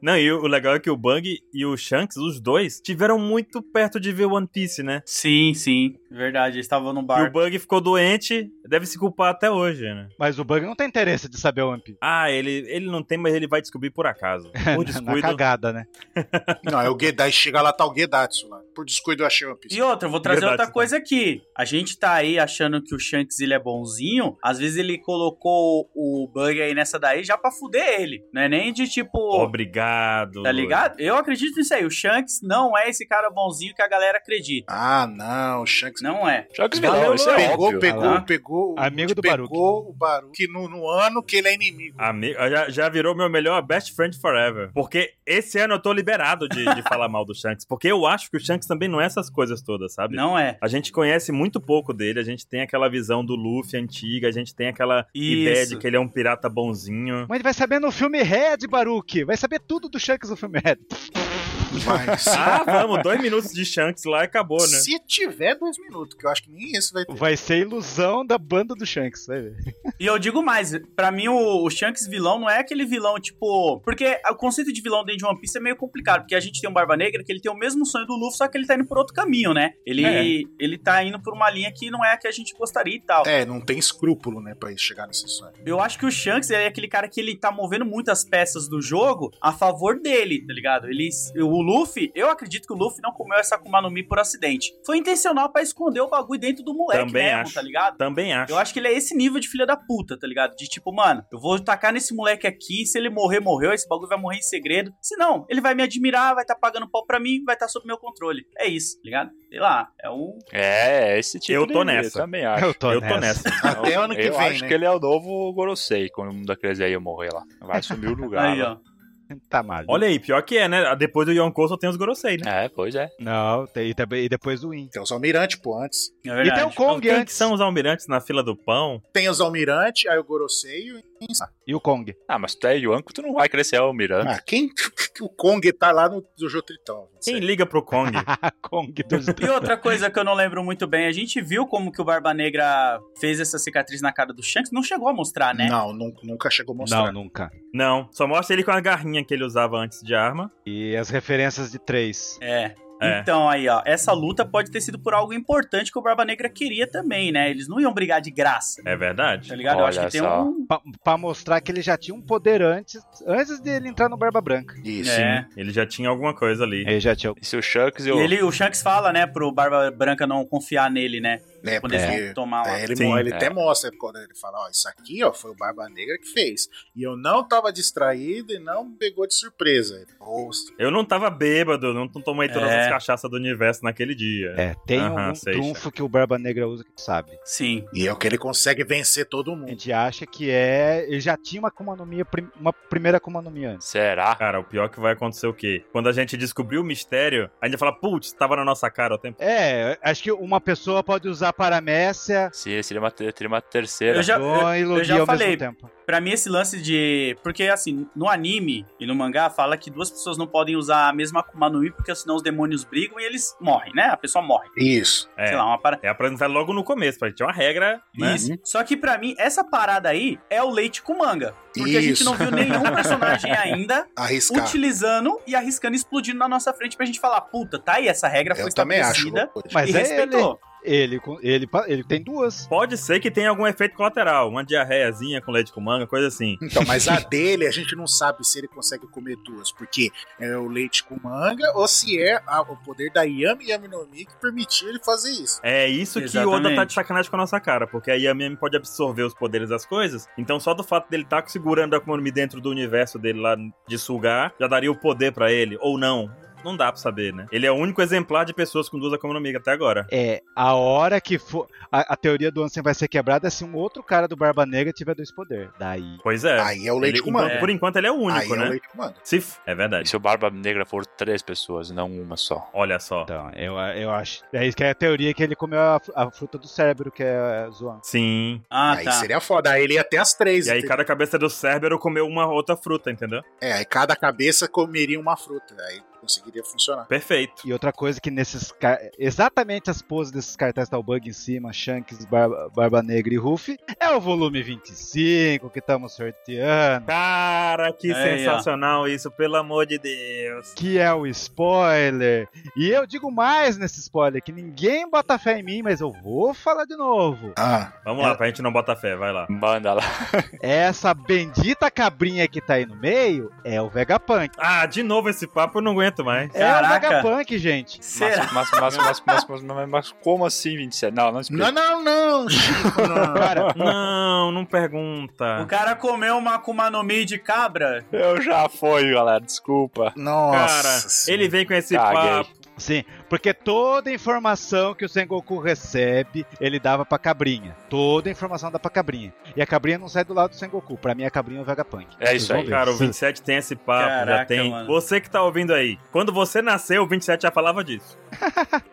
S1: Não, e o legal é que o Bug e o Shanks, os dois, tiveram muito perto de ver One Piece, né?
S6: Sim, sim. Verdade, eles estavam no
S1: E o
S6: bar.
S1: Bug ficou doente, deve se culpar até hoje, né?
S4: Mas o Bug não tem interesse de saber o One Piece.
S1: Ah, ele, ele não tem, mas ele vai descobrir por acaso. Por
S4: Na
S1: descuido.
S4: cagada, né?
S2: Não, é o Gedatsu, chega lá, tá o Gedatsu lá. Por descuido eu achei o One Piece.
S6: E outra, eu vou trazer
S1: Verdade,
S6: outra coisa aqui. A gente tá aí achando que o Shanks ele é bonzinho. Às vezes ele colocou o Bug aí nessa daí já pra fuder ele. Não é nem de tipo.
S1: Obrigado.
S6: Tá ligado? Eu acredito nisso aí. O Shanks não é esse cara bonzinho que a galera acredita.
S2: Ah, não, o Shanks
S6: Não é.
S3: Jogos
S2: Valeu,
S3: vilão, isso é
S2: pegou,
S3: óbvio.
S2: pegou,
S4: Ah lá.
S2: pegou, o-
S4: Amigo do
S2: pegou o Baruque no, no ano que ele é inimigo.
S1: Amigo, ah, já, já virou meu melhor best friend forever. Porque esse ano eu tô liberado de, de falar mal do Shanks. Porque eu acho que o Shanks também não é essas coisas todas, sabe?
S6: Não é.
S1: A gente conhece muito pouco dele, a gente tem aquela visão do Luffy antiga, a gente tem aquela ideia
S6: Isso.
S1: de que ele é um pirata bonzinho.
S4: Mas ele vai saber no filme Red, Baruque. Vai saber tudo do Shanks no filme Red.
S2: Mas
S1: Ah, vamos, dois minutos de Shanks lá e acabou, né?
S2: se tiver dois minutos, que eu acho que nem isso vai ter.
S4: Vai ser ilusão da banda do Shanks, vai ver.
S6: E eu digo mais, pra mim o, o Shanks vilão não é aquele vilão, tipo. Porque o conceito de vilão dentro de One Piece é meio complicado, porque a gente tem um Barba Negra que ele tem o mesmo sonho do Luffy, só que ele tá indo por outro caminho, né? Ele,
S1: É.
S6: ele tá indo por uma linha que não é a que a gente gostaria e tal.
S2: É, não tem escrúpulo, né, pra chegar nesse sonho.
S6: Eu acho que o Shanks ele é aquele cara que ele tá movendo muitas peças do jogo a favor dele, tá ligado? Ele, o Luffy, eu acredito que o Luffy não comeu essa Akuma no Mi por acidente. Foi intencional pra esconder o bagulho dentro do moleque
S1: Também
S6: mesmo,
S1: acho.
S6: tá ligado?
S1: Também acho.
S6: Eu acho que ele é esse nível de filha da puta, tá ligado? De tipo, mano, eu vou tacar nesse moleque aqui, se ele morrer, morreu, esse bagulho vai morrer em segredo. Se não, ele vai me admirar, vai estar tá pagando pau pra mim, vai estar sob meu controle. É isso, tá ligado? Sei lá, é um...
S3: É, é esse tipo
S1: Eu
S3: de
S1: tô
S3: líder,
S1: nessa.
S3: também acho.
S4: Eu tô
S1: Eu
S4: nessa.
S1: tô nessa.
S2: Até ano que
S3: eu
S2: vem,
S3: acho
S2: né?
S3: que ele é o novo Gorosei, quando um daqueles aí morrer lá. Vai assumir o lugar.
S6: Aí,
S3: lá.
S6: ó.
S4: Tá mal.
S1: Olha aí, pior que é, né? Depois do Yonkou só tem os Gorosei, né?
S3: É, pois é.
S4: Não, tem- e, também- e depois o In.
S2: Tem os almirantes, pô, antes.
S6: É
S4: E
S6: verdade.
S4: tem um o Kong
S1: Então, quem que
S4: antes.
S1: são os almirantes na fila do pão?
S2: Tem os almirantes, aí o Gorosei e o Insa.
S4: E o Kong.
S3: Ah, mas tu é Yonko, tu não vai crescer é o Miranda.
S2: Ah, quem o Kong tá lá no Jojo Tritão? não sei.
S1: Quem liga pro Kong?
S4: Kong dos
S6: E outra coisa que eu não lembro muito bem, a gente viu como que o Barba Negra fez essa cicatriz na cara do Shanks, não chegou a mostrar, né?
S2: Não, nun- nunca chegou a mostrar.
S4: Não, nunca.
S1: Não, só mostra ele com a garrinha que ele usava antes de arma.
S4: E as referências de três.
S6: É.
S1: É.
S6: Então aí, ó, essa luta pode ter sido por algo importante que o Barba Negra queria também, né? Eles não iam brigar de graça,
S1: É verdade.
S6: tá ligado? eu acho
S3: Olha
S6: que tem
S3: só.
S6: um...
S4: Pra, pra mostrar que ele já tinha um poder antes, antes dele entrar no Barba Branca.
S2: Isso.
S6: É.
S1: Ele já tinha alguma coisa ali.
S4: Ele já tinha.
S3: E se o Shanks e o.
S6: E ele, o Shanks fala, né, pro Barba Branca não confiar nele, né?
S2: É,
S6: Quando
S2: porque
S6: eles vão tomar uma.
S2: é, ele,
S1: Sim,
S2: mo- ele
S3: é.
S2: até mostra quando ele fala, ó, isso aqui, ó, foi o Barba Negra que fez. E eu não tava distraído e não me pegou de surpresa. Ele, "Ô,
S1: Eu não tava bêbado, não tomei todas
S6: É.
S1: as cachaças do universo naquele dia.
S4: É, tem
S1: Aham,
S4: um
S1: sei,
S4: trunfo que o Barba Negra usa que sabe.
S6: Sim.
S2: E é o que ele consegue vencer todo
S4: A
S2: mundo.
S4: gente acha que é. Ele já tinha uma Akuma no Mi, prim- uma primeira Akuma no Mi antes.
S3: Será?
S1: Cara, o pior é que vai acontecer o quê? Quando a gente descobrir o mistério, a gente fala, putz, tava na nossa cara o tempo.
S4: É, acho que uma pessoa pode usar paramécia
S3: Sim, seria uma, ter- teria uma terceira.
S6: Eu já-
S4: e
S6: eu já
S4: iludir ao
S6: falei.
S4: mesmo tempo.
S6: Pra mim, esse lance de. Porque, assim, no anime e no mangá, fala que duas pessoas não podem usar a mesma Akuma no Mi, porque senão os demônios brigam e eles morrem, né? A pessoa morre.
S2: Isso.
S1: É.
S6: Sei lá, uma parada.
S1: É apresentar logo no começo, pra gente ter uma regra, né?
S6: Isso. Só que pra mim, essa parada aí é o leite com manga. Porque a gente
S2: Isso.
S6: não viu nenhum personagem ainda
S2: Arriscar.
S6: utilizando e arriscando explodindo na nossa frente pra gente falar, puta, tá aí, essa regra foi
S2: Eu também acho.
S6: estabelecida.
S2: loucura.
S4: Mas
S6: e
S4: é
S6: respeitou.
S4: Ele, com- ele, pa- ele tem duas.
S1: Pode ser que tenha algum efeito colateral, uma diarreiazinha com leite com manga, coisa assim.
S2: Então, mas a dele, a gente não sabe se ele consegue comer duas, porque é o leite com manga ou se é a- o poder da Yami Yami no Mi que permitiu ele fazer isso.
S1: É isso que o Oda tá de
S6: Exatamente.
S1: sacanagem com a nossa cara, porque a Yami Yami pode absorver os poderes das coisas, então só do fato dele tá segurando a Akuma no Mi dentro do universo dele lá de sugar, já daria o poder pra ele, ou não. Não dá pra saber, né? Ele é o único exemplar de pessoas com duas Akuma no Mi até agora.
S4: É, a hora que for. A, a teoria do Ansem vai ser quebrada se um outro cara do Barba Negra tiver dois poder. Daí.
S1: Pois é.
S2: Aí é o leite
S1: Ele-
S2: com
S1: enquanto-
S2: manga.
S1: Por enquanto ele é o único,
S2: Aí é o
S1: né?
S2: leite com manga.
S1: Se f- É
S3: E
S1: verdade.
S3: se o Barba Negra for três pessoas, não uma só?
S1: Olha só.
S2: Tá.
S4: Então, eu, eu acho. É isso que é a teoria que ele comeu a, fru- a fruta do cérebro, que é zoan.
S1: Sim.
S6: Ah,
S2: aí
S6: tá.
S2: seria foda. Aí ele ia até as três.
S1: E aí
S2: entendeu?
S1: cada cabeça do Cerbero comeu uma outra fruta, entendeu?
S2: É, aí cada cabeça comeria uma fruta. Aí conseguiria funcionar.
S1: Perfeito.
S4: E outra coisa que nesses. ca- Exatamente as poses desses cartazes tá o Bug em cima, Shanks, Barba, Barba Negra e Ruffy. É o volume 25 que estamos sorteando.
S1: Cara, que
S6: Aí, ó.
S1: sensacional isso, pelo amor de Deus.
S4: Que é o spoiler. E eu digo mais nesse spoiler: que ninguém bota fé em mim, mas eu vou falar de novo.
S2: Ah,
S1: Vamos lá, pra gente não botar fé, vai lá.
S3: Manda lá.
S4: Essa bendita cabrinha que tá aí no meio é o Vegapunk.
S1: Ah, de novo esse papo, eu não aguento mais.
S6: Caraca.
S4: É o Vegapunk, gente.
S6: Será?
S3: Mas, mas, mas, mas, mas, mas, mas, mas como assim 27? Não, não explica.
S2: não, não, não, Chico, não.
S4: Cara,
S1: Não, não pergunta.
S4: Ah.
S6: O cara comeu uma Akuma no Mi de cabra?
S3: Eu já fui, galera, desculpa.
S2: Nossa.
S1: Cara,
S2: senhora.
S1: ele vem com esse
S3: Caguei.
S1: papo.
S4: sim, porque toda informação que o Sengoku recebe, ele dava pra cabrinha. Toda informação dá pra cabrinha. E a cabrinha não sai do lado do Sengoku. Pra mim, a cabrinha é o Vegapunk.
S3: É isso
S4: Vocês vão
S3: aí.
S4: ver.
S1: Cara, o 27 tem esse papo, já
S6: Caraca,
S1: tem.
S6: mano.
S1: Você que tá ouvindo aí, quando você nasceu, o 27 já falava disso.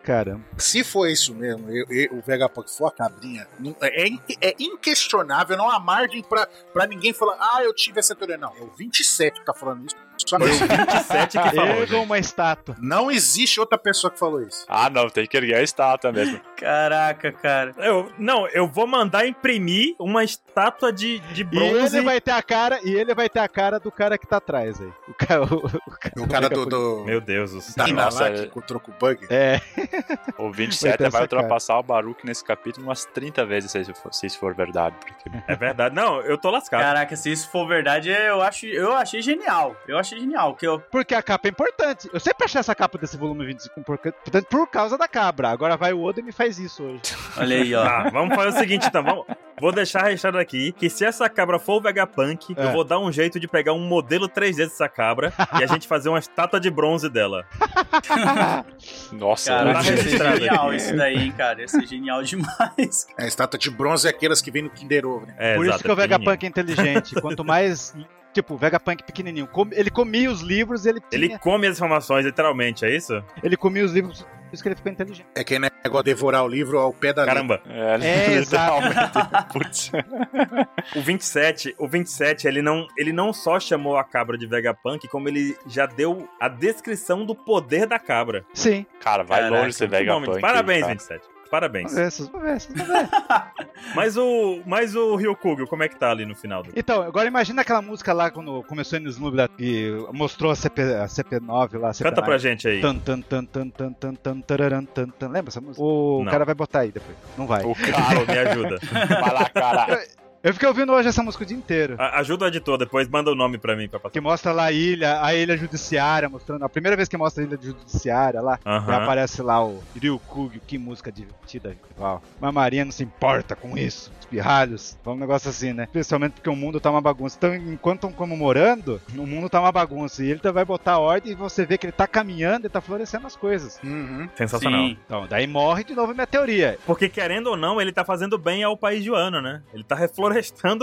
S4: Caramba.
S2: Se for isso mesmo, eu, eu- o Vegapunk for a cabrinha, não- é, in- é inquestionável, não há margem pra, pra ninguém falar, ah, eu tive essa teoria. Não, é o 27 que tá falando isso, Só
S1: Foi o
S2: isso.
S1: 27 que falou.
S4: Erga
S1: gente.
S4: é uma estátua.
S2: Não existe outra pessoa que falou isso.
S3: Ah, não, tem que erguer a estátua mesmo.
S6: Caraca, cara.
S1: Eu, não, eu vou mandar imprimir uma estátua de, de
S4: E
S1: bronze.
S4: ele vai ter a cara, e ele vai ter a cara do cara que tá atrás aí. O cara, o- o cara-
S2: O cara do. do...
S1: Meu Deus do céu.
S2: Da
S3: Nossa,
S2: Nalá que
S3: é-
S2: encontrou com o bug.
S4: É,
S3: O
S4: Vai
S3: 27
S4: ter
S3: vai,
S4: essa cara.
S3: ultrapassar o Baruch nesse capítulo umas 30 vezes, se isso for, se isso for verdade. Porque
S1: É verdade. Não, eu tô lascado.
S6: Caraca, se isso for verdade, eu acho, eu achei genial. Eu achei genial que eu
S4: porque a capa é importante. Eu sempre achei essa capa desse volume 25 importante por causa da cabra. Agora vai o Oda e me faz isso hoje.
S6: Olha aí, ó.
S1: Tá, vamos fazer o seguinte então. Vamos, vou deixar registrado aqui que se essa cabra for o Vegapunk,
S4: É.
S1: eu vou dar um jeito de pegar um modelo 3D dessa cabra e a gente fazer uma estátua de bronze dela.
S3: Nossa,
S1: Caraca.
S6: Cara,
S1: Tá
S6: ia ser
S1: registrado
S6: genial
S1: aqui.
S6: isso daí, hein, cara. Ia ser genial demais.
S2: A estátua de bronze é aquelas que vem no Kinder Ovo, né?
S1: É,
S4: por
S1: exato,
S4: isso que o
S1: é pequenininho.
S4: Vegapunk é inteligente. Quanto mais. Tipo, o Vegapunk pequenininho. com- ele comia os livros, ele, tinha-
S1: Ele come as informações, literalmente, é isso?
S4: ele comia os livros, por isso que ele ficou inteligente.
S2: É que negócio de devorar o livro ao pé da letra.
S1: Caramba.
S3: é,
S4: É, exato.
S3: literalmente. Putz.
S1: O 27, o 27, ele não, ele não só chamou a cabra de Vegapunk, como ele já deu a descrição do poder da cabra.
S4: Sim.
S3: Cara, vai
S6: Caraca,
S3: longe esse
S1: Muito bom,
S3: Vegapunk.
S1: Parabéns,
S3: cara.
S1: 27. Parabéns.
S4: Essas conversas.
S1: Mas o, mas o Ryokugel, como é que tá ali no final? Do...
S4: Então, agora imagina aquela música lá quando começou a Snoop da que mostrou a, CP, a CP9 lá. A CP9.
S1: Canta pra gente aí.
S4: Tan, tan, tan, tan, tan, tan, tan, tararan, tan, tan. Lembra essa música? O
S1: Não.
S4: cara vai botar aí depois. Não vai.
S1: Pô,
S3: O cara,
S1: me ajuda.
S3: vai lá, cara.
S4: Eu fiquei ouvindo hoje essa música o dia inteiro.
S1: A- ajuda o editor, depois manda o nome pra mim pra passar.
S4: Que mostra lá a ilha, a ilha judiciária, mostrando. A primeira vez que mostra a ilha judiciária lá,
S1: Aham.
S4: já aparece lá o Ryukug, que música divertida, rival. Mas a Marinha não se importa com isso. Os pirralhos. Foi um negócio assim, né? Principalmente porque o mundo tá uma bagunça. Então, enquanto estão comemorando, o mundo tá uma bagunça. E ele tá- vai botar ordem e você vê que ele tá caminhando e tá florescendo as coisas.
S2: Uhum.
S1: Sensacional.
S6: Sim.
S4: Então, daí morre de novo minha teoria.
S1: Porque querendo ou não, ele tá fazendo bem ao país joano, né? Ele tá reflorestando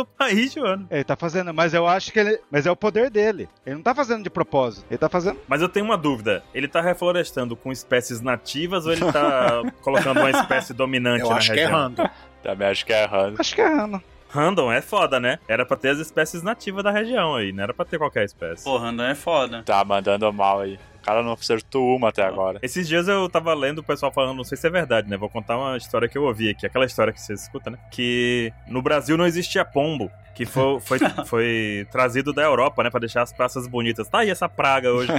S1: o país joano.
S4: Ele tá fazendo, mas eu acho que ele. Mas é o poder dele. Ele não tá fazendo de propósito. Ele tá fazendo.
S1: Mas eu tenho uma dúvida. Ele tá reflorestando com espécies nativas ou ele tá colocando uma espécie dominante
S2: Eu
S1: na
S2: acho que é
S1: região?
S2: random.
S3: Também acho que é errado.
S4: Acho que é Rano.
S1: Random é foda, né? Era pra ter as espécies nativas da região aí, não era pra ter qualquer espécie.
S6: Pô, Random é foda.
S3: Tá mandando mal aí. O cara não acertou uma até agora.
S1: Esses dias eu tava lendo o pessoal falando, não sei se é verdade, né? Vou contar uma história que eu ouvi aqui, aquela história que você escuta, né? Que no Brasil não existia pombo, que foi, foi, foi trazido da Europa, né? Pra deixar as praças bonitas. Tá aí essa praga hoje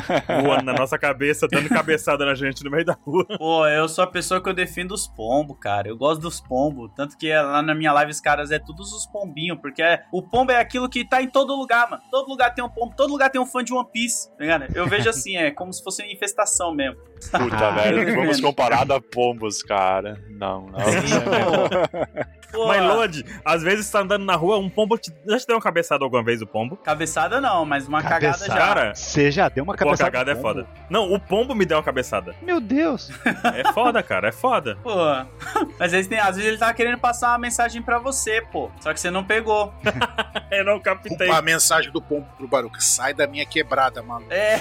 S1: voando na nossa cabeça, dando cabeçada na gente no meio da rua.
S6: Pô, eu sou a pessoa que eu defendo os pombos, cara. Eu gosto dos pombos. Tanto que é, lá na minha live, os caras é todos os pombinhos. Porque é- o pombo é aquilo que tá em todo lugar, mano. Todo lugar tem um pombo, todo lugar tem um fã de One Piece, tá ligado? Eu vejo assim, é como se fosse uma infestação mesmo.
S3: Puta, velho. Vamos comparar a pombos, cara. Não, não.
S6: pô. Pô,
S1: Mas, Lodi, às vezes você tá andando na rua, um pombo te... Já te deu uma cabeçada alguma vez, o pombo?
S6: cabeçada não, mas uma
S4: Cabeçada.
S6: cagada já.
S1: Cara,
S4: Você já deu
S1: pô,
S4: uma
S1: a
S4: cabeçada.
S1: É. cagada é
S4: no
S1: foda.
S4: pombo.
S1: Não, o pombo me deu uma cabeçada.
S4: Meu Deus.
S1: É foda, cara, é foda.
S6: Pô, mas eles têm, às vezes ele tava querendo passar uma mensagem pra você, pô. Só que você não pegou.
S1: Eu não captei.
S2: Culpar a mensagem do pombo pro Baruca. Sai da minha quebrada, maluco.
S6: É.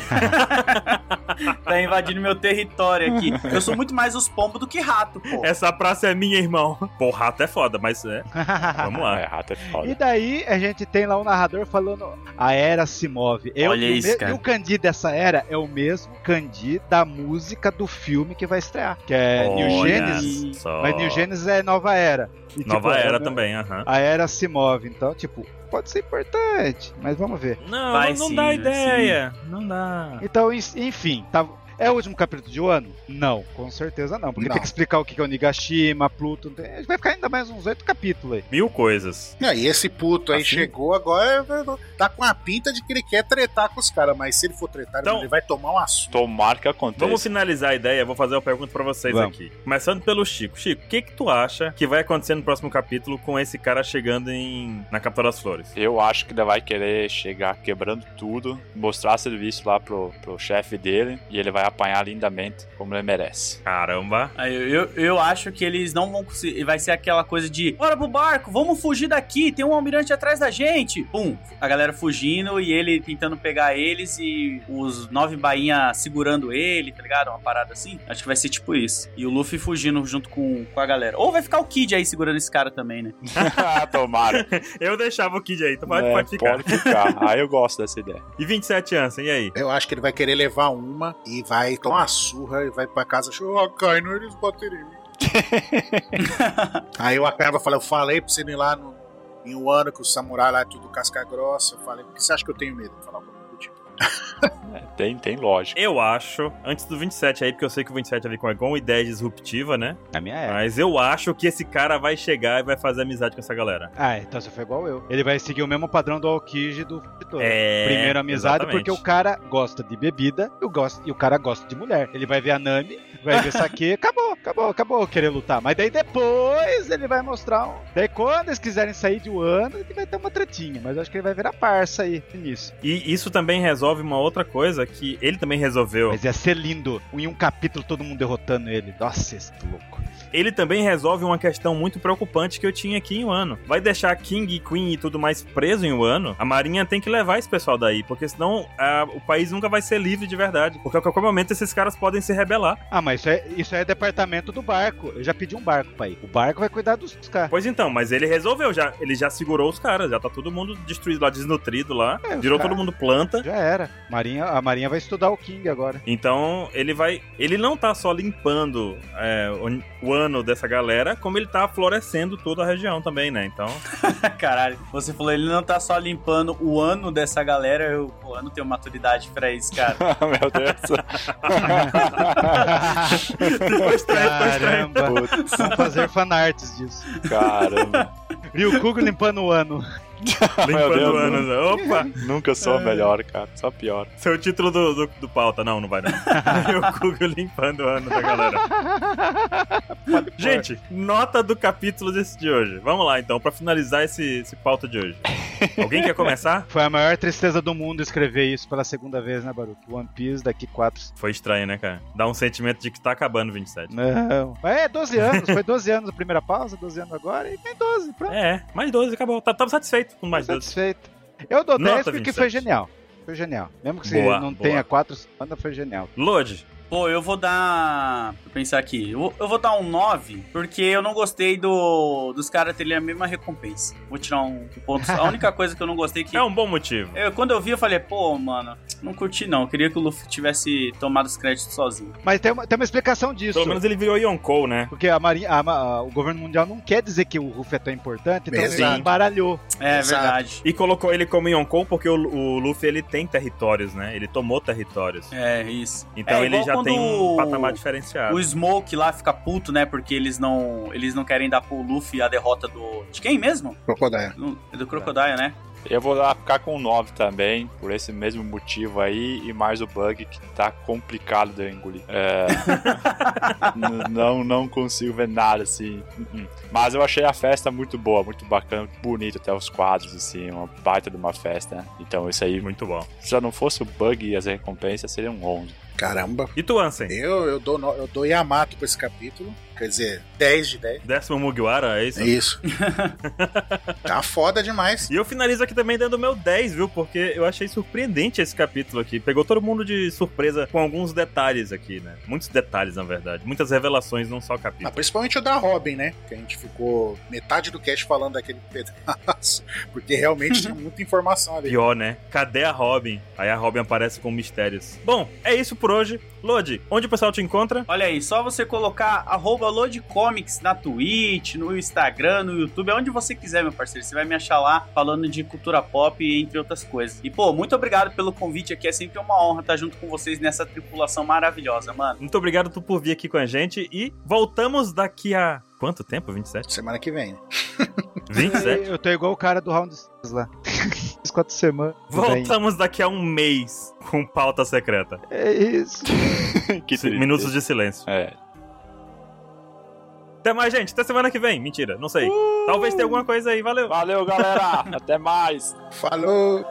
S6: tá invadindo meu território aqui. Eu sou muito mais os pombos do que rato, pô.
S1: Essa praça é minha, irmão. Pô, rato é foda, mas é. Vamos
S3: Ah,
S1: lá.
S3: errado é
S4: E
S3: foda.
S4: daí a gente tem lá o narrador falando a era se move. Eu,
S6: Olha
S4: e o
S6: isso,
S4: me-
S6: cara.
S4: E o Candi dessa era é o mesmo Candi da música do filme que vai estrear, que é New
S1: Olha
S4: Genesis.
S1: só.
S4: Mas New Genesis é nova era. E,
S1: Nova
S4: tipo,
S1: era
S4: a-
S1: também, aham.
S4: A era se move, então, tipo, pode ser importante, mas vamos ver.
S1: Não,
S6: Vai
S1: não, não
S6: sim,
S1: dá
S6: vai
S1: ideia. Não dá.
S4: Então, en- enfim, tá- é o último capítulo de Wano? Não, com certeza não, porque
S2: Não.
S4: tem que explicar o que que é o Nigashima, Pluto, tem- vai ficar ainda mais uns oito capítulos aí.
S1: Mil coisas.
S2: Não, e esse puto aí
S1: Assim?
S2: chegou agora, tá com a pinta de que ele quer tretar com os caras, mas se ele for tretar,
S1: Então-
S2: ele vai tomar um assunto.
S3: Tomara que aconteça.
S1: Vamos finalizar a ideia, vou fazer uma pergunta pra vocês
S4: Vamos.
S1: aqui. Começando pelo Chico. Chico, o que que tu acha que vai acontecer no próximo capítulo com esse cara chegando em na Capital das Flores?
S3: Eu acho que ele vai querer chegar quebrando tudo, mostrar serviço lá pro, pro chefe dele e ele vai apanhar lindamente, como ele merece.
S1: Caramba.
S6: Aí Eu, eu, eu acho que eles não vão conseguir. Vai ser aquela coisa de: bora pro barco, vamos fugir daqui, tem um almirante atrás da gente. Pum, a galera fugindo e ele tentando pegar eles e os nove bainha segurando ele, tá ligado? Uma parada assim. Acho que vai ser tipo isso. E o Luffy fugindo junto com, com a galera. Ou vai ficar o Kid aí segurando esse cara também, né?
S3: Ah, Tomara.
S1: Eu deixava o Kid aí, então pode,
S3: É,
S1: pode ficar.
S3: Pode ficar. Aí eu gosto dessa ideia.
S1: E 27 anos, e aí?
S2: Eu acho que ele vai querer levar uma e vai tomar uma surra e vai pra casa achando, ah, Kaino, eles baterem em mim. Aí o Akaiba fala, eu falei pra você ir lá no, em um ano que o samurai lá é tudo casca grossa. Eu falei, por que você acha que eu tenho medo? Eu falava, tipo,
S3: É, Tem, tem lógica.
S1: Eu acho, antes do 27 aí, porque eu sei que o 27 ali com alguma ideia disruptiva, né?
S4: A minha é.
S1: Mas eu acho que esse cara vai chegar e vai fazer amizade com essa galera.
S4: Ah, então você foi igual eu. Ele vai seguir o mesmo padrão do Aokiji e do Fujitora.
S1: É.
S4: Primeiro amizade,
S1: exatamente.
S4: porque o cara gosta de bebida e o, gosta- e o cara gosta de mulher. Ele vai ver a Nami, vai ver Saque, acabou, acabou, acabou querer lutar. Mas daí depois ele vai mostrar um. Daí quando eles quiserem sair de Wano, ele vai ter uma tretinha. Mas eu acho que ele vai virar parça aí nisso.
S1: E isso também resolve uma outra coisa que ele também resolveu.
S4: Mas ia ser lindo. Em um capítulo todo mundo derrotando ele. Nossa, esse louco.
S1: Ele também resolve uma questão muito preocupante que eu tinha aqui em Wano. Vai deixar King e Queen e tudo mais preso em Wano? A Marinha tem que levar esse pessoal daí, porque senão ah, o país nunca vai ser livre de verdade. Porque a qualquer momento esses caras podem se rebelar.
S4: Ah, mas isso é, isso é departamento do barco. Eu já pedi um barco pra ir. O barco vai cuidar dos caras.
S1: Pois então, mas ele resolveu já. Ele já segurou os caras, já tá todo mundo destruído lá, desnutrido lá.
S4: É, os
S1: virou
S4: caras-
S1: todo mundo planta.
S4: Já era. Marinha, a Marinha vai estudar o King agora.
S1: Então ele vai. Ele não tá só limpando é, o, o ano dessa galera, como ele tá florescendo toda a região também, né? Então.
S6: Caralho, você falou, ele não tá só limpando o ano dessa galera, eu, o ano tem maturidade pra isso, cara.
S3: Meu Deus.
S1: Ficou estranho, ficou estranho.
S4: Caramba. Vamos fazer fanarts disso.
S3: Caramba.
S4: Ryukugo limpando o ano.
S3: Meu
S1: Limpando
S3: Deus,
S1: o ano. né? Opa!
S3: Nunca sou melhor, cara. Só pior.
S1: Seu título do, do, do pauta. Não, não vai não. o Cugo limpando o ano da galera. Gente, nota do capítulo desse de hoje. Vamos lá então, pra finalizar esse, esse pauta de hoje. Alguém quer começar?
S4: Foi a maior tristeza do mundo escrever isso pela segunda vez, né, Baruto? One Piece daqui quatro.
S1: Foi estranho, né, cara? Dá um sentimento de que tá acabando o 27.
S4: Não. Mas é, 12 anos. Foi 12 anos a primeira pausa, 12 anos agora e tem 12. Pronto.
S1: É, mais 12, acabou. Tá- Tava satisfeito com mais 12.
S4: satisfeito. Eu dou
S1: Nota
S4: 10 porque foi
S1: 27.
S4: genial. Foi genial. Mesmo que você
S1: Boa,
S4: não
S1: boa.
S4: tenha quatro semanas, foi genial.
S1: Lodge,
S6: Pô, eu vou dar. Vou pensar aqui. Eu, vou- eu vou dar um 9, porque eu não gostei do, dos caras terem a mesma recompensa. Vou tirar um ponto. A única coisa que eu não gostei que.
S1: é um bom motivo.
S6: Eu, quando eu vi, eu falei, pô, mano, não curti não. Eu queria que o Luffy tivesse tomado os créditos sozinho.
S4: Mas tem uma, tem uma explicação disso.
S1: Pelo menos ele virou Yonkou, né?
S4: Porque a Marinha, a Ma- a- o governo mundial não quer dizer que o Ruff é tão importante, então
S2: Exato.
S4: ele embaralhou.
S6: É
S2: Exato.
S6: verdade.
S1: E colocou ele como Yonkou porque o, o Luffy ele tem territórios, né? Ele tomou territórios.
S6: É, isso.
S1: Então
S6: É
S1: ele
S6: igual
S1: já
S6: quando
S1: tem um
S6: o-
S1: patamar diferenciado.
S6: O Smoke lá fica puto, né? Porque eles não. Eles não querem dar pro Luffy a derrota do. De quem mesmo?
S2: Crocodile.
S6: Do- É do Crocodile, né?
S3: Eu vou lá ficar com 9 também, por esse mesmo motivo aí, e mais o bug que tá complicado de eu engolir. É, n- não, não consigo ver nada assim. Uh-uh. Mas eu achei a festa muito boa, muito bacana, muito bonito até os quadros, assim, uma baita de uma festa. né? Então isso aí,
S1: Muito bom.
S3: se já não fosse o bug e as recompensas, seria um 11.
S2: Caramba.
S1: E tu, Ansem?
S2: Eu, eu, dou, no- eu dou Yamato pra esse capítulo. Quer dizer, 10 de 10.
S1: Décimo Mugiwara, é isso?
S2: É isso. tá foda demais.
S1: E eu finalizo aqui também dando o meu 10, viu? Porque eu achei surpreendente esse capítulo aqui. Pegou todo mundo de surpresa com alguns detalhes aqui, né? Muitos detalhes, na verdade. Muitas revelações, não só o
S2: Ah,
S1: capítulo.
S2: principalmente o da Robin, né? Que a gente ficou metade do cast falando daquele pedaço. Porque realmente tinha muita informação ali.
S1: Pior, né? Cadê a Robin? Aí a Robin aparece com mistérios. Bom, é isso por hoje. Lodi, onde o pessoal te encontra?
S6: Olha aí, só você colocar arroba loadcomics na Twitch, no Instagram, no YouTube, aonde você quiser, meu parceiro. Você vai me achar lá falando de cultura pop, entre outras coisas. E, pô, muito obrigado pelo convite aqui. É sempre uma honra estar junto com vocês nessa tripulação maravilhosa, mano.
S1: Muito obrigado tu por vir aqui com a gente e voltamos daqui a. Quanto tempo? 27?
S2: Semana que vem. né?
S1: 27?
S4: Eu tô igual o cara do Round 6 lá. As quatro semanas.
S1: Voltamos daqui a um mês com pauta secreta.
S4: É isso.
S3: que triste.
S1: Minutos de silêncio.
S3: É,
S1: Até mais, gente. Até semana que vem. Mentira, não sei. Talvez tenha alguma coisa aí. Valeu.
S3: Valeu, galera. Até mais.
S2: Falou!